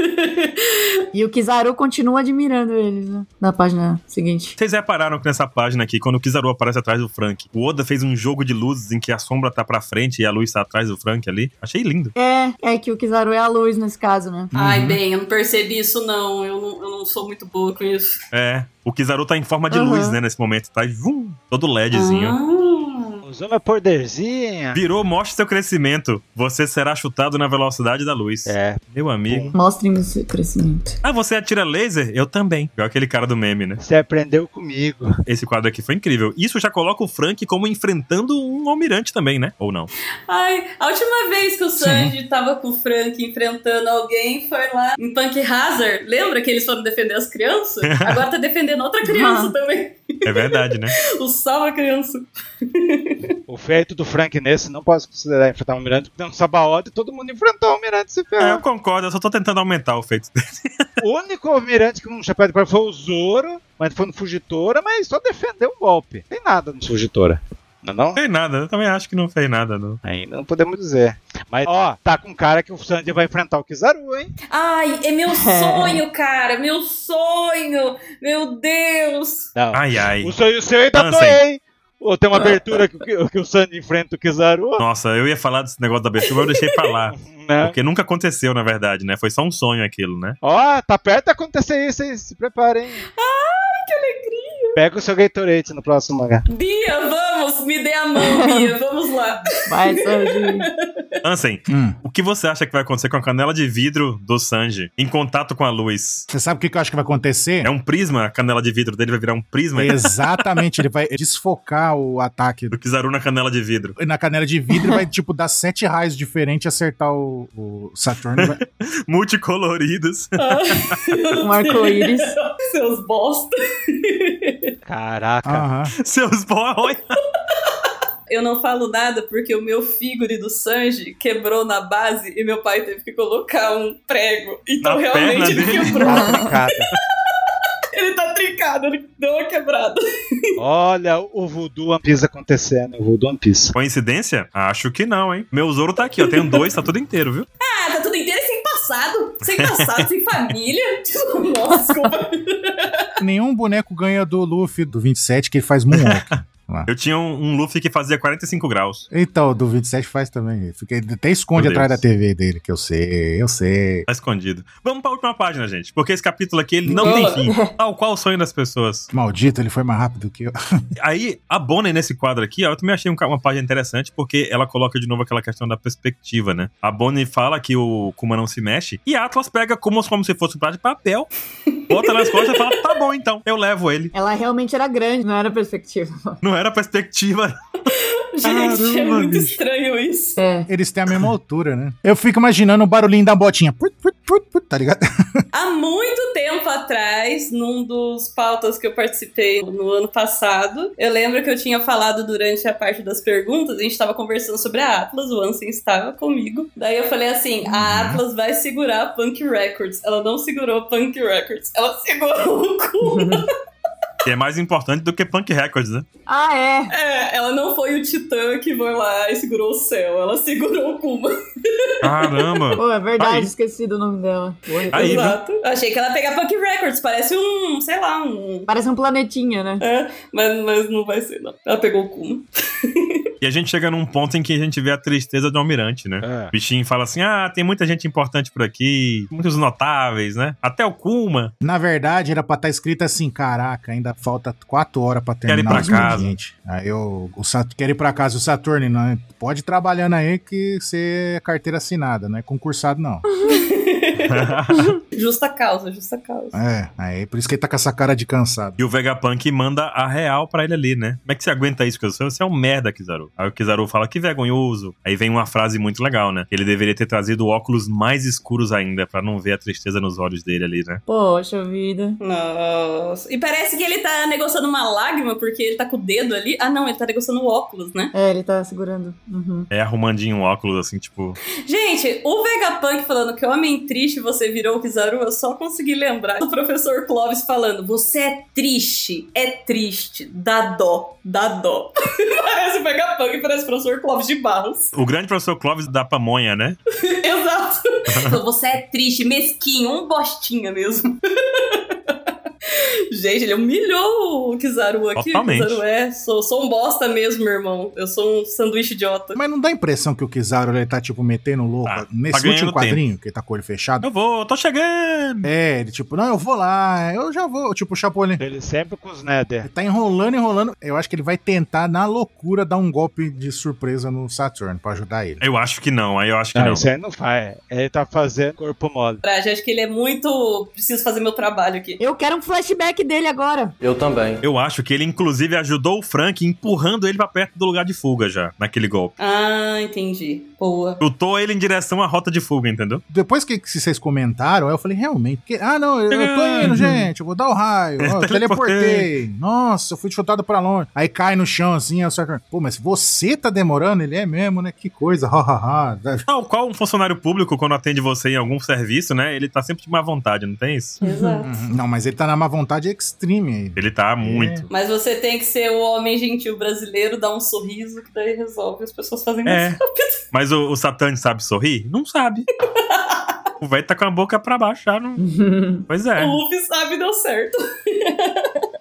Speaker 7: E o Kizaru continua admirando eles, né? Na página seguinte.
Speaker 1: Vocês repararam que nessa página aqui, quando o Kizaru aparece atrás do Frank, o Oda fez um jogo de luzes em que a sombra tá pra frente e a luz tá atrás do Frank ali. Achei lindo.
Speaker 7: É, é que o Kizaru é a luz nesse caso, né?
Speaker 1: Uhum.
Speaker 2: Ai, bem, eu não percebi isso, não. Eu não, eu não sou muito boa com isso.
Speaker 1: É. O Kizaru tá em forma de
Speaker 7: Uhum.
Speaker 1: luz, né, nesse momento. Tá vum, todo LEDzinho.
Speaker 2: Ah,
Speaker 3: Usou meu poderzinho.
Speaker 1: Virou, mostre seu crescimento. Você será chutado na velocidade da luz.
Speaker 3: É.
Speaker 1: Meu amigo.
Speaker 7: Mostrem o seu crescimento.
Speaker 1: Ah, você atira laser? Eu também. Igual aquele cara do meme, né?
Speaker 3: Você aprendeu comigo.
Speaker 1: Esse quadro aqui foi incrível. Isso já coloca o Frank como enfrentando um almirante também, né? Ou não?
Speaker 2: Ai, a última vez que o Sanji tava com o Frank enfrentando alguém foi lá em Punk Hazard. Lembra que eles foram defender as crianças? Agora tá defendendo outra criança
Speaker 7: Ah.
Speaker 2: também.
Speaker 1: É verdade, né?
Speaker 2: O salva criança.
Speaker 3: O feito do Frank nesse não posso considerar enfrentar o Almirante, porque tem um sabaote e todo mundo enfrentou o Almirante se
Speaker 1: É,
Speaker 3: ferrou.
Speaker 1: eu concordo, eu só tô tentando aumentar o feito dele.
Speaker 3: O único Almirante que um chapéu de palha foi o Zoro, mas foi no Fugitora, mas só defendeu o golpe. Tem nada no Fugitora. Não, é não?
Speaker 1: Não fez nada, eu também acho que não fez nada, não.
Speaker 3: Ainda não podemos dizer. Mas, ó, tá com cara que o Sanji vai enfrentar o Kizaru, hein?
Speaker 2: Ai, é meu sonho, cara. Meu sonho. Meu Deus.
Speaker 3: Não.
Speaker 1: Ai, ai.
Speaker 3: O sonho seu eu tatuei, hein? Ou tem uma abertura que, o- que o Sanji enfrenta o Kizaru?
Speaker 1: Nossa, eu ia falar desse negócio da abertura, mas eu deixei pra lá.
Speaker 3: Né?
Speaker 1: Porque nunca aconteceu, na verdade, né? Foi só um sonho aquilo, né?
Speaker 3: Ó, tá perto de acontecer isso, hein? Se preparem.
Speaker 2: Ai, Ah, que alegria.
Speaker 3: Pega o seu Gatorade no próximo mangá.
Speaker 2: Bia, vamos. Me dê a mão, Bia. Vamos lá.
Speaker 7: Vai, Sanji.
Speaker 1: Ansem,
Speaker 4: Hum.
Speaker 1: o que você acha que vai acontecer com a canela de vidro do Sanji em contato com a luz?
Speaker 4: Você sabe o que que eu acho que vai acontecer?
Speaker 1: É um prisma, a canela de vidro dele vai virar um prisma
Speaker 4: Exatamente, ele vai desfocar o ataque
Speaker 1: do Kizaru na canela de vidro.
Speaker 4: na canela de vidro e vai, tipo, dar sete raios diferentes e acertar o, o né? Saturno. Vai-
Speaker 1: Multicoloridos.
Speaker 7: Um arco-íris.
Speaker 2: Seus bosta.
Speaker 3: Caraca.
Speaker 4: Aham.
Speaker 1: Seus boy.
Speaker 2: Eu não falo nada porque o meu figure do Sanji quebrou na base e meu pai teve que colocar um prego. Então
Speaker 1: Na
Speaker 2: realmente
Speaker 1: perna
Speaker 2: ele
Speaker 1: dele?
Speaker 2: quebrou.
Speaker 3: Caraca.
Speaker 2: Ele tá trincado, ele deu uma quebrada.
Speaker 3: Olha o voodoo One Piece acontecendo. O voodoo One Piece.
Speaker 1: Coincidência? Acho que não, hein? Meu Zoro tá aqui, eu tenho dois, tá tudo inteiro, viu?
Speaker 2: Ah, tá tudo inteiro e sem passado. Sem passado, sem família. Nossa, desculpa.
Speaker 4: Nenhum boneco ganha do Luffy do 27, que ele faz moonwalk.
Speaker 1: Eu tinha um, um Luffy que fazia 45 graus.
Speaker 4: Então, do 27 faz também. Fica, ele até esconde
Speaker 1: Meu
Speaker 4: atrás
Speaker 1: Deus.
Speaker 4: da TV dele, que eu sei, eu sei.
Speaker 1: Tá escondido. Vamos pra última página, gente, porque esse capítulo aqui ele não tem
Speaker 2: Boa.
Speaker 1: fim. Tal qual o sonho das pessoas.
Speaker 4: Maldito, ele foi mais rápido que eu.
Speaker 1: Aí, a Bonnie nesse quadro aqui, ó, eu também achei um ca- uma página interessante, porque ela coloca de novo aquela questão da perspectiva, né? A Bonnie fala que o Kuma não se mexe, e a Atlas pega como, como se fosse um prato de papel, bota nas costas e fala, tá bom então, eu levo ele.
Speaker 7: Ela realmente era grande, não era perspectiva.
Speaker 1: Não era perspectiva.
Speaker 2: Gente, é
Speaker 4: Caramba,
Speaker 2: muito
Speaker 4: bicho.
Speaker 2: estranho isso.
Speaker 7: É.
Speaker 4: Eles têm a mesma altura, né? Eu fico imaginando o barulhinho da botinha. Put, put, put, put, tá ligado?
Speaker 2: Há muito tempo atrás, num dos pautas que eu participei no ano passado, eu lembro que eu tinha falado durante a parte das perguntas, a gente estava conversando sobre a Atlas, o Ansem estava comigo. Daí eu falei assim: a
Speaker 4: Uhum.
Speaker 2: Atlas vai segurar a Punk Records. Ela não segurou a Punk Records, ela segurou o Kuma.
Speaker 1: Que é mais importante do que Punk Records, né?
Speaker 7: Ah, é.
Speaker 2: É, ela não foi o Titã que foi lá e segurou o céu, ela segurou o Kuma.
Speaker 1: Caramba.
Speaker 7: Pô, é verdade,
Speaker 1: Aí.
Speaker 7: esqueci do nome dela. Pô,
Speaker 1: Aí, viu?
Speaker 2: Exato. Eu achei que ela ia pegar Punk Records, parece um, sei lá, um.
Speaker 7: Parece um planetinha, né?
Speaker 2: É, mas, mas não vai ser, não. Ela pegou o Kuma.
Speaker 1: E a gente chega num ponto em que a gente vê a tristeza do almirante, né?
Speaker 3: É.
Speaker 1: O bichinho fala assim: ah, tem muita gente importante por aqui, muitos notáveis, né? Até o Kuma.
Speaker 4: Na verdade, era pra estar escrito assim: caraca, ainda falta quatro horas pra
Speaker 1: Quero ir
Speaker 4: terminar
Speaker 1: pra
Speaker 4: o expediente. Aí eu, o Sat, quero ir pra casa, o Saturno, né? não, pode ir trabalhando aí que você é carteira assinada, não é concursado, não.
Speaker 2: justa causa, justa causa.
Speaker 4: É, aí por isso que ele tá com essa cara de cansado.
Speaker 1: E o Vegapunk manda a real pra ele ali, né? Como é que você aguenta isso, Kizaru? Você é um merda, Kizaru. Aí o Kizaru fala que vergonhoso. Aí vem uma frase muito legal, né? Ele deveria ter trazido óculos mais escuros ainda, pra não ver a tristeza nos olhos dele ali, né?
Speaker 7: Poxa vida.
Speaker 2: Nossa. E parece que ele tá negociando uma lágrima porque ele tá com o dedo ali. Ah, não, ele tá negociando o óculos, né?
Speaker 7: É, ele tá segurando. Uhum.
Speaker 1: É arrumandinho um óculos, assim, tipo.
Speaker 2: Gente, o Vegapunk falando que homem triste você virou o Kizaru, eu só consegui lembrar do professor Clóvis falando: você é triste, é triste, dá dó, dá dó. parece o Vegapunk, parece o professor Clóvis de Barros.
Speaker 1: O grande professor Clóvis da pamonha, né?
Speaker 2: Exato. Falou, você é triste, mesquinho, um bostinha mesmo. Gente, ele humilhou o Kizaru aqui.
Speaker 1: Totalmente.
Speaker 2: O Kizaru é, sou, sou um bosta mesmo, meu irmão. Eu sou um sanduíche idiota.
Speaker 4: Mas não dá a impressão que o Kizaru ele tá, tipo, metendo louco
Speaker 1: Tá. Tá
Speaker 4: nesse
Speaker 1: ganhando
Speaker 4: último quadrinho, que ele tá com o olho fechado?
Speaker 1: Eu vou, tô chegando!
Speaker 4: É, ele tipo, não, eu vou lá, eu já vou. Tipo, o Chapolin.
Speaker 3: Ele sempre com os Nether.
Speaker 4: Ele tá enrolando, enrolando. Eu acho que ele vai tentar, na loucura, dar um golpe de surpresa no Saturn pra ajudar ele.
Speaker 1: Eu acho que não, aí eu acho que
Speaker 3: Não,
Speaker 1: não.
Speaker 3: Ah, isso aí não faz. Ele tá fazendo corpo mole.
Speaker 2: Traje, acho que ele é muito. Preciso fazer meu trabalho aqui.
Speaker 7: Eu quero um flashback dele agora.
Speaker 8: Eu também.
Speaker 1: Eu acho que ele, inclusive, ajudou o Frank empurrando ele pra perto do lugar de fuga já, naquele golpe.
Speaker 2: Ah, entendi. Boa.
Speaker 1: Chutou ele em direção à rota de fuga, entendeu?
Speaker 4: Depois que, que vocês comentaram, aí eu falei, realmente. que- ah, não, eu, eu tô indo, gente. Eu vou dar o raio. Ó, eu
Speaker 1: Teleportei.
Speaker 4: teleportei. Nossa, eu fui chutado pra longe. Aí cai no chão assim, aí o Saturn. Pô, mas você tá demorando? Ele é mesmo, né? Que coisa. Ha, ha, ha.
Speaker 1: Tal qual um funcionário público, quando atende você em algum serviço, né? Ele tá sempre de má vontade, não tem isso?
Speaker 2: Exato.
Speaker 4: Uhum. Não, mas ele tá na má vontade extreme aí.
Speaker 1: Ele tá muito.
Speaker 2: Mas você tem que ser o homem gentil brasileiro, dar um sorriso, que daí resolve as pessoas fazem
Speaker 1: É.
Speaker 2: mais rápido.
Speaker 1: Mas o, o Satã sabe sorrir? Não sabe. o velho tá com a boca pra baixo já. Não... Pois é.
Speaker 2: O Luffy sabe, deu certo.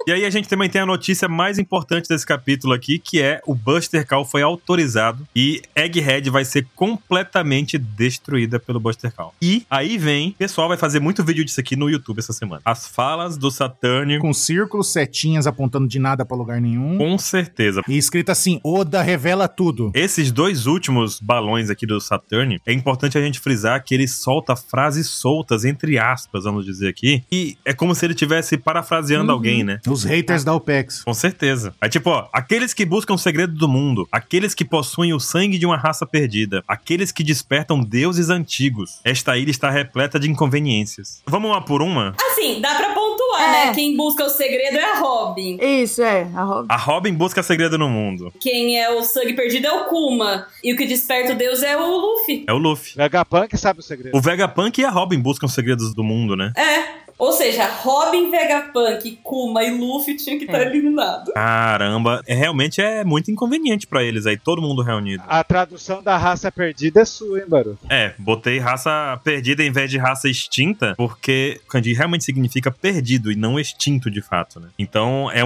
Speaker 1: E aí a gente também tem a notícia mais importante desse capítulo aqui, que é o Buster Call foi autorizado e Egghead vai ser completamente destruída pelo Buster Call. E aí vem, o pessoal vai fazer muito vídeo disso aqui no YouTube essa semana. As falas do Satânico,
Speaker 4: Com círculos, setinhas apontando de nada pra lugar nenhum.
Speaker 1: com certeza.
Speaker 4: E escrito assim: Oda revela tudo.
Speaker 1: Esses dois últimos balões aqui do Saturn, é importante a gente frisar que ele solta frases soltas, entre aspas, vamos dizer aqui, e é como se ele estivesse parafraseando alguém, né?
Speaker 4: Os haters da OPEX.
Speaker 1: Com certeza. É tipo, ó, aqueles que buscam o segredo do mundo, aqueles que possuem o sangue de uma raça perdida, aqueles que despertam deuses antigos. Esta ilha está repleta de inconveniências. Vamos uma por uma?
Speaker 2: Assim, dá pra pontuar,
Speaker 7: É.
Speaker 2: né? Quem busca o segredo é a Robin.
Speaker 7: Isso, é. A Robin.
Speaker 1: A Robin busca segredo no mundo.
Speaker 2: Quem é o sangue perdido é o Kuma. E o que desperta o Deus é o Luffy.
Speaker 1: É o Luffy.
Speaker 3: Vegapunk sabe o segredo.
Speaker 1: O Vegapunk e a Robin buscam segredos do mundo, né?
Speaker 2: É. Ou seja, Robin, Vegapunk, Kuma e Luffy tinham que estar eliminados.
Speaker 1: Caramba, é, realmente é muito inconveniente pra eles aí, todo mundo reunido. É,
Speaker 3: A tradução da raça perdida é sua, hein, Baruto?
Speaker 1: né? Então, é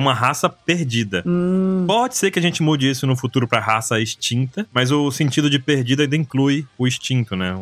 Speaker 1: né?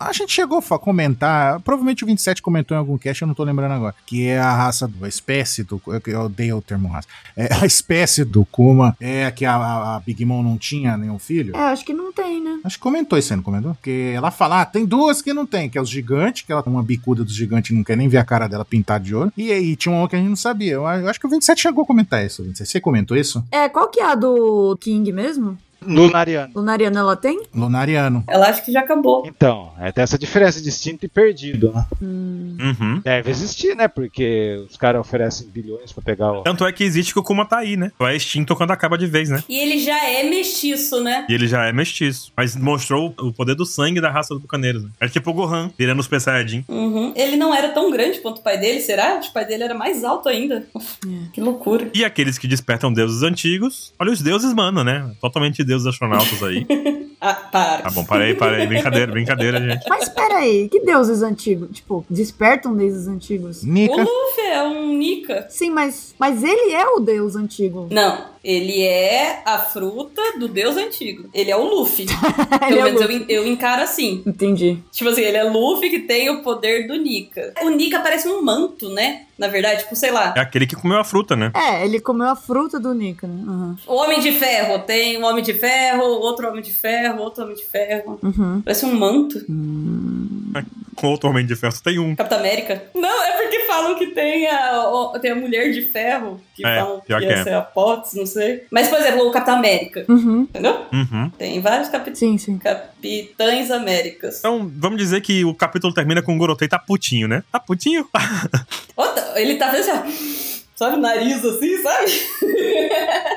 Speaker 4: A gente chegou a comentar, provavelmente o 27 comentou em algum cast, eu não tô lembrando agora, que é a raça, do- a espécie do. Eu eu odeio o termo raça. É a espécie do Kuma, é a que a- a, a Big Mom não tinha nenhum filho.
Speaker 7: É, acho que não tem, né?
Speaker 4: Acho que comentou isso aí, não comentou? Porque ela fala, ah, tem duas que não tem, que é os gigantes, que ela tem uma bicuda dos gigantes e não quer nem ver a cara dela pintada de ouro. E aí tinha uma que a gente não sabia. Eu, a- eu acho que o 27 chegou a comentar isso. 27. Você comentou isso?
Speaker 7: É, qual que é a do King mesmo?
Speaker 3: Lunariano.
Speaker 7: Lunariano ela tem?
Speaker 4: Lunariano.
Speaker 2: Ela acha que já acabou.
Speaker 3: Então, é dessa diferença de extinto e perdido, né?
Speaker 1: Uhum.
Speaker 3: Deve existir, né? Porque os caras oferecem bilhões pra pegar o.
Speaker 1: Tanto é que existe que o Kuma tá aí, né? Só é extinto quando acaba de vez, né?
Speaker 2: E ele já é mestiço, né?
Speaker 1: E ele já é mestiço. Mas mostrou o poder do sangue da raça do bucaneiro. Né? É tipo o Gohan, virando os Saiyajin.
Speaker 2: Uhum. Ele não era tão grande quanto o pai dele, será? Acho que O pai dele era mais alto ainda. Que loucura.
Speaker 1: E aqueles que despertam deuses antigos. Olha os deuses, mano, né? Totalmente deuses astronautas aí.
Speaker 2: Ah, para.
Speaker 1: Tá bom, parei, parei. Brincadeira, brincadeira, gente.
Speaker 7: Mas peraí, que deuses antigos? Tipo, despertam deuses antigos?
Speaker 2: O
Speaker 4: Nika.
Speaker 2: Luffy é um Nika.
Speaker 7: Sim, mas, mas ele é o deus antigo.
Speaker 2: Não, Ele é a fruta do deus antigo. Ele é o Luffy. Pelo
Speaker 7: é o
Speaker 2: menos eu,
Speaker 7: Luffy.
Speaker 2: eu encaro assim.
Speaker 7: Entendi.
Speaker 2: Tipo assim, ele é Luffy que tem o poder do Nika. O Nika parece um manto, né? Na verdade, tipo, sei lá.
Speaker 1: É aquele que comeu a fruta, né?
Speaker 7: É, ele comeu a fruta do Nick, né? Uhum.
Speaker 2: O Homem de Ferro. Tem um Homem de Ferro, outro Homem de Ferro, outro Homem de Ferro.
Speaker 7: Uhum.
Speaker 2: Parece um manto.
Speaker 1: Com outro homem de ferro, só tem um.
Speaker 2: Capitão América. Não, é porque falam que tem a, o- tem a Mulher de Ferro. Que
Speaker 1: É,
Speaker 2: falam que
Speaker 1: pior que
Speaker 2: ia
Speaker 1: é.
Speaker 2: ser a Potts, não sei. Mas, por exemplo, o Capitão América.
Speaker 7: Uhum.
Speaker 2: Entendeu?
Speaker 1: Uhum.
Speaker 2: Tem vários capit...
Speaker 7: Sim, sim.
Speaker 2: Capitães Américas.
Speaker 1: Então, vamos dizer que o capítulo termina com o Gorotei tá putinho, né? Tá putinho?
Speaker 2: Outra, ele tá fazendo assim, ó, sabe, o nariz assim, sabe?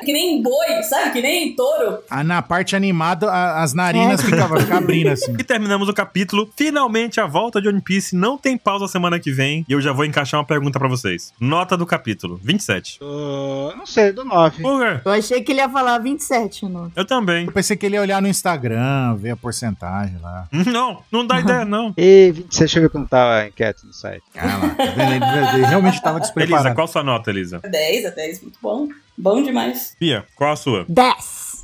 Speaker 2: que nem boi, sabe? Que nem touro.
Speaker 4: Ah, na parte animada, a- as narinas ficavam ficavam abrindo assim.
Speaker 1: E terminamos o capítulo. Finalmente, a volta de One Piece não tem pausa semana que vem. E eu já vou encaixar uma pergunta pra vocês. Nota do capítulo: 27.
Speaker 3: Do- não sei, do 9.
Speaker 1: Uga,
Speaker 7: Eu achei que ele ia falar 27, não.
Speaker 1: eu também.
Speaker 4: Eu pensei que ele ia olhar no Instagram, ver a porcentagem lá.
Speaker 1: Não, não dá ideia, não.
Speaker 3: E 26, deixa eu ver como tá a enquete no site.
Speaker 4: Caraca, ele, ele realmente tava
Speaker 1: Elisa,
Speaker 4: despreparado.
Speaker 1: Ah, qual sua nota, Elisa?
Speaker 2: 10 a 10, muito bom. Bom demais.
Speaker 1: Pia, qual a sua?
Speaker 7: 10!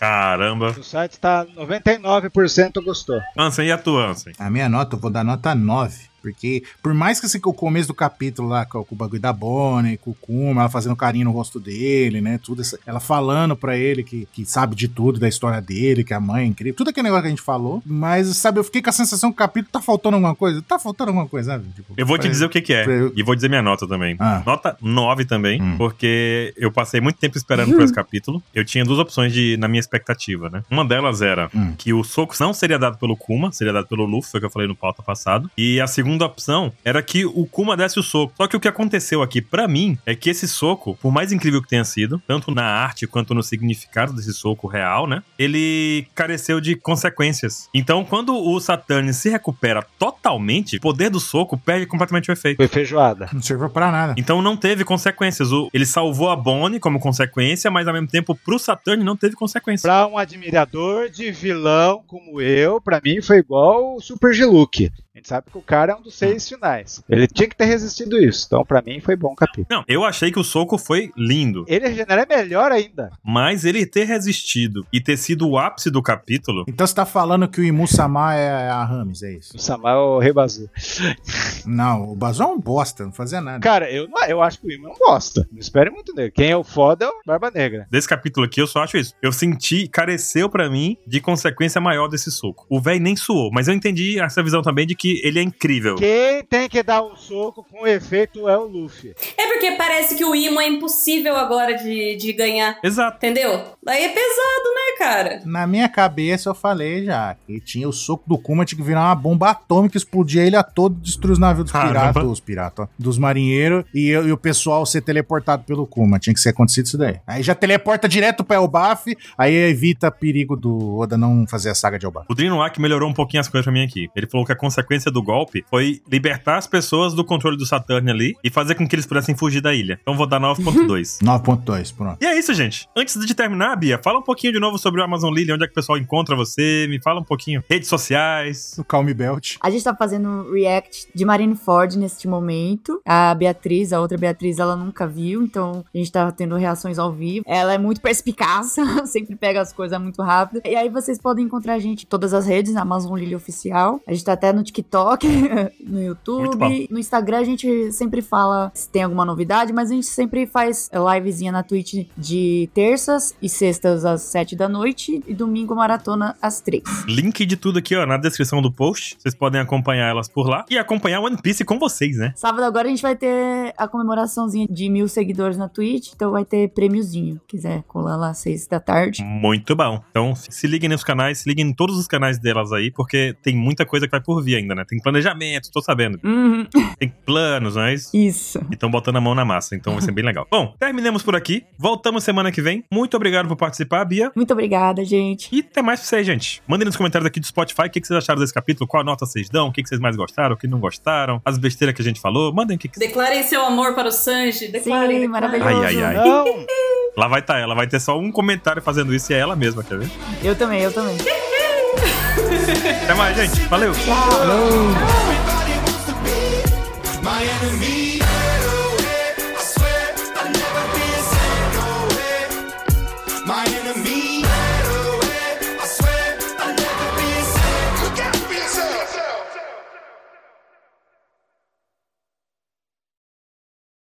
Speaker 1: Caramba.
Speaker 3: No site tá 99% gostou.
Speaker 1: Ansem, e a tua, Ansem?
Speaker 4: A minha nota, eu vou dar nota 9. Porque, por mais que assim, que o começo do capítulo lá, com com o bagulho da Bonnie, com o Kuma, ela fazendo carinho no rosto dele, né? Tudo essa- ela falando pra ele que, que sabe de tudo da história dele, que a mãe é incrível, tudo aquele negócio que a gente falou. Mas, sabe, eu fiquei com a sensação que o capítulo tá faltando alguma coisa. Tá faltando alguma coisa, sabe? Tipo,
Speaker 1: Eu vou te
Speaker 4: parece-
Speaker 1: dizer o que, que é.
Speaker 4: Eu-
Speaker 1: E vou dizer minha nota também.
Speaker 4: Ah.
Speaker 1: Nota 9 também,
Speaker 4: Hum.
Speaker 1: porque eu passei muito tempo esperando por esse capítulo. Eu tinha duas opções de, na minha expectativa, né? Uma delas era
Speaker 4: Hum.
Speaker 1: que o soco não seria dado pelo Kuma, seria dado pelo Luffy, foi o que eu falei no pauta passado. E a segunda opção era que o Kuma desse o soco. Só que o que aconteceu aqui, pra mim, é que esse soco, por mais incrível que tenha sido, tanto na arte quanto no significado desse soco real, né? Ele careceu de consequências. Então, quando o Saturn se recupera totalmente, o poder do soco perde completamente o efeito.
Speaker 3: Foi feijoada.
Speaker 4: Não serviu pra nada.
Speaker 1: Então não teve consequências. O- ele salvou a Bonnie como consequência, mas ao mesmo tempo pro Saturn não teve consequência.
Speaker 3: Pra um admirador de vilão como eu, pra mim foi igual o Super Giluke. A gente sabe que o cara é um dos seis finais. Ele tinha que ter resistido isso. Então, pra mim, foi bom o capítulo.
Speaker 1: Não, eu achei que o soco foi lindo,
Speaker 3: Ele regenera é melhor ainda.
Speaker 1: mas ele ter resistido e ter sido o ápice do capítulo.
Speaker 4: Então você tá falando que o Imu-sama é a Rames, é isso?
Speaker 3: O Samuel Rebazu.
Speaker 4: Não, o Bazão é um bosta, não fazia nada.
Speaker 3: Cara, eu, não- eu acho que o Iman gosta. Não espere muito dele. Quem é o foda é o Barba Negra.
Speaker 1: Desse capítulo aqui, eu só acho isso. Eu senti, careceu pra mim de consequência maior desse soco. O velho nem suou, mas eu entendi essa visão também de que ele é incrível.
Speaker 3: Quem tem que dar um soco com efeito é o Luffy.
Speaker 2: É porque parece que o Imo é impossível agora de, de ganhar.
Speaker 1: Exato.
Speaker 2: Entendeu? Daí é pesado, né, cara?
Speaker 4: Na minha cabeça eu falei já que tinha o soco do Kuma, tinha que virar uma bomba atômica, explodia ele a todo, destruir os navios dos
Speaker 1: Caramba.
Speaker 4: piratas, dos piratas, ó, dos marinheiros, e, eu- e o pessoal ser teleportado pelo Kuma. Tinha que ser acontecido isso daí. Aí já teleporta direto pra Elbaf, aí evita perigo do Oda não fazer a saga de Elbaf.
Speaker 1: O Drinoak melhorou um pouquinho as coisas pra mim aqui. Ele falou que a consequência do golpe foi libertar as pessoas do controle do Saturn ali e fazer com que eles pudessem fugir da ilha. Então vou dar 9.2.
Speaker 4: 9.2, pronto.
Speaker 1: E é isso, gente. Antes de terminar, Bia, fala um pouquinho de novo sobre o Amazon Lily, onde é que o pessoal encontra você, me fala um pouquinho. Redes sociais.
Speaker 4: O Calm Belt.
Speaker 7: A gente tá fazendo um react de Marineford neste momento. A Beatriz, a outra Beatriz, ela nunca viu, então a gente tá tendo reações ao vivo. Ela é muito perspicaz, sempre pega as coisas muito rápido. E aí vocês podem encontrar a gente em todas as redes, na Amazon Lily Oficial. A gente tá até no TikTok, no
Speaker 1: Muito bom.
Speaker 7: YouTube. No Instagram a gente sempre fala se tem alguma novidade, mas a gente sempre faz livezinha na Twitch de terças e sextas às sete da noite e domingo maratona às três.
Speaker 1: Link de tudo aqui, ó, na descrição do post. Vocês podem acompanhar elas por lá e acompanhar One Piece com vocês, né?
Speaker 7: Sábado agora a gente vai ter a comemoraçãozinha de mil seguidores na Twitch, então vai ter prêmiozinho. Quiser colar lá às seis da tarde.
Speaker 1: Muito bom. Então, se liguem nos canais, se liguem em todos os canais delas aí, porque tem muita coisa que vai por vir ainda, né? Tem planejamento, tô sabendo.
Speaker 7: Uhum.
Speaker 1: Tem planos, não é isso?
Speaker 7: Isso.
Speaker 1: E estão botando a mão na massa, então vai ser bem legal. Bom, terminamos por aqui. Voltamos semana que vem. Muito obrigado por participar, Bia.
Speaker 7: Muito obrigada, gente.
Speaker 1: E até mais pra vocês, gente. Mandem nos comentários aqui do Spotify o que que vocês acharam desse capítulo, qual nota vocês dão, o que que vocês mais gostaram, o que não gostaram, as besteiras que a gente falou. Mandem o que. que...
Speaker 2: Declarem seu amor para o Sanji. Declarem.
Speaker 7: Sim,
Speaker 2: declarem.
Speaker 7: maravilhoso.
Speaker 1: Ai, ai, ai.
Speaker 3: Não!
Speaker 1: Lá vai tá ela, vai ter só um comentário fazendo isso e é ela mesma, quer ver?
Speaker 7: Eu também, eu também.
Speaker 1: Até mais, gente. Valeu!
Speaker 8: Everybody wants to be my enemy.